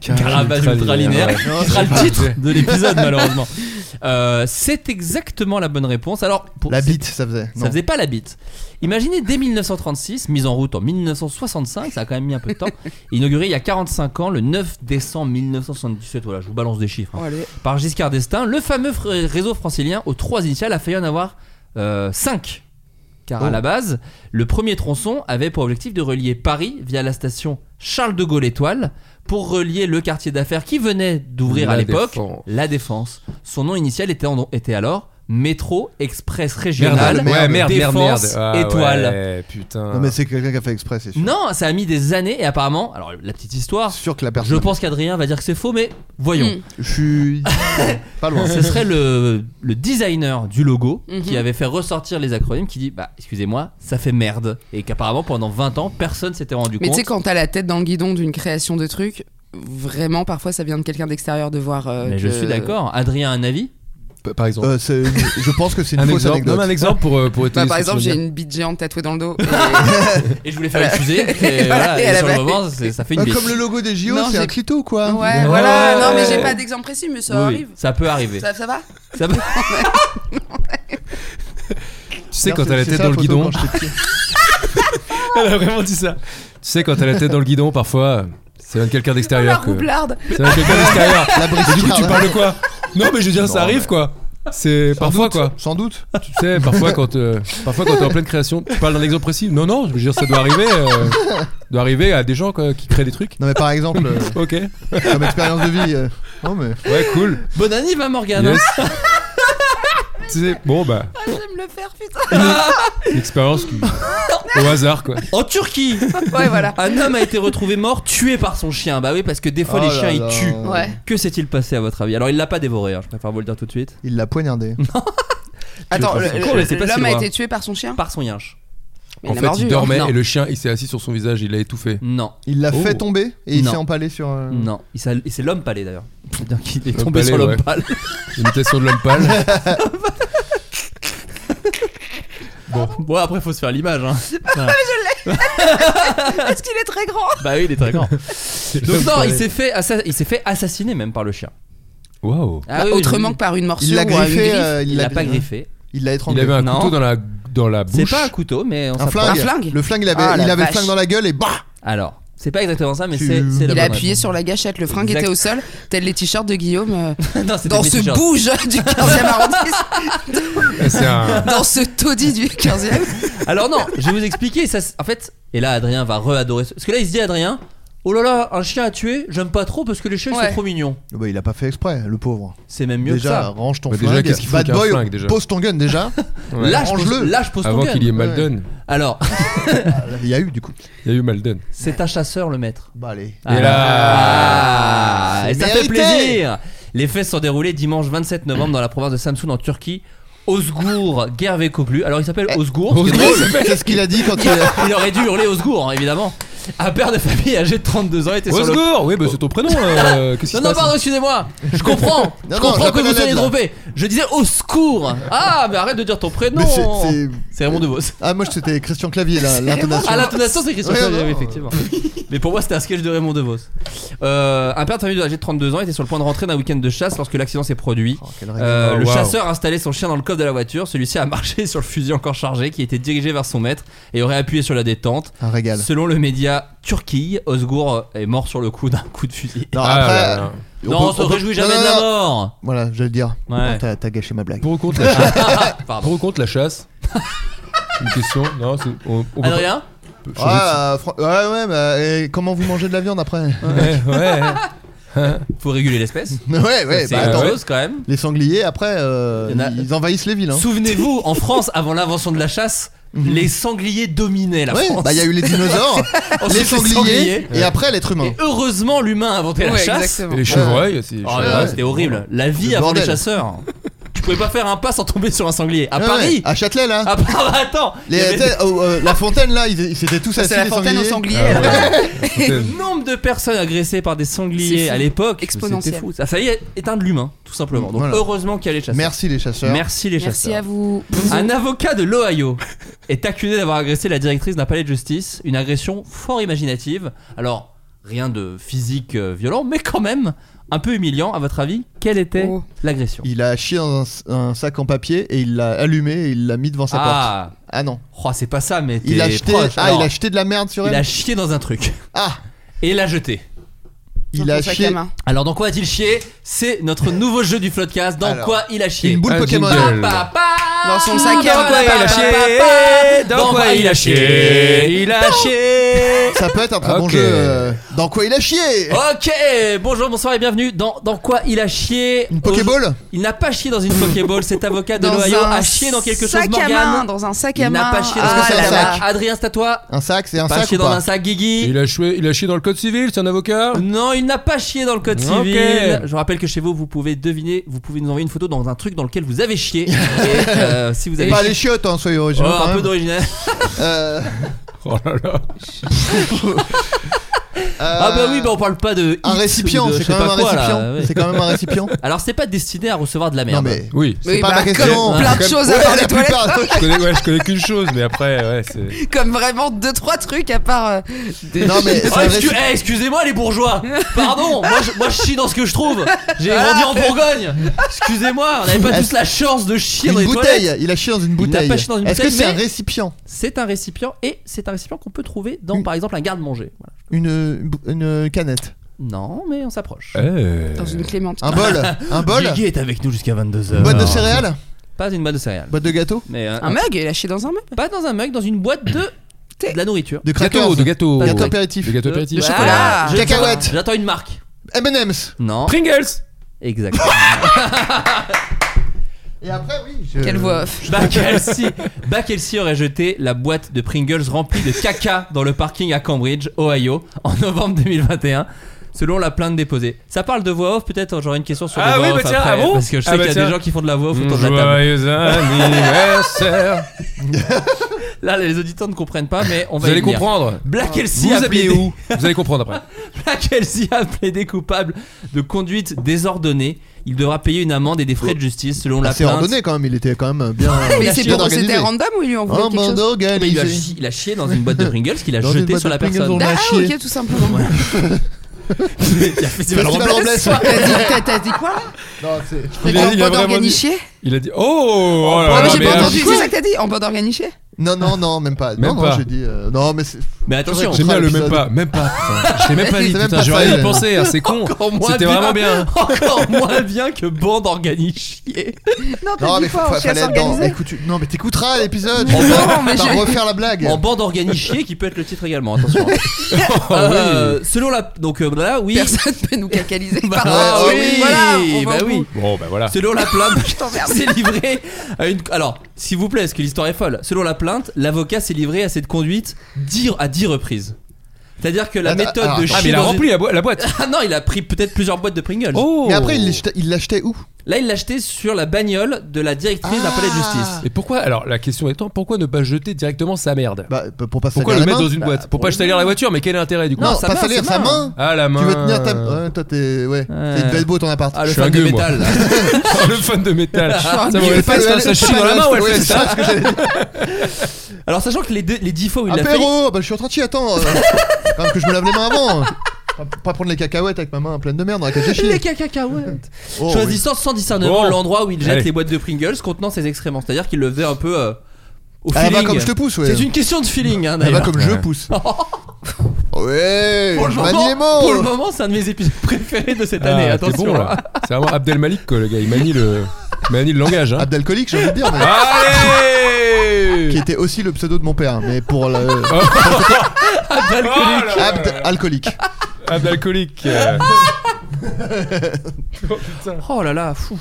caravane ultralinéaire. Ouais. Ce sera le titre de l'épisode malheureusement. Euh, c'est exactement la bonne réponse. Alors, pour- La c'est- bite, ça faisait. Ça Non. faisait pas la bite. Imaginez dès 1936, mise en route en 1965, ça a quand même mis un peu de temps, inauguré il y a 45 ans, le 9 décembre 1977, voilà, je vous balance des chiffres, hein. Oh, allez. par Giscard d'Estaing, le fameux fr- réseau francilien aux trois initiales a failli en avoir 5. Car Oh. à la base, le premier tronçon avait pour objectif de relier Paris via la station Charles de Gaulle Étoile pour relier le quartier d'affaires qui venait d'ouvrir à La l'époque, Défense. La Défense. Son nom initial était, en- était alors Métro Express Régional. Merde, Ouais, merde, merde, merde. Défense, Ah, étoile. ouais, putain. Non, mais c'est quelqu'un qui a fait exprès, c'est sûr. Non, ça a mis des années et apparemment, alors la petite histoire, Sûr que la je personne. pense qu'Adrien va dire que c'est faux, mais voyons. Mm. Je suis pas loin. Ce serait le, le designer du logo Mhm. qui avait fait ressortir les acronymes qui dit Bah, excusez-moi, ça fait merde. Et qu'apparemment, pendant 20 ans, personne s'était rendu Mais tu compte. sais, quand t'as la tête dans le guidon d'une création de truc, vraiment, parfois, ça vient de quelqu'un d'extérieur de voir. euh, Mais je que- suis d'accord. Adrien, un avis P- Par exemple. Euh, c'est- je pense que c'est une un fausse exemple. anecdote. Donne un exemple pour, euh, pour étayer ce Bah, par que exemple, tu viens j'ai de une bite géante tatouée dans le dos. et- euh, Et je voulais faire l'accuser. Et voilà, et Et elle sur le avait- moment, c'est- ça fait une Euh, bite. comme le logo des JO, Non, c'est un j'ai- clito ou quoi Ouais, Ouais. voilà. Non, mais Ouais. j'ai pas d'exemple précis, mais ça Oui, oui, arrive. ça peut arriver. Ça, ça va Ça peut- dire. Tu sais, quand t'as la tête dans le guidon. Elle a vraiment dit ça. Tu sais, quand t'as la tête dans le guidon, parfois, c'est vient de quelqu'un La d'extérieur. que- roublarde. C'est vient de quelqu'un d'extérieur. La Et du coup, tu brique. parles de quoi Non, mais je veux dire, ça Non, arrive mais- quoi. C'est parfois quoi. Sans doute. Tu sais, parfois quand, euh, parfois quand t'es en pleine création, tu parles d'un exemple précis. Non, non, je veux dire, ça doit arriver, euh, doit arriver à des gens quoi, qui créent des trucs. Non, mais par exemple, euh, Ok, comme expérience de vie. euh, Non, mais. ouais, cool. Bonne année, va Morgane. Yes. Tu sais, bon bah, Ah, J'aime le faire, putain. une expérience qui- au hasard quoi. En Turquie, Ouais, voilà. un homme a été retrouvé mort, tué par son chien. Bah oui, parce que des fois, Oh les là chiens, ils là. tuent. Ouais. Que s'est-il passé à votre avis Alors il l'a pas dévoré, hein, je préfère vous le dire tout de suite. Il l'a poignardé. Attends, veux le- pas faire court, mais c'est pas si l'homme a loin. été tué par son chien Par son yinche. Mais En l'a fait, mordu, il hein. dormait Non. et le chien, il s'est assis sur son visage, il l'a étouffé. Non, Il l'a Oh. fait tomber et il Non. s'est empalé sur. euh, non. Il s'a- et c'est l'homme palé d'ailleurs. Donc il est L'homme tombé palé, sur l'homme ouais. pâle. Imitation de l'homme pâle. Bon. après faut se faire l'image. Hein. Voilà. Est-ce qu'il est très grand bah oui, il est très grand. L'homme Donc non, pâle. il s'est fait, assa- il s'est fait assassiner même par le chien. Waouh. Ah oui, oui, Bah, Autrement oui. que par une morsure Il l'a ou à une griffé. griffe. euh, il l'a pas griffé. Il l'a Il étranglé. avait un Non. couteau dans la, dans la bouche. C'est pas un couteau, mais on un s'approche. flingue. Un flingue Le flingue, il avait, Ah, la il avait le vache. flingue dans la gueule et bah Alors, C'est pas exactement ça, mais Tu- c'est c'est la Il a bonne appuyé sur la gâchette, le fringue Exact. était au sol, tel les t-shirts de Guillaume euh, réponse. Non, c'était dans mes ce t-shirts. bouge du 15e arrondissement, Eh, C'est un. dans ce taudis du 15e. Alors non, je vais vous expliquer. Ça, c'est- en fait, et là, Adrien va re-adorer. ce- Parce que là, il se dit, Adrien, oh là là, un chien à tuer. J'aime pas trop parce que les chiens ils Ouais. sont trop mignons. Bah, il a pas fait exprès, le pauvre. C'est même mieux déjà, que range ton Bah, flingue. déjà, qu'est-ce qu'il faut Bad qu'un boy, flingue, déjà pose ton gun déjà. ça. Ouais. Là, je pose, Range-le. là, je pose ton Avant gun. qu'il y ait Malden, Alors, Ah, Il y a eu du coup. il y a eu Malden. c'est un chasseur le maître. Bah allez. Et là- Ah, et ça fait Mérité. plaisir. Les fêtes sont déroulées dimanche 27 novembre dans la province de Samsun en Turquie. Osgour Gervé Koplu. Alors il Eh, s'appelle Osgour. ce qui est drôle. C'est ce qu'il a dit quand il a... Il aurait dû hurler Osgour, hein, évidemment. Un père de famille âgé de 32 ans était Au sur le secours Oui, bah c'est ton prénom. là, euh, Qu'est-ce qui Non, se non, passe pardon, excusez-moi. Je comprends. je Non, non, comprends que j'appelle vous la soyez lettre, là. trompé. Je disais au secours. Ah, mais arrête de dire ton prénom. Mais c'est- c'est- C'est Raymond DeVos. Ah, moi c'était Christian Clavier, là, l'intonation. Ah, l'intonation, c'est Christian Ouais, Clavier, non. oui, effectivement. mais pour moi, c'était un sketch de Raymond DeVos. Euh, un père de famille âgé de 32 ans était sur le point de rentrer d'un week-end de chasse lorsque l'accident s'est produit. Oh, quelle règle. Euh, Oh, le wow. chasseur a installé son chien dans le coffre de la voiture. Celui-ci a marché sur le fusil encore chargé qui était dirigé vers son maître et aurait appuyé sur la détente. Un régal. Selon le média Turquie, Osgour est mort sur le coup d'un coup de fusil. Non, Ah, après. là, là. on non, peut- on se on peut- réjouit non, jamais non, de la non. mort. Voilà, je vais le dire. Ah, Ouais. T'as t'as gâché ma blague. Pour ou contre la chasse Pardon. Pour ou contre la chasse Une question Non, c'est. On, on peut Adrien pas- peut Ouais, changer Ah, de- euh, fran- ouais, ouais, bah, et comment vous mangez de la viande après Ouais, ouais. Faut réguler l'espèce. Ouais, ouais, c'est bah, attends. dangereux quand même. Les sangliers, après, euh, Il y en a- ils envahissent les villes. Hein. Souvenez-vous, en France, avant l'invention de la chasse, les sangliers dominaient la Mhm. Ouais, France. bah il y a eu les dinosaures, Ensuite, les sangliers, et après l'être humain. Et heureusement, l'humain a inventé la Ouais, chasse. Et les exactement. chevreuils, c'est. Oh là là, c'était horrible. La vie Le avant les bordel. chasseurs. tu pouvais pas faire un pas sans tomber sur un sanglier. À Ouais, Paris ouais, à Châtelet là. À Paris, attends Les- il y avait- t'sais, oh, euh, la fontaine là, ils, ils étaient tous assis C'est la les fontaine aux sangliers. sangliers. Ah, alors. ouais. Le nombre de personnes agressées par des C'est sangliers fou. à l'époque, Exponentiel. c'était fou. Ça fallait éteindre l'humain, tout simplement. Donc Voilà. heureusement qu'il y a les chasseurs. Merci les chasseurs. Merci les chasseurs. Merci à vous. Un avocat de l'Ohio est accusé d'avoir agressé la directrice d'un palais de justice, une agression fort imaginative. Alors, rien de physique euh, violent, mais quand même un peu humiliant. À votre avis, quelle était Oh. l'agression Il a chié dans un, un sac en papier et il l'a allumé et il l'a mis devant sa porte. Ah, Ah non. oh, c'est pas ça, mais Il t'es a jeté proche. ah, Alors, il a jeté de la merde sur il elle. a chié dans un truc Ah, et l'a jeté. il a Dans son sac chié à main. Alors, dans quoi a-t-il chié C'est notre nouveau jeu du Floodcast. Dans Alors, quoi il a chié une boule Ah, Pokémon. jingle. Pa, pa, Dans son sac à dans main. quoi il a chié Dans quoi il a chié Il a chié Ça peut être un très bon Ok. jeu. euh, Dans quoi il a chié Ok, bonjour, bonsoir et bienvenue dans, dans quoi il a chié Une Pokéball Il n'a pas chié dans une Pokéball, cet avocat de Dans l'Ohio un a chié dans quelque chose, sac à main, Morgane. Dans un sac à Il main. n'a pas chié dans Ah que c'est un là un là. sac. Adrien, c'est à toi. Un sac, c'est un Pas sac chié ou dans pas un sac, Guigui. Il a chié il a chié dans le code civil, c'est un avocat Non, il n'a pas chié dans le code Ok. civil. Je vous rappelle que chez vous, vous pouvez deviner, vous pouvez nous envoyer une photo dans un truc dans lequel vous avez chié. Et, euh, si vous avez Pas chié- les chiottes, hein, soyez Oh, originaux. quand un peu même. d'original. Euh, Oh là là. Ah bah euh, oui, bah on parle pas de. Un hits récipient, ou de je c'est sais quand même pas un quoi, là, récipient. ouais. C'est quand même un récipient. Alors c'est pas destiné à recevoir de la Non merde. mais. Oui. C'est Oui, pas bah, ma question. comme plein de choses à Ouais, part la les toilettes. plupart- hein. Je connais, ouais, je connais qu'une chose, mais après, ouais, c'est. Comme vraiment deux trois trucs à part. euh, des- Non mais. c'est Oh, un excu- réci- eh, excusez-moi les bourgeois Pardon moi je, moi je chie dans ce que je trouve J'ai grandi en Bourgogne Excusez-moi On n'avait pas tous la chance de chier dans Une les toilettes bouteille, il a chié dans une Il n'a bouteille. pas chié dans une Est-ce que bouteille, c'est un mais- récipient C'est un récipient et c'est un récipient qu'on peut trouver dans Une- par exemple un garde-manger Voilà. une, une bou- une canette Non mais on Euh, s'approche Eh. Dans une clémente. Un bol Un bol Gigi est avec nous jusqu'à 22h Boîte de céréales Pas une boîte de céréales Boîte de gâteaux Mais euh, un- Un mug, il a chié dans un mug. Pas dans un mug, dans une boîte de Thé. de la nourriture De Gâteau, crackers de gâteau. Gâteau De apéritif gâteau apéritif. Voilà. Voilà. Je- Cacahuètes. J'attends une marque M&M's Non Pringles Exactement Et après oui Quelle voix off. Bakelsi Bakelsi aurait jeté la boîte de Pringles remplie de caca dans le parking à Cambridge, Ohio, en novembre 2021. Selon la plainte déposée. Ça parle de voix off, peut-être hein, j'aurais une question sur Ah les voix oui, off bah tiens, après, ah bon Parce que je sais Ah bah qu'il y a des tiens. gens qui font de la voix off autour de la table. Joyeux anniversaire Là, les auditeurs ne comprennent pas, mais on Vous va y allez venir. comprendre. Black Elsie Vous a habillez plaidé- où Vous allez comprendre après. Black Elsie a plaidé coupable de conduite désordonnée. Il devra payer une amende et des frais de justice selon la Ah, C'est plainte. ordonné quand même Il était quand même bien Mais c'est bien pour c'était organisé random ou il lui envoie Un quelque Mais bande chose il a, organisée chi- il a chié dans une boîte de Pringles qu'il a Dans une jeté boîte sur de la Pringles, personne. on a Ah chié. ok tout simplement. Il y a Festival Festival Robles. Robles. T'as dit- T'as t'as dit quoi là Non, c'est- T'as dit a- en il a mode vraiment dit- organiché Il a dit Oh, oh là Ah là, mais j'ai mais euh, pas alors- entendu. C'est ça que t'as dit En mode organiché Non, non, non, même pas. Même non, pas. non, j'ai dit. euh, non, mais c'est. Mais attention, Faudrait J'aime bien le même l'épisode. pas, même pas. putain. Je l'ai même pas C'est dit, même putain, pas j'aurais ça, dû y elle. penser, hein, c'est con. encore moins C'était vraiment hein. bien. Encore moins bien que bande organichier. Non, Non, t'as mais dit pas, fa- on cherche fallait à être dans- organiser. écoute, tu- Non, mais t'écouteras l'épisode. Non, T'as- mais t'as j'ai- refaire la blague. En bande organichier qui peut être le titre également, attention. Ah oui. Euh, Selon la. Donc euh, là, oui. Personne peut nous cacaliser. Bah, Pardon. ah Ah oui, voilà, on va bah au oui. bout. Bon, bah voilà. Selon la plainte, t'emmerde. c'est livré à une. Alors, s'il vous plaît, parce que l'histoire est folle. Selon la plainte, l'avocat s'est livré à cette conduite dix- à 10 reprises. C'est-à-dire que la Ah, mais- méthode ah, de Ah, chier mais il a dans une- rempli la boi- la boîte. Ah non, il a pris peut-être plusieurs boîtes de Pringles. Oh Mais après, il l'achetait- il l'achetait où Là, il l'a acheté sur la bagnole de la directrice d'un Ah. palais de justice. Et pourquoi Alors, la question étant, pourquoi ne pas jeter directement sa merde Bah, p- pour pas Pourquoi salir le la mettre main. dans une Bah, boîte Pour pas pour- jeter à l'air la voiture, mais quelle est l'intérêt du coup Non, sa pas main, salir sa sa main. main. Ah, la main. Tu veux tenir ta. Ouais, toi, t'es. Ouais. Ouais. C'est une belle beau ton appart. Ah, le Je suis fan un de gueux, métal. là. Oh, le fan de métal. Ça Il m'aurait fait pas fait ça, le- ça chie dans la main ou elle Ouais, fait c'est ça ça, ce que j'allais dire. Alors, sachant que les, deux, les 10 fois où il l'a fait. Apéro, bah, je suis en train de chier, attends. euh, Quand même que je me lave les mains avant. Pas- Pas prendre les cacahuètes avec ma main pleine de merde dans la cage de Les chier. cacahuètes Oh, oui. Choisissant sans discernement Bon. l'endroit où il jette Allez. les boîtes de Pringles contenant ses excréments. C'est-à-dire qu'il le faisait un peu euh, au Elle feeling. Ah, va bah, comme je te pousse, ouais. C'est une question de feeling, hein, Elle va d'ailleurs. comme je pousse. Ouais, Pour le, je manie les moment, pour le mots. moment, c'est un de mes épisodes préférés de cette Ah, année. t'es Attention. hein. bon là. C'est vraiment Abdelmalik quoi, le gars. Il manie le, il manie le langage. Hein. Abdelcolique, j'ai envie de dire, mais qui Allez était aussi le pseudo de mon père, mais pour le. Oh, hein. Oh Abdelcolique. Abd alcoolique. Abdelcolique. euh. Oh là là, fou.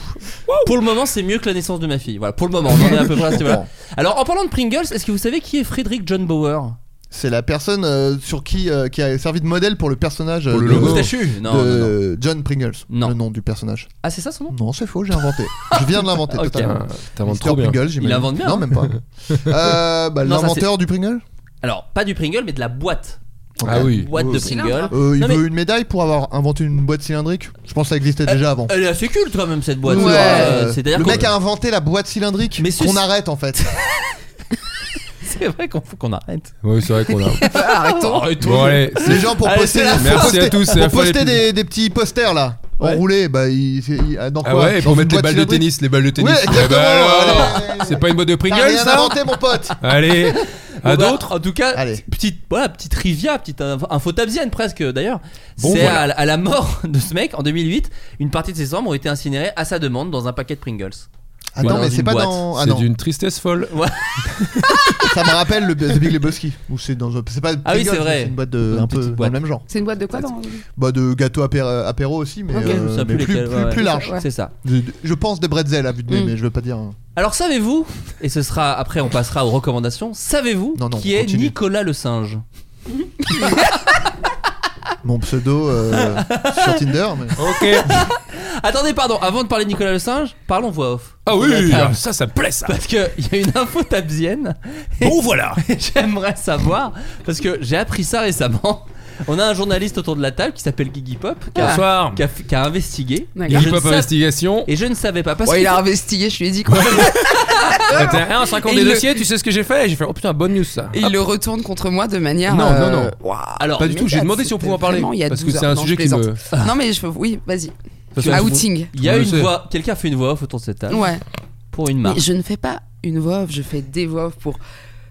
Pour le moment, c'est mieux que la naissance de ma fille. Voilà, pour le moment, on en est à peu près à ce niveau-là. Alors, en parlant de Pringles, est-ce que vous savez qui est Frédéric John Bauer C'est la personne euh, sur qui euh, qui a servi de modèle pour le personnage euh, Pour le de- logo. Moustachu de non, non, non. John Pringles. Non. Le nom du personnage. Ah, c'est ça son nom Non, c'est faux, j'ai inventé. Je viens de l'inventer Ok. totalement. Ah, T'inventes Mr. trop bien. Pringle, j'imagine. Il invente bien, Non, hein. même pas. Euh, bah, Non, ça, L'inventeur du Pringle Alors, pas du Pringle, mais de la boîte. Ok. Ah oui. Boîte de Oh, Pringle. cylindre. Euh, il Non, mais- veut une médaille pour avoir inventé une boîte cylindrique Je pense que ça existait déjà avant. Elle est assez culte quand même cette euh, boîte. Ouais. Euh, C'est-à-dire le qu'on- mec a inventé la boîte cylindrique Mais ceci- qu'on arrête en fait. C'est vrai qu'on faut qu'on arrête. Ouais, c'est vrai qu'on a. Ah, Ah, Arrêtons. Bon allez, Ah Les gens pour Allez, poster, Ah, c'est la pour fin. Merci à poster- tous, c'est la pour fin des poster pubs. des, des petits posters là, Ouais. enroulés, bah il, c'est- il- ah, dans Ah quoi ouais, et Dans pour une mettre les balles boîte de cylindrique tennis, les balles de tennis. Ouais, Eh ben exactement, alors, allez. C'est pas une boîte de T'as Pringles rien ça inventé mon pote. Allez, à Bon, bah, d'autres En tout cas, Allez. petite voilà, petite rivia, petite info infotabsienne presque d'ailleurs. Bon, C'est voilà. à, la- à la mort de ce mec en 2008, une partie de ses cendres ont été incinérées à sa demande dans un paquet de Pringles. Attends, Voilà, mais dans c'est une pas boîte. dans. Ah C'est non, d'une tristesse folle. ça me rappelle le The Big Lebowski. Où c'est dans. C'est pas. Ah oui, Pringles, c'est vrai. une boîte de, Une un peu petite dans boîte. le même genre. C'est une boîte de quoi dans Bah de gâteau apéro, apéro aussi, mais, Ok, euh, je sais mais plus, lesquels, plus- ouais, plus ouais. large. C'est ça. Je, je pense des bretzels à vue de nez, Mm. mais je veux pas dire. hein, Alors savez-vous, et ce sera après on passera aux recommandations, savez-vous Non, non, qui est continue. Nicolas le singe Mon pseudo euh, sur Tinder. Mais... Oh, Ok. Attendez, pardon, avant de parler de Nicolas le singe, parlons voix off. Ah oui, Ah, ça, ça me plaît ça. Parce que il y a une info tabzienne. Bon voilà. J'aimerais savoir, parce que j'ai appris ça récemment. On a un journaliste autour de la table qui s'appelle Gigi Pop, qui a, Bonsoir. qui a- qui a investigué. D'accord. Et Gigi je ne Ah. Pop sav- Investigation. Et je ne savais pas. Parce Ouais, que il a investigué, je lui ai dit quoi. Ah, t'as- ah, en 50 Et des il le- dossiers, tu sais ce que j'ai fait J'ai fait oh putain, bonne news ça. Et il le retourne contre moi de manière. Non, non, non. waouh, Alors, Pas du tout, j'ai immédiate. demandé si on pouvait en C'était parler. vraiment il y a Parce que 12 c'est un heures. Non, sujet je qui me. plaisante. Non, mais je oui, vas-y. Parce que- Outing. il y a Je une sais. voix. Quelqu'un a fait une voix off autour de cette table Ouais. pour une Mais marque. je ne fais pas une voix off, je fais des voix off pour.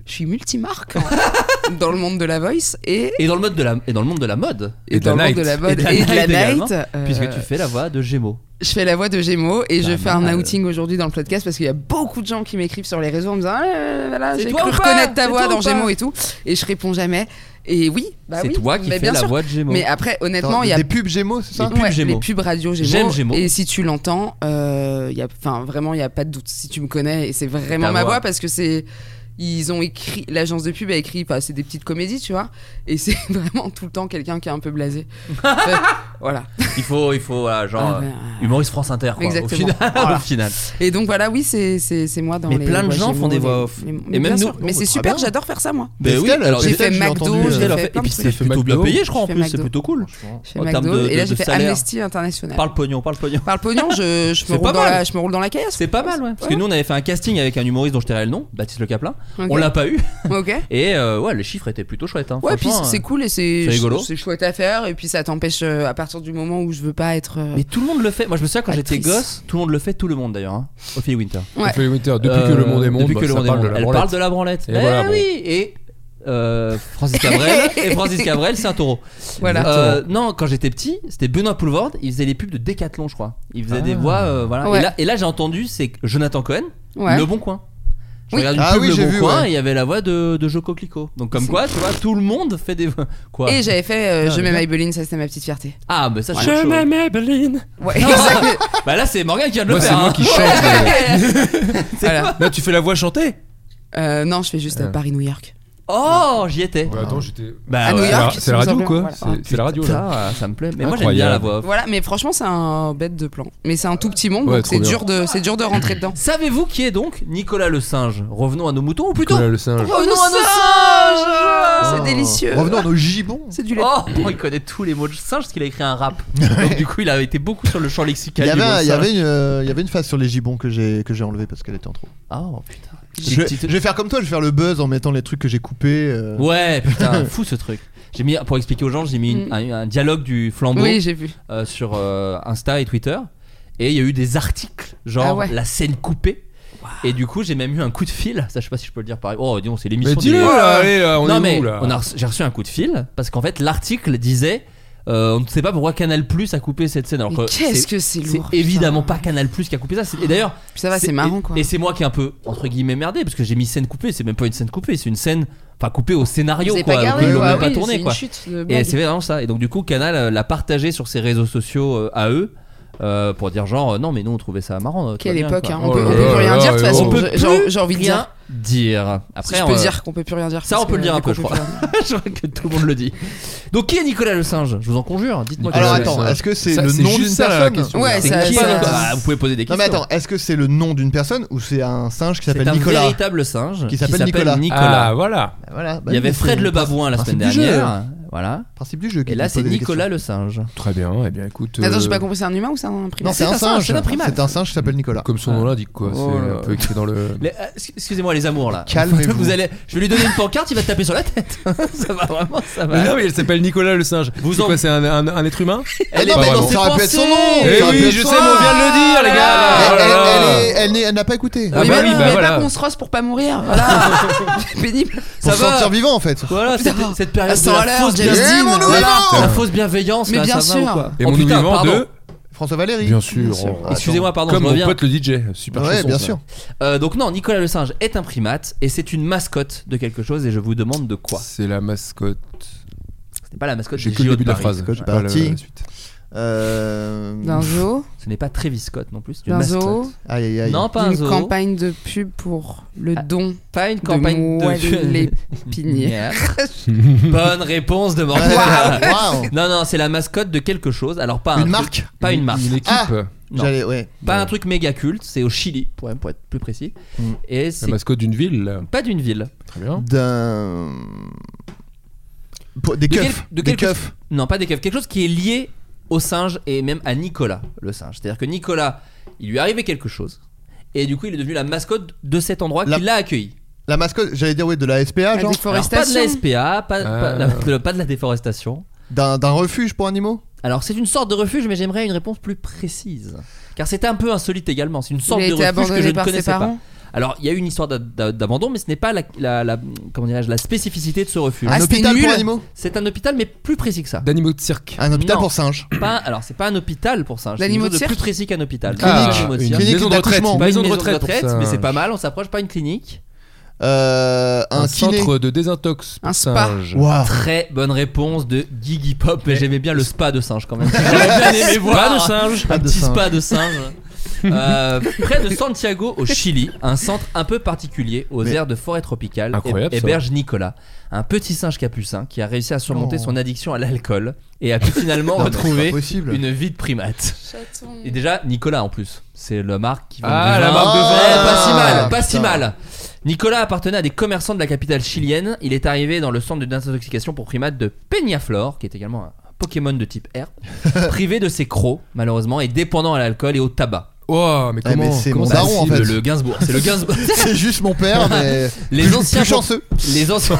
Je suis multimarque hein, dans le monde de la voice et, Et dans le mode de la et dans le monde de la mode, Et de dans la le monde de la night. mode Et de la et de la night également, night. euh, puisque tu Bah, fais la voix de Gémeaux. Je fais la voix de Gémeaux et je Pas fais un mal. outing aujourd'hui dans le podcast parce qu'il y a beaucoup de gens qui m'écrivent sur les réseaux en me disant Ah, voilà, C'est j'ai toi ou cru pas reconnaître ta C'est voix toi ou dans pas Gémeaux et tout et je réponds jamais et oui bah C'est oui, toi qui mais fais bien la sûr. voix de Gémeaux. mais après honnêtement Attends, il y a Des pubs Gémeaux, c'est ça Les pubs Ouais, Gémeaux. les pubs radio Gémeaux. J'aime Gémeaux. Et si tu l'entends, euh, il y a- enfin vraiment, il y a pas de doute. Si tu me connais, et c'est vraiment Ta ma voix. voix, parce que c'est ils ont écrit l'agence de pub a écrit enfin, c'est des petites comédies tu vois et c'est vraiment tout le temps quelqu'un qui est un peu blasé Fait, voilà Il faut il faut voilà, genre Ah, euh, ouais, ouais. humoriste France Inter quoi, au Exactement. final. Voilà. au final. et donc voilà oui c'est c'est c'est moi dans Mais les plein de voix gens font Gémeaux, des les- voix off. les- Et mais même bien nous, sûr. nous, Ah, mais on c'est le fera super bien. j'adore faire ça moi Mais oui, Pascal, alors j'ai Pascal, fait je l'ai McDo, entendu, j'ai euh, Elle en fait fait- et plein de puis trucs. c'est fait plutôt bien McDo. payé, je crois. En Je fais plus, c'est McDo. plutôt cool. je fais en termes McDo de- et là de- j'ai de fait salaire. Amnesty International Parle pognon, parle pognon. par le pognon je, je C'est me roule pas dans mal. la je me roule dans la caillasse C'est pas mal, ouais. Parce que nous, on avait fait un casting avec un humoriste dont je tairai le nom, Baptiste Le Caplin. Ok. On l'a pas eu. ok Et euh, ouais, les chiffres étaient plutôt chouettes. Hein. Ouais, puis Franchement, c'est euh, cool et c'est c'est rigolo. C'est chouette à faire et puis ça t'empêche euh, à partir partir du moment où je veux pas être. euh, Mais tout le monde le fait. Moi, je me souviens quand j'étais Actrice. gosse, tout le monde le fait, tout le monde d'ailleurs. Hein. Ophélie Winter. Ouais. Ophélie Winter, depuis que Euh, le monde est monde, depuis que bah, le ça monde est parle monde. de la Elle branlette. parle de la branlette. Et Eh voilà, bon. oui. Et euh, Francis Cabrel. et Francis Cabrel, c'est un taureau. Voilà. Euh, non, quand j'étais petit, c'était Benoît Poulvord. Il faisait les pubs de Decathlon, je crois. Il faisait des voix, euh, voilà. Ah. Ouais. Et là, et là, j'ai entendu, c'est que Jonathan Cohen, Ouais. Le Bon Coin. Je Oui. regarde une Ah pub oui, Le j'ai Bon vu, Coin ouais. et il y avait la voix de, de Joko Clicquot. Donc comme C'est- quoi, tu vois, tout le monde fait des quoi. Et j'avais fait euh, Je Ah, mets bien. Maybelline, ça c'était ma petite fierté. Ah, mais ça c'est autre Je chose. Ouais, exact. Bah là, c'est Morgan qui vient de Moi, le c'est faire. moi hein. qui chante. mais- Voilà. Là, tu fais la voix chantée. Euh, non, je fais juste euh, Ouais. Paris-New York. Oh, j'y étais. attends, j'étais. Bah, À New ouais. York, C'est la radio, tout quoi. simplement, voilà. C'est- C'est la radio, là. Ça, euh, ça me plaît. Mais moi, j'aime Incroyable. bien la voix. off. Voilà, mais franchement, c'est un bête de plan. Mais c'est un tout petit monde, Ouais, donc trop c'est bien. dur, de, c'est dur de rentrer dedans. Savez-vous qui est donc Nicolas le singe Revenons à nos moutons, ou plutôt. Nicolas le singe. Oh, non, nos nos singes Oh, Ah. C'est délicieux. Revenons à nos gibbons. C'est du lait. Oh, il connaît tous les mots de singe parce qu'il a écrit un rap. Donc, du coup, il a été beaucoup sur le champ Il lexical. y, avait, du mot un- il y singe. avait une, euh, il y avait une phase sur les gibbons que j'ai que j'ai enlevée parce qu'elle était en trop. Oh putain. Je, je vais faire comme toi, je vais faire le buzz en mettant les trucs que j'ai coupés. euh. Ouais, putain, fou ce truc. J'ai mis, pour expliquer aux gens, j'ai mis une- Mm. un, un dialogue du flambeau Oui, j'ai vu. euh, sur euh, Insta et Twitter. Et il y a eu des articles, genre Ah ouais. la scène coupée. Et du coup, j'ai même eu un coup de fil. Ça, je sais pas si je peux le dire pareil. Oh, dis donc, c'est Mais l'émission. dis-le, des- là, allez, là, on non, est mais où, là on a reçu- j'ai reçu un coup de fil parce qu'en fait l'article disait euh, on ne sait pas pourquoi Canal Plus a coupé cette scène. Alors Mais que Qu'est-ce c'est- que c'est c'est lourd. putain. évidemment pas Canal Plus qui a coupé ça. C'est- Et d'ailleurs, Puis ça va, c'est marrant et- quoi. Et, c'est moi qui ai un peu entre guillemets merdé parce que j'ai mis scène coupée. C'est même pas une scène coupée, c'est une scène enfin coupée au scénario Vous avez quoi. pas Ils gardé l'ont quoi. même pas Oui, tourné c'est une quoi. chute de Et blague. c'est vraiment ça. Et donc du coup Canal euh, l'a partagé sur ses réseaux sociaux euh, à eux euh, pour dire genre euh, non mais nous on trouvait ça marrant. euh, tout Quelle va bien, époque, quoi. hein. on, Oh peut, là on peut là plus là rien là dire de là toute là. façon. On peut J'ai- j'ai- J'ai envie de Rien dire. dire. Après Si je euh, peux dire qu'on peut plus rien dire. Ça, parce on peut le que dire un du peu, je coup, on peut crois. plus rien dire. je vois que tout le monde le dit. Donc, qui est Nicolas le singe Je vous en conjure, dites-moi qui Ah, Alors c'est. attends, est-ce que c'est Ça, le c'est nom juste d'une ça, la personne question. Ouais, C'est ça- qui, ça- Nicolas Ah, Vous pouvez poser des Non questions. mais attends, est-ce que c'est le nom d'une personne ou c'est un singe qui c'est s'appelle un Nicolas véritable singe Qui s'appelle Nicolas. Ah, voilà. Voilà, bah Il y oui, avait c'est Fred le le babouin la semaine principe du jeu, hein. dernière. Voilà. principe du jeu. qui Et là, nous pose c'est des Nicolas le singe. Très bien, eh bien écoute. Attends, j'ai euh, pas compris, c'est un humain ou c'est un questions. Non, primate c'est un singe. c'est un primate. C'est un singe qui s'appelle Nicolas. Comme son nom l'indique, quoi. Oh là C'est un là. peu écrit dans le. Les- euh, ex- Excusez-moi, les amours là. Calmez-vous. Vous allez, je vais lui donner une pancarte, il va te taper sur la tête. ça va vraiment, ça Mais non, va. mais il s'appelle Nicolas le singe. Vous Vous en- quoi, c'est un, un- un être humain Elle est pas vraiment. dans ses Ça aurait pu être son pensées. nom. Eh Ça aurait oui, pu être je sais, son mais on vient de le dire, les Elle- gars. Oh là elle- là. elle est- elle n'est- elle n'a pas écouté. Ah Mais bah même- oui, bah mais voilà. pas qu'on se rase pour pas mourir. Voilà. c'est pénible. Pour Ça va. sortir Oh, vivant en fait. Voilà, cette, Putain. cette Ah, période Ça de a la l'air, fausse James bienveillance. Dean. La- Voilà. la fausse bienveillance, Mais là, bien ça va ou sûr. quoi Et Oh, mon putain, vivant pardon. de. François Valéry. Bien sûr. oh, attends. Excusez-moi, pardon, Comme je mon reviens. pote le DJ. Super Ouais, chanson, bien ça. sûr. Euh, donc non, Nicolas le singe est un primate et c'est une mascotte de quelque chose et je vous demande de quoi. C'est la mascotte. Ce n'est pas la mascotte J'ai des que le JO début de la Paris. phrase. Coach j'ai pas la- Party. la suite. Euh, D'un zoo, Ce n'est pas Travis Scott non plus, c'est une d'un mascotte. zoo, Aïe aïe aïe. Non, pas un d'une zoo. campagne de pub pour le Ah. don. Pas une campagne de de, moelle pinière. Bonne réponse de Morgan. Waouh. Non non, c'est la mascotte de quelque chose. Alors pas un Une truc- marque. pas une marque, Une équipe. Ah. euh, Non. J'allais ouais. pas un truc méga culte. C'est au Chili, pour pour être plus précis. Mm. Et La c'est mascotte d'une ville. là. pas d'une ville. Très bien. d'un Pour- des De quel- keufs de des quelque- keufs Non, pas des keufs. Quelque chose qui est lié au singe et même à Nicolas, le singe. C'est-à-dire que Nicolas, il lui est arrivé quelque chose. Et du coup, il est devenu la mascotte de cet endroit La- qui l'a accueilli. la mascotte j'allais dire ouais de la SPA La genre Alors, pas de déforestation. la SPA, pas, pas- Ah. de, pas de la déforestation. d'un d'un refuge pour animaux Alors, c'est une sorte de refuge, mais j'aimerais une réponse plus précise. Car c'était un peu insolite également. C'est une sorte Il a de été refuge que je abandonné ne par ses connaissais pas. parents. Alors, il y a eu une histoire d'a- d'a- d'abandon, mais ce n'est pas la, la- la- comment dirais-je, la spécificité de ce refuge. Ah, un c'était hôpital nul. pour animaux C'est un hôpital, mais plus précis que ça. D'animaux de cirque. un hôpital Non. pour singes Pas, alors, c'est pas un hôpital pour singes. C'est quelque Bah, D'animaux chose de de plus cirque précis qu'un hôpital. Clinique. Pas un animal de une cirque. Ah, Clinique maison de retraite. d'accouchement. Une Pas Ah, une maison de maison retraite, pour ça. mais c'est pas mal, on s'approche pas une clinique. Euh, un, Un kiné centre de désintox. pour Un spa. singes. Waouh. Très bonne réponse de Gigi Pop, mais j'aimais bien le spa de singe quand même. J'aurais bien aimé voir de singe. un de petit singe. spa de singe. Euh, près de Santiago au Chili, un centre un peu particulier aux Mais- aires de forêt tropicale Incroyable, ça. héberge Nicolas, un petit singe capucin qui a réussi à surmonter Oh. son addiction à l'alcool et a pu finalement Non, mais c'est pas retrouver possible. une vie de primate. Et déjà, Nicolas en plus, c'est la marque qui vend Ah, du la vin. marque de vin. Eh, pas si Ah, mal, pas si putain. mal. Nicolas appartenait à des commerçants de la capitale chilienne. Il est arrivé dans le centre de désintoxication pour primates de Peñaflor, qui est également un Pokémon de type herbe, privé de ses crocs, malheureusement, et dépendant à l'alcool et au tabac. Bah, Oh, mais Ah, mais comment c'est comment mon c'est daron, en possible, fait. Le Gainsbourg, c'est le Gainsbourg. c'est juste mon père mais Les plus, anciens plus chanceux Les anciens.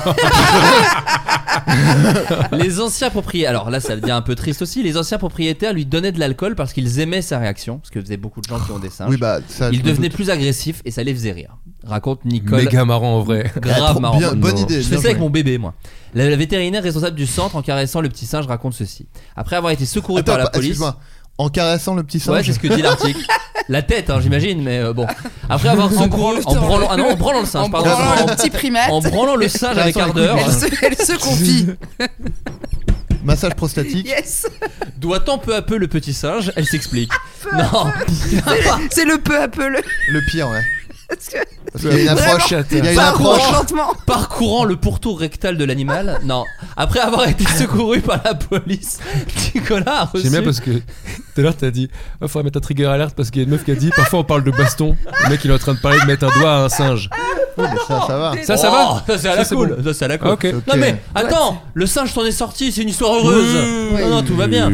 les anciens propriétaires, alors là ça devient un peu triste aussi, les anciens propriétaires lui donnaient de l'alcool parce qu'ils aimaient sa réaction, parce que faisaient beaucoup de gens qui ont des singes. Oui, bah, ça, Hein je Ils me devenaient doute. plus agressifs et ça les faisait rire. Raconte Nicole. Méga marrant en vrai. Ah, Grave trop marrant. bien, bonne Non. idée. Je fais bien ça avec joué. mon bébé, moi. La, la vétérinaire responsable du centre, en caressant le petit singe, raconte ceci. Après avoir été secouru Attends, par la pa- police. excuse-moi. En caressant le petit singe. Ouais, c'est ce que dit l'article. la tête, hein, j'imagine, mais euh, bon. Après avoir secouru. branlant- En branlant, ah non, en branlant le singe, en pardon. branlant le En, petit primate, en branlant le singe avec ardeur. euh, elle se, elle se confie. Massage prostatique. Yes Doit-on peu à peu le petit singe Elle s'explique. non, Ah, C'est le peu à peu le. Le pire, ouais. Parce que Parce qu'il y a une approche. Vraiment. Il y a une par approche. enchantement. parcourant le pourtour rectal de l'animal. Non. Après avoir été secouru par la police, Nicolas a reçu. J'aime bien parce que tout à l'heure t'as dit oh, faudrait mettre un trigger alert parce qu'il y a une meuf qui a dit parfois on parle de baston le mec il est en train de parler de mettre un doigt à un singe Oui, mais ça, ça va. ça ça Oh, va Ça c'est à la Ça, c'est cool. Ça c'est à la cool. Ah, ok Ok. Non mais attends, le singe s'en est sorti, c'est une histoire heureuse. Non, non, tout va bien.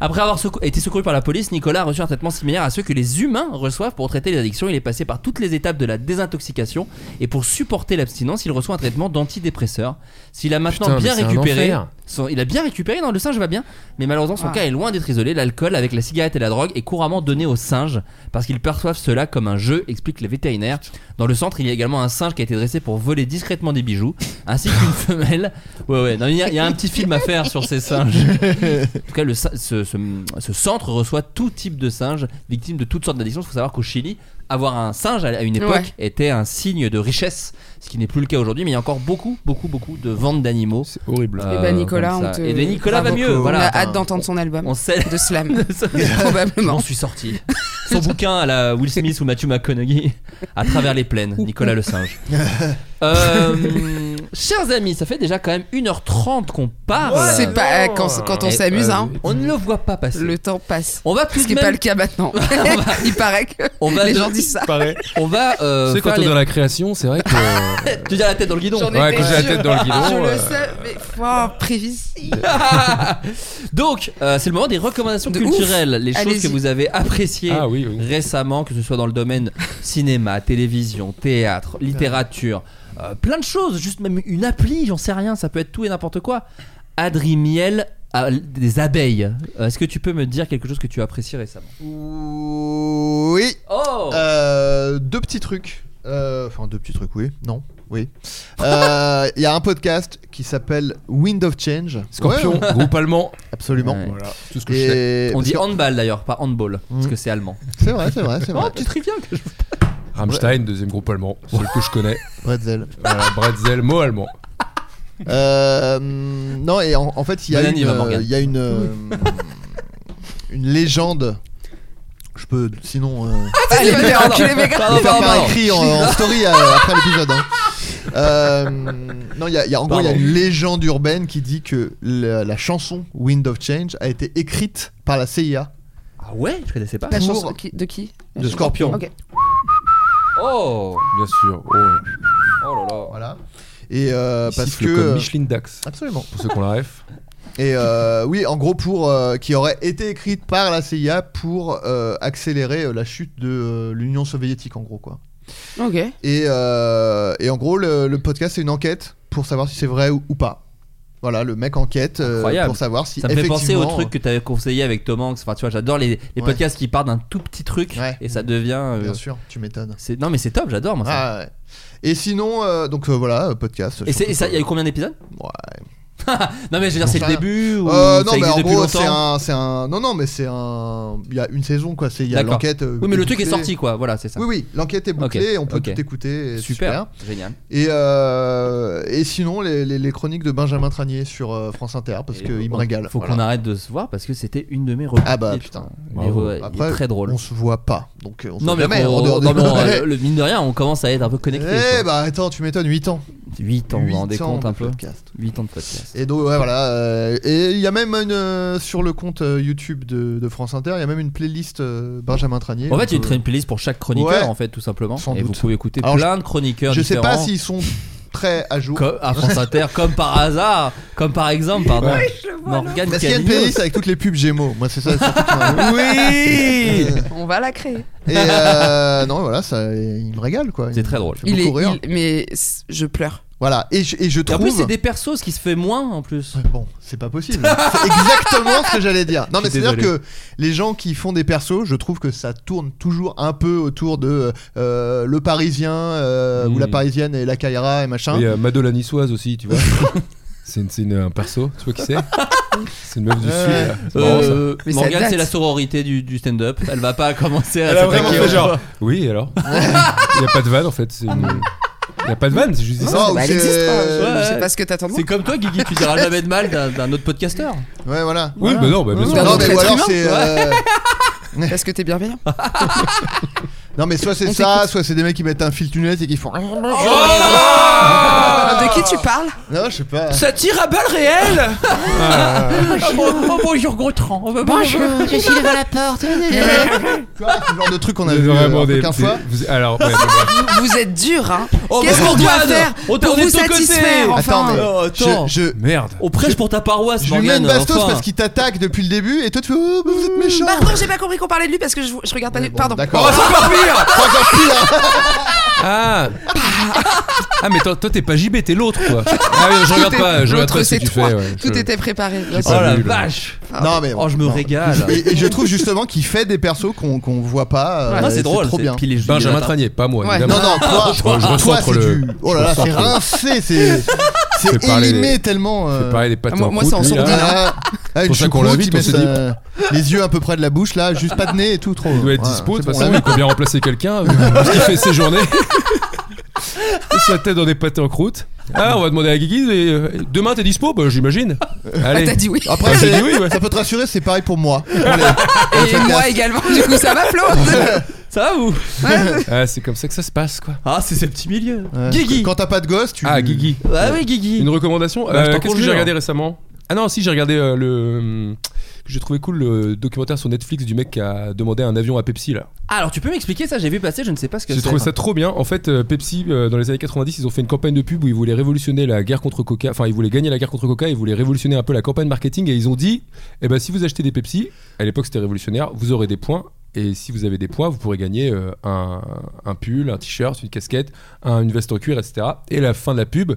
Après avoir secou- été secouru par la police, Nicolas a reçu un traitement similaire à ceux que les humains reçoivent pour traiter les addictions. Il est passé par toutes les étapes de la désintoxication et pour supporter l'abstinence, il reçoit un traitement d'antidépresseur. S'il a maintenant Putain, mais bien c'est un récupéré, enfer. son- il a bien récupéré. Non, le singe va bien, mais malheureusement son Ah. cas est loin d'être isolé. L'alcool avec la cigarette et la drogue est couramment donné aux singes parce qu'ils perçoivent cela comme un jeu, explique les vétérinaires. Dans le centre, il y a également un singe qui a été dressé pour voler discrètement des bijoux, ainsi qu'une femelle. Ouais, ouais, non, il y, a- il y a un petit film à faire sur ces singes. En tout cas, le, sin- ce, ce- ce centre reçoit tout type de singes, victimes de toutes sortes d'addictions. Il faut savoir qu'au Chili, avoir un singe à à une époque Ouais. était un signe de richesse, ce qui n'est plus le cas aujourd'hui, mais il y a encore beaucoup, beaucoup, beaucoup de ventes d'animaux. c'est horrible euh, Eh ben, Nicolas, comme on ça. te- Et ben, Nicolas va Bravo. mieux, on a voilà. hâte d'entendre son album On sait. de slam. Probablement. J'en suis sorti. Son bouquin à la Will Smith ou Matthew McConaughey, À travers les plaines, Nicolas le singe. Euh, chers amis, ça fait déjà quand même 1h30 qu'on parle. C'est pas euh, quand, quand on Eh, s'amuse, euh, hein, On ne le voit pas euh, passer. le temps passe. On va tout Ce de qui n'est pas même, le cas maintenant. va- Il paraît que on va, les de- gens disent ça. pareil on va euh, tu sais quand faire on est les- dans la création c'est vrai que ouais Tu dis à la tête dans le guidon. J'en ai quand Mais j'ai la je- tête dans le Ah, je guidon le euh, sais, mais wow, prévisible. Donc, euh, c'est le moment des recommandations De ouf. culturelles, les choses Allez-y. que vous avez appréciées ah oui oui récemment, que ce soit dans le domaine cinéma, télévision, théâtre, littérature, euh, plein de choses, juste même une appli, j'en sais rien, ça peut être tout et n'importe quoi. Adrimiel ah, des abeilles. Euh, Est-ce que tu peux me dire quelque chose que tu as apprécié récemment Oui. Oh Euh, deux petits trucs. Euh, Enfin, deux petits trucs, oui. Non, oui. Euh, Il y a un podcast qui s'appelle Wind of Change. Scorpion Ouais, groupe allemand absolument. Ouais. voilà tout ce que je sais Et On dit parce que- handball d'ailleurs, pas handball, parce Mm. que c'est allemand. C'est vrai, c'est vrai, c'est Oh, vrai. petit trivia que je Rammstein deuxième groupe allemand seul que je connais Bretzel. voilà, Bretzel mot allemand Euh, non, et en, en fait, il y a Bon une, anniversaire, euh, Morgane. il y a une, euh, une légende. Je peux sinon euh, Allez, Allez, mais pardon. enculé, mais grave. Pardon, le faire pardon, par pardon. écrit en, en story euh, après l'épisode. hein. Euh, non, il y a, il y a- en gros, il y a Pardon. une légende urbaine qui dit que la, la chanson Wind of Change a été écrite par la CIA Ah ouais Je connaissais pas. La Pour- chanson qui- de qui de Scorpion. Ok. Oh bien sûr oh, Oh là là Voilà. Et euh, il parce siffle que comme euh, Micheline Dax absolument. pour ceux qui ont la ref Et euh, oui, en gros, pour euh, qui aurait été écrite par la CIA pour euh, accélérer euh, la chute de euh, l'Union soviétique, en gros, quoi. Ok. Et, euh, et en gros, le, le podcast, c'est une enquête pour savoir si c'est vrai ou, ou pas. Voilà, le mec enquête euh, Incroyable. pour savoir si Ça me fait penser au effectivement, euh, truc que tu avais conseillé avec Tom Hanks. Enfin, tu vois, j'adore les, les Ouais. podcasts qui partent d'un tout petit truc Ouais. et ça devient. euh, euh, Bien sûr, tu m'étonnes. c'est- non, mais c'est top, j'adore moi ça. Ah, ouais. Et sinon, euh, donc euh, voilà, euh, et podcast. surtout, c'est- et ça, il y a eu combien d'épisodes Ouais. Non, mais je veux dire, J'en c'est le sais rien. début ou Euh, ça non mais existe en depuis gros c'est longtemps un, c'est un non non mais c'est un il y a une saison quoi c'est il y a D'accord. l'enquête euh, Oui, mais le truc est bouclée. sorti quoi, voilà, c'est ça. oui oui l'enquête est bouclée Ok, on peut ok. tout écouter et c'est super. génial. Et, euh, et sinon, les, les- les chroniques de Benjamin Tranier sur euh, France Inter, parce Et qu'il on- me régale. Faut Voilà. qu'on arrête de se voir parce que c'était une de mes recommandations. Ah bah, putain. Il est- Bravo. ouais, il est Après, très drôle. On se voit pas. Donc, euh, on se Non, voit mais, jamais, on- en dehors non, des- mais on- le, mine de rien, on commence à être un peu Eh connecté. quoi. bah attends, tu m'étonnes, 8 ans. 8 ans, vous vous rendez 8 ans compte de un peu podcast. 8 ans de podcast. Et donc, ouais, voilà. euh, et il y a même une. euh, sur le compte euh, YouTube de, de France Inter, il y a même une playlist euh, Benjamin Tranier. En fait, il y a une Donc, euh, train playlist pour chaque chroniqueur, Ouais. en fait, tout simplement. Sans et vous doute. pouvez écouter Alors, plein de chroniqueurs Je sais pas différents. s'ils sont très à jour. Comme- à France Inter, comme par hasard, comme par exemple, pardon. Morgane Parce qu'il y a une Calignos. playlist avec toutes les pubs Gémeaux. Moi, c'est ça. Euh, surtout qui m'a- Oui On va la créer. Et euh, non, voilà, ça, il me régale quoi. C'est très drôle. Il Il fait est, beaucoup rire. il- mais c- je pleure. Voilà, et je, et je Et trouve. en plus, c'est des persos ce qui se fait moins en plus. Bon, c'est pas possible. c'est exactement ce que j'allais dire. Non, Je mais suis c'est-à-dire désolé. que les gens qui font des persos, je trouve que ça tourne toujours un peu autour de euh, le parisien euh, ou Mm. la parisienne et la Kaira et machin. Il y a Mado la niçoise euh, aussi, tu vois. c'est une- c'est une- un perso, tu vois qui c'est C'est une meuf du Ouais. sud. là. C'est marrant, ça. Euh, Mais ça Morgane, date. c'est la sororité du, du stand-up. Elle va pas commencer à. Elle a s'attaquer vraiment fait aux- genre. Oui, alors Il n'y a pas de vanne en fait. c'est une- Il n'y a pas de vanne, c'est juste Ah. Non, ça. ou Bah, elle c'est- existe pas. Je- euh, Ouais, Je sais ouais. pas ce que t'attends de moi. C'est comme toi, Guigui, tu diras jamais de mal d'un d'un autre podcasteur. Ouais, voilà. Oui, bah non, bah, bien Non, sûr. D'un autre mais, ou être alors humain. c'est, euh, Parce que t'es bienveillant. Ah. non, mais soit c'est On ça, t'écoute. soit c'est des mecs qui mettent un fil tunnel et qui font. Oh. Oh, de qui tu parles Non, je sais pas. Ça tire à balles réelles Ah. Oh, Bonjour Gautran Bonjour je suis devant la porte. Tu vois, c'est le genre de truc qu'on a Vous êtes vu vraiment euh, des- qu'un des- fois. vous- Alors, ouais, mais bref. Vous êtes dur, hein Oh, Qu'est-ce bah, qu'on doit Morgane, faire on pour tourne vous de ton côté. satisfaire Attends, enfin mais Oh, attends. je, je- merde. On prêche pour ta paroisse, je lui mets Morgane une bastos enfin. parce qu'il t'attaque depuis le début et toi tu fais oh, bah, vous êtes méchant. Pardon, j'ai pas compris qu'on parlait de lui parce que je, je regarde pas. Ouais, du- bon, Pardon. D'accord. Ah Ah, mais toi, toi, t'es pas JB, t'es l'autre quoi. Ah, oui, je regarde Tout est- pas, je regarde l'autre, pas ce c'est que tu toi. fais. ouais, Tout je- était préparé. bien J'ai sûr. Oh pas la vu, là. vache Non, mais Oh, je me non. régale Et, et je trouve justement qu'il fait des persos qu'on qu'on voit pas. euh, Ah, c'est drôle, trop c'est- bien. puis les- Benjamin les- Tranier, pas moi. Ouais. évidemment. Non, non, toi, Je- je toi, recentre c'est le- du. Oh là là, je recentre c'est le- rincé, c'est. Fais C'est parler élimé les- tellement. euh, Fait pareil, les pattes Ah, moi- en moi, croûte, c'est en lui, là. sourdine, hein. Ah, ah, une pour ça qu'on choucroute, l'invite, ils on s'est mettent, dit- euh, les yeux à peu près de la bouche là, juste pas de nez et tout, trop. Il doit être Voilà, dispo, de c'est toute bon, façon, on il faut bien remplacer quelqu'un, vu ce qu'il fait ses journées. Et sa tête dans des pâtés en croûte. Ah, on va demander à Guigui, et, euh, demain t'es dispo Bah, j'imagine. Ah, Allez. t'as dit oui. l'a. Après, Ah, j'ai c'est- dit oui, ouais. ça peut te rassurer, c'est pareil pour moi. Pour les- pour les Et moi podcasts. également. Du coup, ça va, Flo Ça va vous Ah, c'est comme ça que ça se passe, quoi. Ah, c'est ce petit milieu Ouais. Guigui Quand t'as pas de gosse, tu. Ah, Guigui. Ah oui, Guigui Une recommandation Bah, je Euh, t'en Qu'est-ce que conjure. j'ai regardé récemment Ah non, si, j'ai regardé euh, le. hum, que J'ai trouvé cool le documentaire sur Netflix du mec qui a demandé un avion à Pepsi, là. Ah, Alors, tu peux m'expliquer ça J'ai vu passer, je ne sais pas ce que c'est. hein. J'ai trouvé ça trop bien. En fait, euh, Pepsi, euh, dans les années 90, ils ont fait une campagne de pub où ils voulaient révolutionner la guerre contre Coca. Enfin, ils voulaient gagner la guerre contre Coca, ils voulaient révolutionner un peu la campagne marketing et ils ont dit eh ben, si vous achetez des Pepsi, à l'époque c'était révolutionnaire, vous aurez des points. Et si vous avez des points, vous pourrez gagner euh, un, un pull, un t-shirt, une casquette, un- une veste en cuir, etc. Et à la fin de la pub,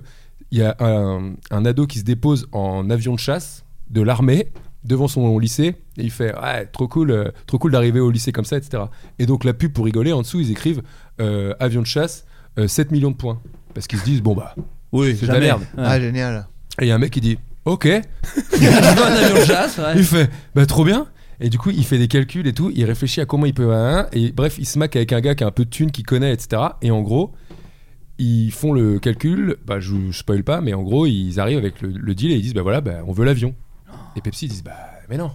il y a un, un ado qui se dépose en avion de chasse de l'armée devant son lycée et il fait ouais trop cool euh, trop cool d'arriver au lycée comme ça etc et donc la pub pour rigoler en dessous ils écrivent euh, avion de chasse euh, 7 millions de points parce qu'ils se disent bon bah Oui, C'est de la merde. Ah, génial. et il y a un mec qui dit ok Un avion de chasse, ouais. il fait bah trop bien et du coup il fait des calculs et tout il réfléchit à comment il peut un et bref il se maque avec un gars qui a un peu de thunes qu'il connaît etc et en gros ils font le calcul bah je vous spoil pas mais en gros ils arrivent avec le, le deal et ils disent bah voilà bah, on veut l'avion et Pepsi ils disent bah mais non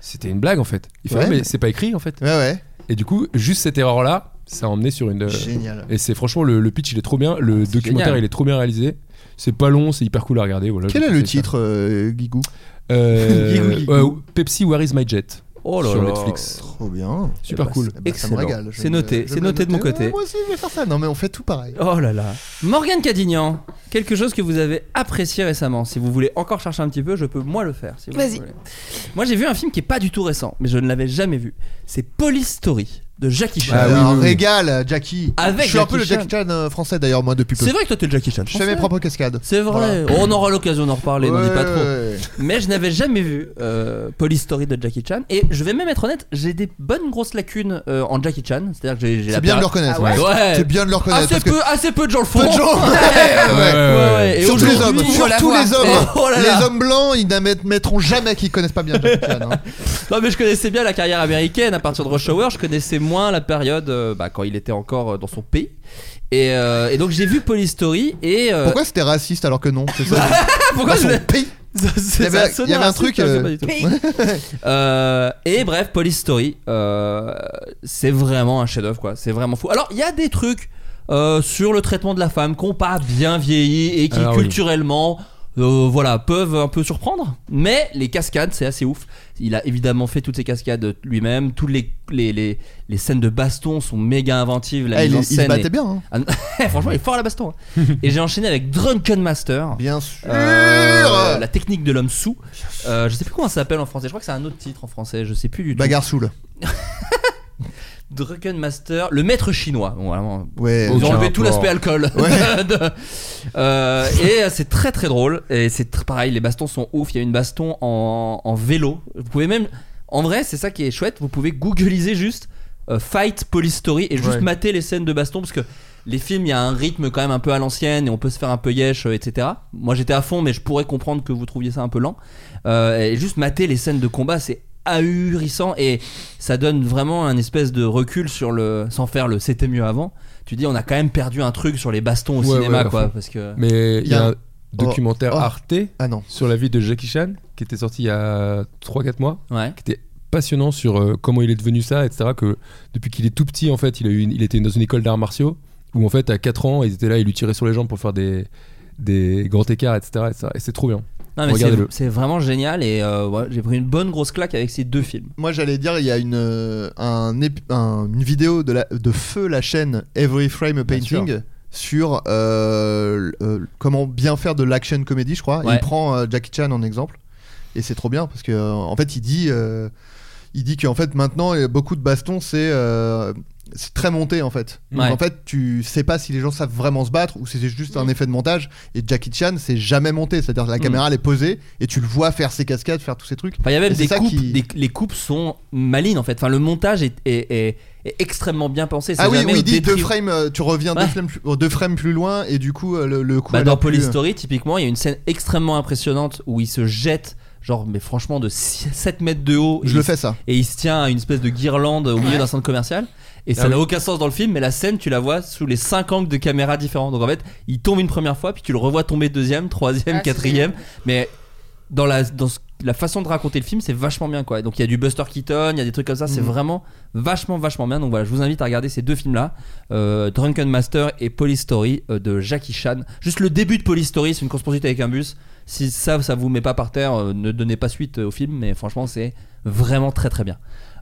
c'était une blague en fait il fait Ouais, Ah, mais mais- c'est pas écrit en fait Ouais, ouais. et du coup juste cette erreur là ça a emmené sur une Génial. Euh, et c'est franchement le, le pitch il est trop bien le documentaire génial. il est trop bien réalisé c'est pas long c'est hyper cool à regarder voilà Quel je est le conseille ça. titre, euh, Guigou Euh, Guigou, Guigou. euh, Pepsi Where is my jet Oh là sur là. Netflix. Trop bien. Super bah, cool. Eh ben, ça me Excellent. régale. Je C'est vais- noté, je c'est vais noté de mon noter. côté. Ouais, moi aussi, je vais faire ça. Non, mais on fait tout pareil. Oh là là. Morgane Cadignan, quelque chose que vous avez apprécié récemment. Si vous voulez encore chercher un petit peu, je peux moi le faire. si vous Vas-y. voulez. Moi j'ai vu un film qui est pas du tout récent, mais je ne l'avais jamais vu. C'est Police Story de Jackie Chan. Ah oui, Alors, oui, oui. régale, Jackie. Avec je suis un peu le Jackie Jackie Chan euh, français d'ailleurs, moi, depuis peu. C'est vrai que toi t'es le Jackie Chan. Je fais mes français. propres cascades. C'est vrai. Oh, On aura l'occasion d'en reparler, n'en dis pas trop. Mais je n'avais jamais vu euh, Police Story de Jackie Chan. Et je vais même être honnête, j'ai des bonnes grosses lacunes euh, en Jackie Chan. C'est-à-dire que j'ai- j'ai la C'est bien période- de le reconnaître. Ah ouais. Ouais. C'est bien de le reconnaître. Assez parce que peu, assez peu de gens le font. peu de gens. Ouais, ouais. Ouais, ouais. Et Surtout les hommes, aujourd'hui- faut la surtout voir. les hommes. Oh là là. Les hommes blancs, ils n'admettront jamais qu'ils connaissent pas bien Jackie Chan. Euh. hein. Non mais je connaissais bien la carrière américaine à partir de Rush Hour, je connaissais moins la période euh, bah, quand il était encore euh, dans son pays. Et, euh, et donc j'ai vu Police Story et euh, Ah, Pourquoi c'était raciste alors que non c'est ça pourquoi Dans son je- pays. Ça- ça- Il y avait- ça sonnait il y avait un raciste, truc, je sais euh, pas du tout. Euh, et bref, Police Story, euh, c'est vraiment un chef-d'œuvre quoi. C'est vraiment fou. Alors il y a des trucs euh, sur le traitement de la femme qu'on pas bien vieilli et qui Ah oui. culturellement euh, voilà, peuvent un peu surprendre, mais les cascades, c'est assez ouf. Il a évidemment fait toutes ces cascades lui-même. Toutes les, les, les, les scènes de baston sont méga inventives. La Ah, mise il, en il se scène battait est- bien. hein. Ah non, franchement, il est fort à la baston. hein. et j'ai enchaîné avec Drunken Master. Bien sûr. Euh, la technique de l'homme sous. Euh, je sais plus comment ça s'appelle en français. Je crois que c'est un autre titre en français. Je sais plus du tout. Bagarre soule. Dragon Master, le maître chinois. Bon, vraiment, Ouais. Ils ont Aucun enlevé tout rapport. l'aspect alcool. De- Euh, et euh, c'est très très drôle. Et c'est tr- pareil, les bastons sont ouf. Il y a une baston en, en vélo. Vous pouvez même. En vrai, c'est ça qui est chouette. Vous pouvez googliser juste euh, Fight Police Story et juste Ouais. mater les scènes de baston parce que. Les films, il y a un rythme quand même un peu à l'ancienne et on peut se faire un peu yesh, euh, etc. Moi j'étais à fond, mais je pourrais comprendre que vous trouviez ça un peu lent. Euh, et juste mater les scènes de combat, c'est ahurissant et ça donne vraiment un espèce de recul sur le. sans faire le c'était mieux avant. Tu dis, on a quand même perdu un truc sur les bastons au Ouais, cinéma, ouais, à quoi. fond. Parce que. Mais il y a un Oh. documentaire Oh. Arte Ah non. sur la vie de Jackie Chan qui était sorti il y a 3-4 mois. Ouais. passionnant sur euh, comment il est devenu ça, etc. Que depuis qu'il est tout petit, en fait, il, a eu une- il était dans une école d'arts martiaux où, en fait, à 4 ans, ils étaient là, ils lui tiraient sur les jambes pour faire des, des grands écarts, etc. etc. et c'est trop bien. Non, mais c'est- Regardez-le. c'est vraiment génial et euh, ouais, j'ai pris une bonne grosse claque avec ces deux films. Moi j'allais dire il y a une euh, un ép- un- une vidéo de la de feu la chaîne Every Frame a Bien sûr. Painting sur euh, l- euh, comment bien faire de l'action comédie je crois Et Ouais. il prend euh, Jackie Chan en exemple et c'est trop bien parce que euh, en fait il dit euh, il dit qu'en fait maintenant euh, beaucoup de bastons c'est euh, c'est très monté en fait. Donc, Ouais. En fait, tu sais pas si les gens savent vraiment se battre ou si c'est juste un effet de montage. Et Jackie Chan, c'est jamais monté. C'est-à-dire que la caméra, elle est posée et tu le vois faire ses cascades, faire tous ses trucs. Enfin, il y a même Et c'est des ça coupes, qui- des- les coupes sont malines en fait. Enfin, le montage est, est- est- est extrêmement bien pensé. C'est Ah oui, jamais oui, au il dit deux détriment- frames, euh, tu reviens Ouais. deux, frames plus, euh, deux frames plus loin et du coup euh, le, le coup. Bah, elle dans a plus- Police Story, typiquement, il y a une scène extrêmement impressionnante où il se jette, genre, mais franchement, de 7 mètres de haut. Je Il- le fais ça. Et il se tient à une espèce de guirlande au milieu d'un centre commercial. Et ça Ah n'a aucun sens dans le film, mais la scène, tu la vois sous les 5 angles de caméra différents. Donc en fait, il tombe une première fois, puis tu le revois tomber deuxième, troisième, Ah, c'est quatrième. Mais dans la, dans ce- la façon de raconter le film, c'est vachement bien quoi. Donc il y a du Buster Keaton, il y a des trucs comme ça, Mm. c'est Mhm. vraiment vachement, vachement bien. Donc voilà, je vous invite à regarder ces deux films-là, euh, Drunken Master et Police Story euh, de Jackie Chan. Juste le début de Police Story, c'est une course-poursuite avec un bus. Si ça, ça vous met pas par terre, euh, ne donnez pas suite euh, au film, mais franchement, c'est vraiment très très bien.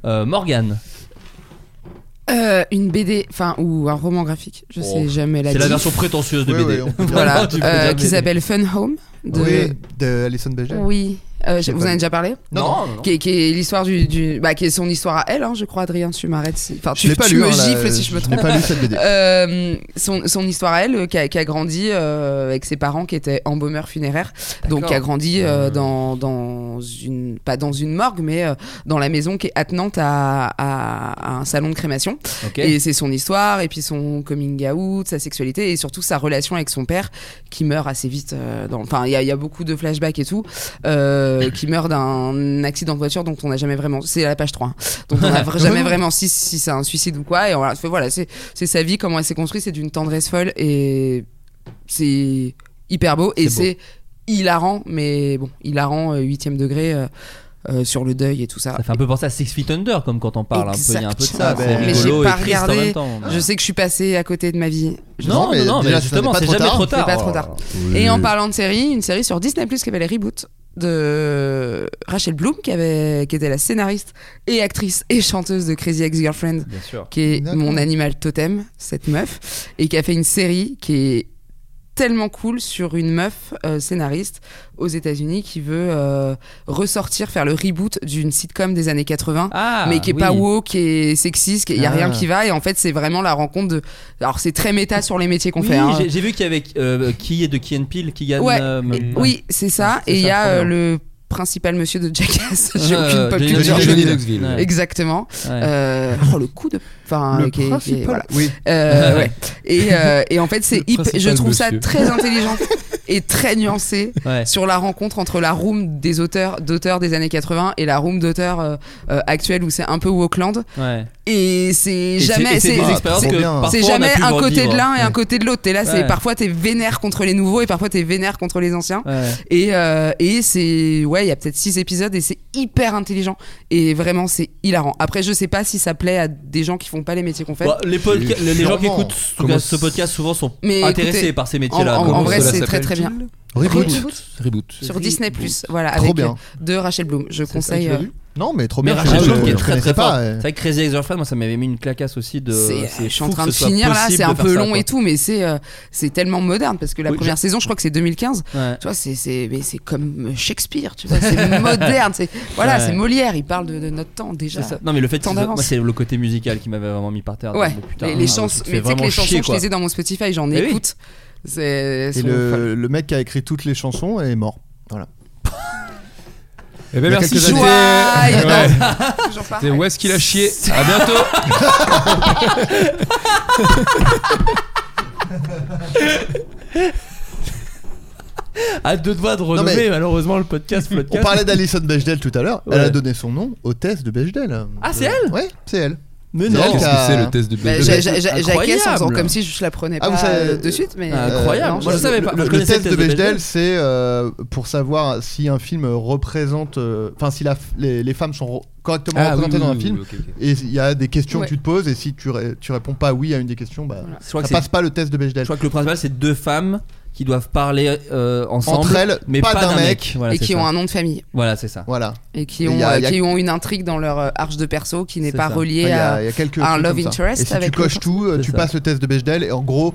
Euh, Morgane, Euh, une BD, enfin, ou un roman graphique, je Oh, sais jamais la c'est la diff. version prétentieuse de Ouais, BD. ouais, on peut dire. Voilà, Tu peux euh, dire qui BD. s'appelle Fun Home. De... Oui, de Alison Bejet. Oui. Euh, je- J'ai vous pas en avez vu. déjà parlé Non, non, non. qui est, qui est l'histoire du, du- bah, qui est son histoire à elle hein, je crois Adrien tu m'arrêtes si- enfin Je tu, l'ai pas tu lu. me hein, la- gifles si je me trompe l'ai pas lu cette BD. Euh, son, son histoire à elle euh, qui a, qui a grandi euh, avec ses parents qui étaient embaumeurs funéraires donc qui a grandi euh, dans, dans une pas dans une morgue mais euh, dans la maison qui est attenante à, à- à un salon de crémation Ok. et c'est son histoire et puis son coming out sa sexualité et surtout sa relation avec son père qui meurt assez vite euh, dans enfin il y, a- il y a beaucoup de flashbacks et tout euh, qui meurt d'un accident de voiture dont on n'a jamais vraiment c'est à la page 3 hein. donc on n'a vra- jamais vraiment si si c'est un suicide ou quoi et voilà, voilà c'est c'est sa vie comment elle s'est construite c'est d'une tendresse folle et c'est hyper beau C'est et beau. c'est hilarant mais bon hilarant euh, huitième degré euh, euh, sur le deuil et tout ça Ça fait un peu penser à Six Feet Under comme quand on parle un peu, il y a un peu de ça. Exact. c'est Mais rigolo j'ai et pas triste en regardé. même temps. je sais que je suis passée à côté de ma vie Je Non, Non, non, mais non, mais déjà, ce justement, n'est pas c'est trop jamais tard. trop C'est tard. pas trop tard. Et en parlant de série, une série sur Disney Plus qui s'appelle Reboot de Rachel Bloom qui avait qui était la scénariste et actrice et chanteuse de Crazy Ex-Girlfriend Bien sûr. qui est D'accord. mon animal totem cette meuf et qui a fait une série qui est tellement cool sur une meuf euh, scénariste aux États-Unis qui veut euh, ressortir faire le reboot d'une sitcom des années 80 Ah, mais qui est oui. pas woke et sexiste, il y a Ah. rien qui va et en fait c'est vraiment la rencontre de alors c'est très méta sur les métiers qu'on Oui, fait hein. j'ai- j'ai vu qu'il y avait euh, qui est de Key and Peele, qui gagne. Ouais, euh, Et- euh, oui, c'est ça. C'est Et il ça, y a trop euh, bien. le principal monsieur de Jackass. euh, J'ai aucune pop Johnny culture. Knoxville. Johnny Knoxville. Ouais. Exactement. Ouais. Euh, oh, le coup de. Enfin, Le qui est- qui est- principal. voilà. Oui. Euh, ouais. et, euh, et en fait, c'est Le hyper- je principal trouve ça monsieur. très intelligent et très nuancé Ouais. sur la rencontre entre la room des auteurs d'auteurs des années 80 et la room d'auteurs euh, euh, actuelle où c'est un peu Wokland. Ouais. Et c'est Et jamais. et c'est c'est- des Ah, expériences trop que bien. parfois, c'est on a jamais pu un revivre. côté de l'un et un côté de l'autre. T'es là, Ouais. c'est parfois t'es vénère contre les nouveaux et parfois t'es vénère contre les anciens. Ouais. Et, euh, et c'est. Ouais, il y a peut-être 6 épisodes et c'est hyper intelligent. Et vraiment, c'est hilarant. Après, je sais pas si ça plaît à des gens qui font pas les métiers qu'on fait. Bah, les, podca- les- les gens qui Sûrement. écoutent ce- Comment ce podcast souvent sont Mais intéressés écoutez, par ces en, métiers-là. en- en donc, Comment vrai, cela c'est très s'appelle-t-il très bien. Reboot. Reboot. Sur Disney, Plus, voilà, Trop avec, bien. euh, de Rachel Bloom. Je conseille. toi qui l'as vu euh, de Non, mais trop Mais bien. Rachel je- Bloch je- qui est je très connaissais très fort. pas, C'est euh. vrai que Crazy Ex-Girlfriend, moi ça m'avait mis une claquasse aussi de. C'est- euh, c'est je suis en fou train que de ce soit finir là, possible c'est de un faire peu ça, long quoi. et tout, mais c'est euh, c'est tellement moderne parce que la Oui, première je- saison, je crois que c'est 2015. Ouais. Tu vois, c'est c'est- mais c'est comme euh, Shakespeare, tu vois, c'est moderne, c'est voilà, Ouais. c'est Molière, il parle de, de notre temps déjà. C'est ça. Non mais le fait que Tant moi d'avance. c'est le côté musical qui m'avait vraiment mis par terre. Ouais, Mais putain, les, les ah, chansons, tu te fais mais tu sais que vraiment les chansons, chier, je quoi. les ai dans mon Spotify, j'en Eh oui. écoute. C'est Et sont folles. le, le mec qui a écrit toutes les chansons est mort. Voilà. Eh ben Il y a merci. quelques C'était- Joaille, Ouais. non, toujours pas. C'était où est-ce qu'il a chié À bientôt. À deux doigts de mais- renommer malheureusement le podcast. On Floodcast. parlait d'Alison Bechdel tout à l'heure. Elle Ouais. a donné son nom au test de Bechdel. Ah, c'est elle Ouais, c'est elle. Mais C'est non. elle qui Qu'est-ce que a- c'est le test de Bah, Bechdel j'a- j'a- j'a- J'acquiesce en faisant Incroyable. comme si je la prenais Ah, pas vous savez- euh, de suite, mais Ah, euh, incroyable. non, Moi, je- je savais pas. Le, Je le connaissais test de Bechdel, c'est euh, pour savoir si un film représente. euh, Enfin, si la f- les, les femmes sont re- correctement Ah, oui, représentées dans oui, un oui, film. ok, ok. Et il y a des questions Ouais. que tu te poses, et si tu, ré- tu réponds pas oui à une des questions, bah, Je crois, ça que c'est- passe pas le test de je Bechdel. crois que le principal c'est deux femmes qui doivent parler euh, ensemble. Entre elles, mais pas, d'un d'un mec. Voilà, et c'est qui ça. ont un nom de famille Voilà, c'est ça. Voilà. et qui Et ont y a- euh, y a- qui ont une intrigue dans leur euh, arche de perso qui n'est C'est pas ça. Enfin, reliée il y à a, il y a quelques euh, un trucs love comme ça. interest Et si avec tu coches le- tout, euh, C'est tu ça. passes le test de Bechdel et en gros,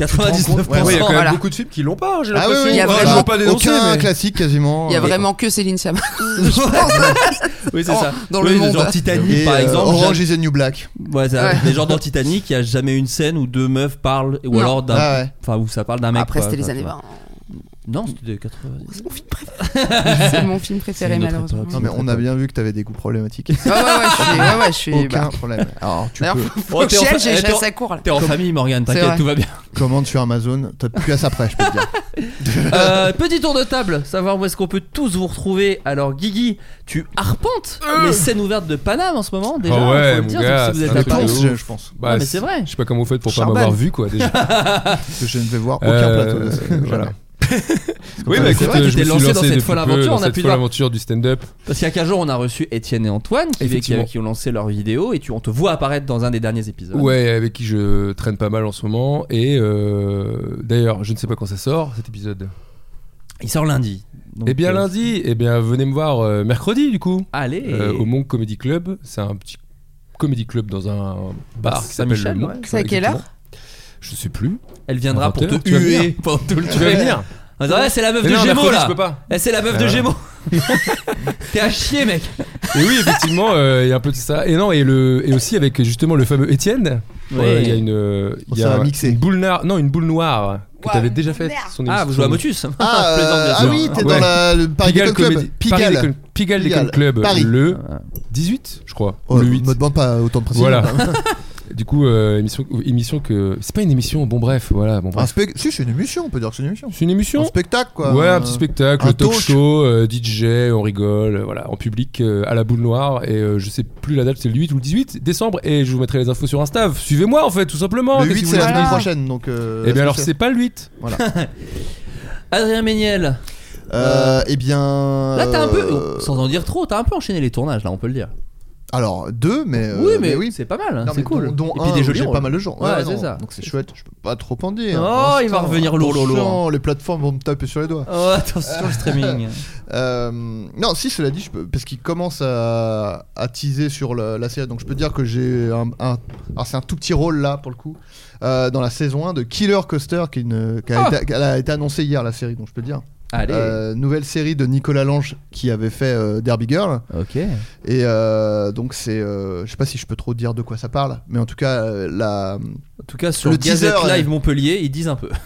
Ouais, 99%. ouais, il y a quand même Voilà. beaucoup de films qui l'ont pas, j'ai ah oui, l'impression. oui, Il y a Enfin, je vraiment veux pas dénoncer, aucun mais- classique quasiment. il y a euh, vraiment que Céline Sciamma oui, c'est en- ça. dans Oui, le des monde. genres Titanic, et, par euh, exemple. Orange is the New Black. j'aime- ouais, ça- Ouais. Des genres dans Titanic, il y a jamais une scène où deux meufs parlent, ou Non. alors d'un. Ah ouais. Enfin, où ça parle d'un mec. après quoi, c'était les enfin, années tu vois. 20 Non, c'était des 80. c'est mon film préféré c'est mon film préféré C'est une autre malheureusement époque. Non, mais on a bien vu que t'avais des goûts problématiques. ouais ouais ouais, je suis ouais ouais je suis Aucun bah, problème. Alors, tu D'ailleurs, peux. Oh, au t'es en ciel, fa- j'ai eh, t'es en- j'ai sa cour là. T'es en famille, Morgane, C'est t'inquiète, vrai. tout va bien. Commande sur Amazon, t'as plus à ça après, je peux te dire. Euh, petit tour de table, savoir où est-ce qu'on peut tous vous retrouver. Alors, Guigui, tu arpentes les scènes ouvertes de Paname en ce moment déjà. Euh. Ah ouais, faut le mon dire, gars, si vous c'est un êtes Je là truc de pense, ouf. je, je pense. Bah, Non, mais c'est vrai. Je sais pas comment vous faites pour Charbonne. pas m'avoir vu, quoi, déjà. que je ne vais voir aucun Euh, plateau de euh, scène. voilà. Oui, Oui, mais bah écoute, c'est vrai, euh, tu je t'es me suis lancé lancé dans cette depuis folle peu, aventure, dans on a cette pu folle voir. aventure du stand-up. Parce qu'il y a 15 jours, on a reçu Étienne et Antoine qui, qui, Effectivement. qui ont lancé leur vidéo et tu, on te voit apparaître dans un des derniers épisodes. Ouais, avec qui je traîne pas mal en ce moment. Et euh, d'ailleurs, je ne sais pas quand ça sort cet épisode. Il sort lundi. Donc, Eh bien euh, lundi, eh bien venez me voir euh, mercredi du coup Allez. euh, au Monk Comedy Club. C'est un petit comedy club dans un bar qui s'appelle le Saint-Michel, Monk. ouais. C'est à quelle heure exactement. Je sais plus. Elle viendra pour te 20 heures, tu vas huer venir. pendant tout le Tu vas truc. venir En disant, Ouais, c'est la meuf Mais de non, Gémeaux mercredi, là. je peux pas. Ah. Eh, c'est la meuf de Ouais. Gémeaux. T'es à chier, mec. Et oui, effectivement, euh, il y a un peu de ça. Et non, et le et aussi avec justement le fameux Étienne. Ouais. Euh, Il y a une euh, il y Ça a va mixer. une boule noire, non une boule noire que Ouah, t'avais déjà fait. merde. Son Ah, émission. vous jouez à Motus. Ah, Je plaisante, euh, bien ah sûr. oui, t'es Ouais. dans la, le Paris Pigalle Décolle Club. Comedy- Paris Pigalle. Décolle- Pigalle Décolle Pigalle. Club. Paris. Le 18, je crois. Oh, ou le me 8. demande pas autant de précisions. Voilà. Du coup, euh, émission, émission que. C'est pas une émission, bon bref, voilà. Bon, Un bref. spec- Si, c'est une émission, on peut dire que c'est une émission. C'est une Un émission spectacle, quoi. Ouais, un petit spectacle, un talk talk. show, euh, DJ, on rigole, euh, voilà, en public euh, à la boule noire. Et euh, je sais plus la date, c'est le 8 ou le 18 décembre. Et je vous mettrai les infos sur Insta. Suivez-moi en fait, tout simplement. Le qu'est-ce que 8, vous c'est la voulez semaine que je prochaine, donc. euh, dise Eh bien alors, c'est pas le 8. Adrien Méniel. Euh, eh bien. Là, t'as un peu. euh, Sans en dire trop, t'as un peu enchaîné les tournages, là, on peut le dire. Alors, deux, mais. euh, oui, mais, oui. c'est pas mal. hein, Non, c'est mais cool. Dont, dont Et puis un des où jolis j'ai rôles. pas mal de jours. Ouais, c'est non, ça. Donc c'est chouette, je peux pas trop en dire. Oh, hein. Pour il va l'instant, revenir lourd, lourd, lourd. attention, Les plateformes vont me taper sur les doigts. Oh, attention le streaming. Euh, non, si cela dit, je peux, parce qu'il commence à, à teaser sur la, la série, donc je peux dire que j'ai un, un- alors c'est un tout petit rôle là pour le coup euh, dans la saison 1 de Killer Coaster qui, est une- qui a, Ah. été, qui a été annoncée hier la série, donc je peux dire Allez. Euh, nouvelle série de Nicolas Lange qui avait fait euh, Derby Girl Ok. et euh, donc c'est, euh, je sais pas si je peux trop dire de quoi ça parle, mais en tout cas euh, la, En tout cas, sur Le Gazette teaser, Live ouais. Montpellier, ils disent un peu.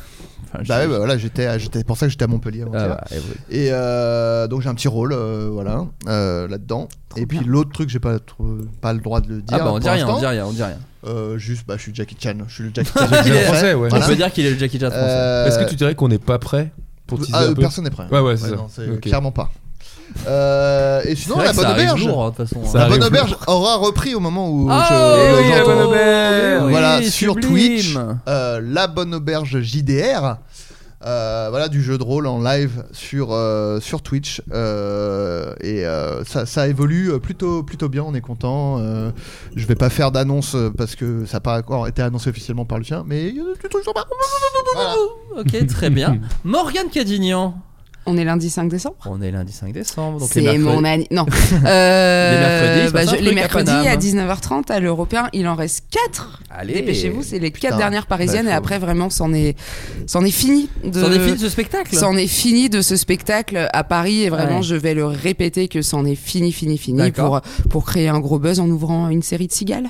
Enfin, je- bah ouais, bah voilà j'étais, à- j'étais pour ça que j'étais à Montpellier. avant-hier. Ah, bah, eh oui. Et euh, donc j'ai un petit rôle euh, voilà, euh, là-dedans. Et puis l'autre truc, j'ai pas, trop- pas le droit de le dire. Ah, bah, on pour dit rien, on l'instant. dit rien, on dit rien. Euh, juste, bah, je suis Jackie Chan. Je suis le Jackie Chan Il est- français, ouais. Voilà. On peut dire qu'il est le Jackie Chan français. Euh, Est-ce que tu dirais qu'on n'est pas prêt pour teaser ah, un euh, peu Personne n'est prêt. Ouais, ouais, c'est ça. non, c'est Ok. Clairement pas. Euh, et sinon, C'est vrai la que ça bonne arrive auberge. lourd, hein, de toute façon. Ça La arrive bonne lourd. auberge aura repris au moment où Ah, je. oui, j'entends. la bonne auberge. euh, Voilà, Oui, sur sublime. Twitch, euh, la bonne auberge JDR. euh, voilà du jeu de rôle en live sur, euh, sur Twitch euh, et euh, ça, ça évolue euh, plutôt, plutôt bien on est content euh, je vais pas faire d'annonce euh, parce que ça n'a pas encore été annoncé officiellement par euh, Lucien mais il y a des petits trucs sympas. Voilà. Ok, très bien. Morgane Cadignan. On est lundi 5 décembre On est lundi 5 décembre. donc les C'est mercredis- mon année. Non. Euh, Les mercredis, il se passe un je- truc les à mercredis Paname. hein. à 19h30 à l'Européen, il en reste 4. Allez. Dépêchez-vous, c'est les 4 Putain, dernières parisiennes bah, et faut- après vraiment c'en est c'en est fini de C'en est fini de ce spectacle C'en est fini de ce spectacle à Paris et vraiment Ouais. je vais le répéter que c'en est fini fini fini pour euh, D'accord. pour créer un gros buzz en ouvrant une série de cigales.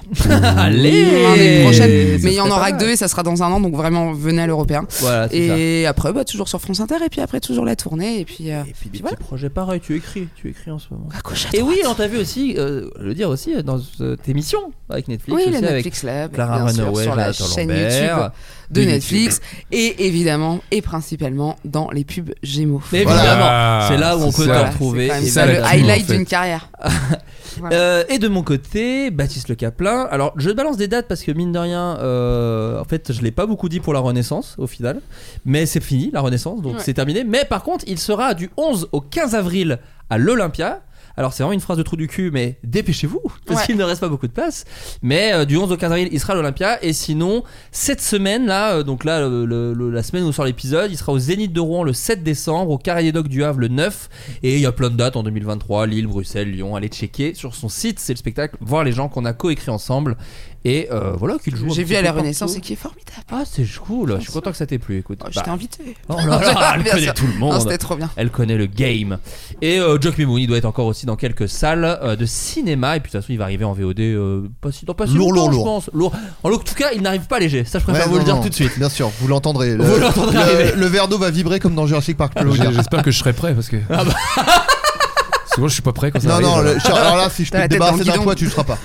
Allez L'année prochaine, Ça mais il y en serait aura pas que mal. deux et ça sera dans un an donc vraiment venez à l'Européen. Voilà, c'est ça. Et après bah toujours sur France Inter et puis après toujours la tournée et puis euh, Et puis des voilà. petits projets pareils, tu écris, tu écris en ce moment. à gauche à Et oui, droite. on t'a vu aussi, euh, je veux dire aussi, euh, dans cette émission avec Netflix, Oui, aussi, le avec Netflix Lab, Clara bien sûr, Runaway, sur la Jonathan chaîne Lambert, YouTube de de Netflix, et évidemment et principalement dans les pubs Gémeaux. Mais Voilà. Évidemment, c'est là où on C'est peut ça. te Voilà, retrouver. c'est quand même Et ça, ça, le la pub, highlight en fait. d'une carrière. Euh, et de mon côté, Baptiste Le Caplin. Alors, je balance des dates parce que mine de rien, euh, en fait, je l'ai pas beaucoup dit pour la Renaissance au final, mais c'est fini la Renaissance, donc Ouais. c'est terminé. Mais par contre, il sera du 11 au 15 avril à l'Olympia. Alors c'est vraiment une phrase de trou du cul, mais dépêchez-vous parce Ouais. qu'il ne reste pas beaucoup de place. Mais euh, du 11 au 15 avril, il sera à l'Olympia. Et sinon, cette semaine là, euh, donc là, le- le- le- la semaine où sort l'épisode, il sera au Zénith de Rouen le 7 décembre, au Carré des Docks du Havre le 9. Et il y a plein de dates en 2023, Lille, Bruxelles, Lyon. Allez checker sur son site, c'est le spectacle. Voir les gens qu'on a coécrit ensemble. Et euh, voilà qu'il joue. un J'ai petit vu à peu la partout. Renaissance et qui est formidable. Ah c'est cool. Je suis content que ça t'ait plu. Écoute, Oh, je Bah, t'ai invité. oh là là, elle Bien connaît sûr. tout le Non, monde. c'était trop bien. Elle connaît le game. Et euh, Jock Mimouni doit être encore aussi dans quelques salles euh, de cinéma. Et puis de toute façon, il va arriver en VOD euh, pas si, dans pas si Lourd, longtemps, lourd, je pense. Lourd. En tout cas, il n'arrive pas léger. Ça, je préfère Ouais, vous le non, dire non. tout de suite. Bien sûr, vous l'entendrez. Le, Vous l'entendrez le- arriver. le verre d'eau va vibrer comme dans Jurassic Park. je peux vous J'ai- le dire. Ah, bah. J'espère que je serai prêt parce que. Souvent, je suis pas prêt quand ça Non, arrive. non, voilà. le- cher- alors là, si je T'as peux la te tête dans le débarrasser d'un guidon. toit, tu le seras pas.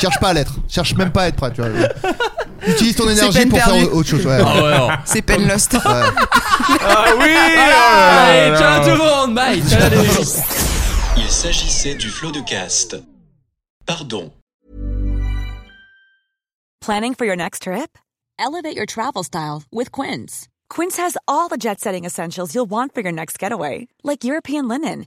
Cherche pas à l'être, cherche même pas à être prêt, tu vois. Utilise ton énergie peine pour perdue. faire autre chose. ouais. Ah ouais, alors. C'est peine lost. Ouais. Allez, ciao tout le monde. Bye. Salut. Il s'agissait du flot de caste. Pardon. Planning for your next trip? Elevate your travel style with Quince. Quince has all the jet setting essentials you'll want for your next getaway, like European linen,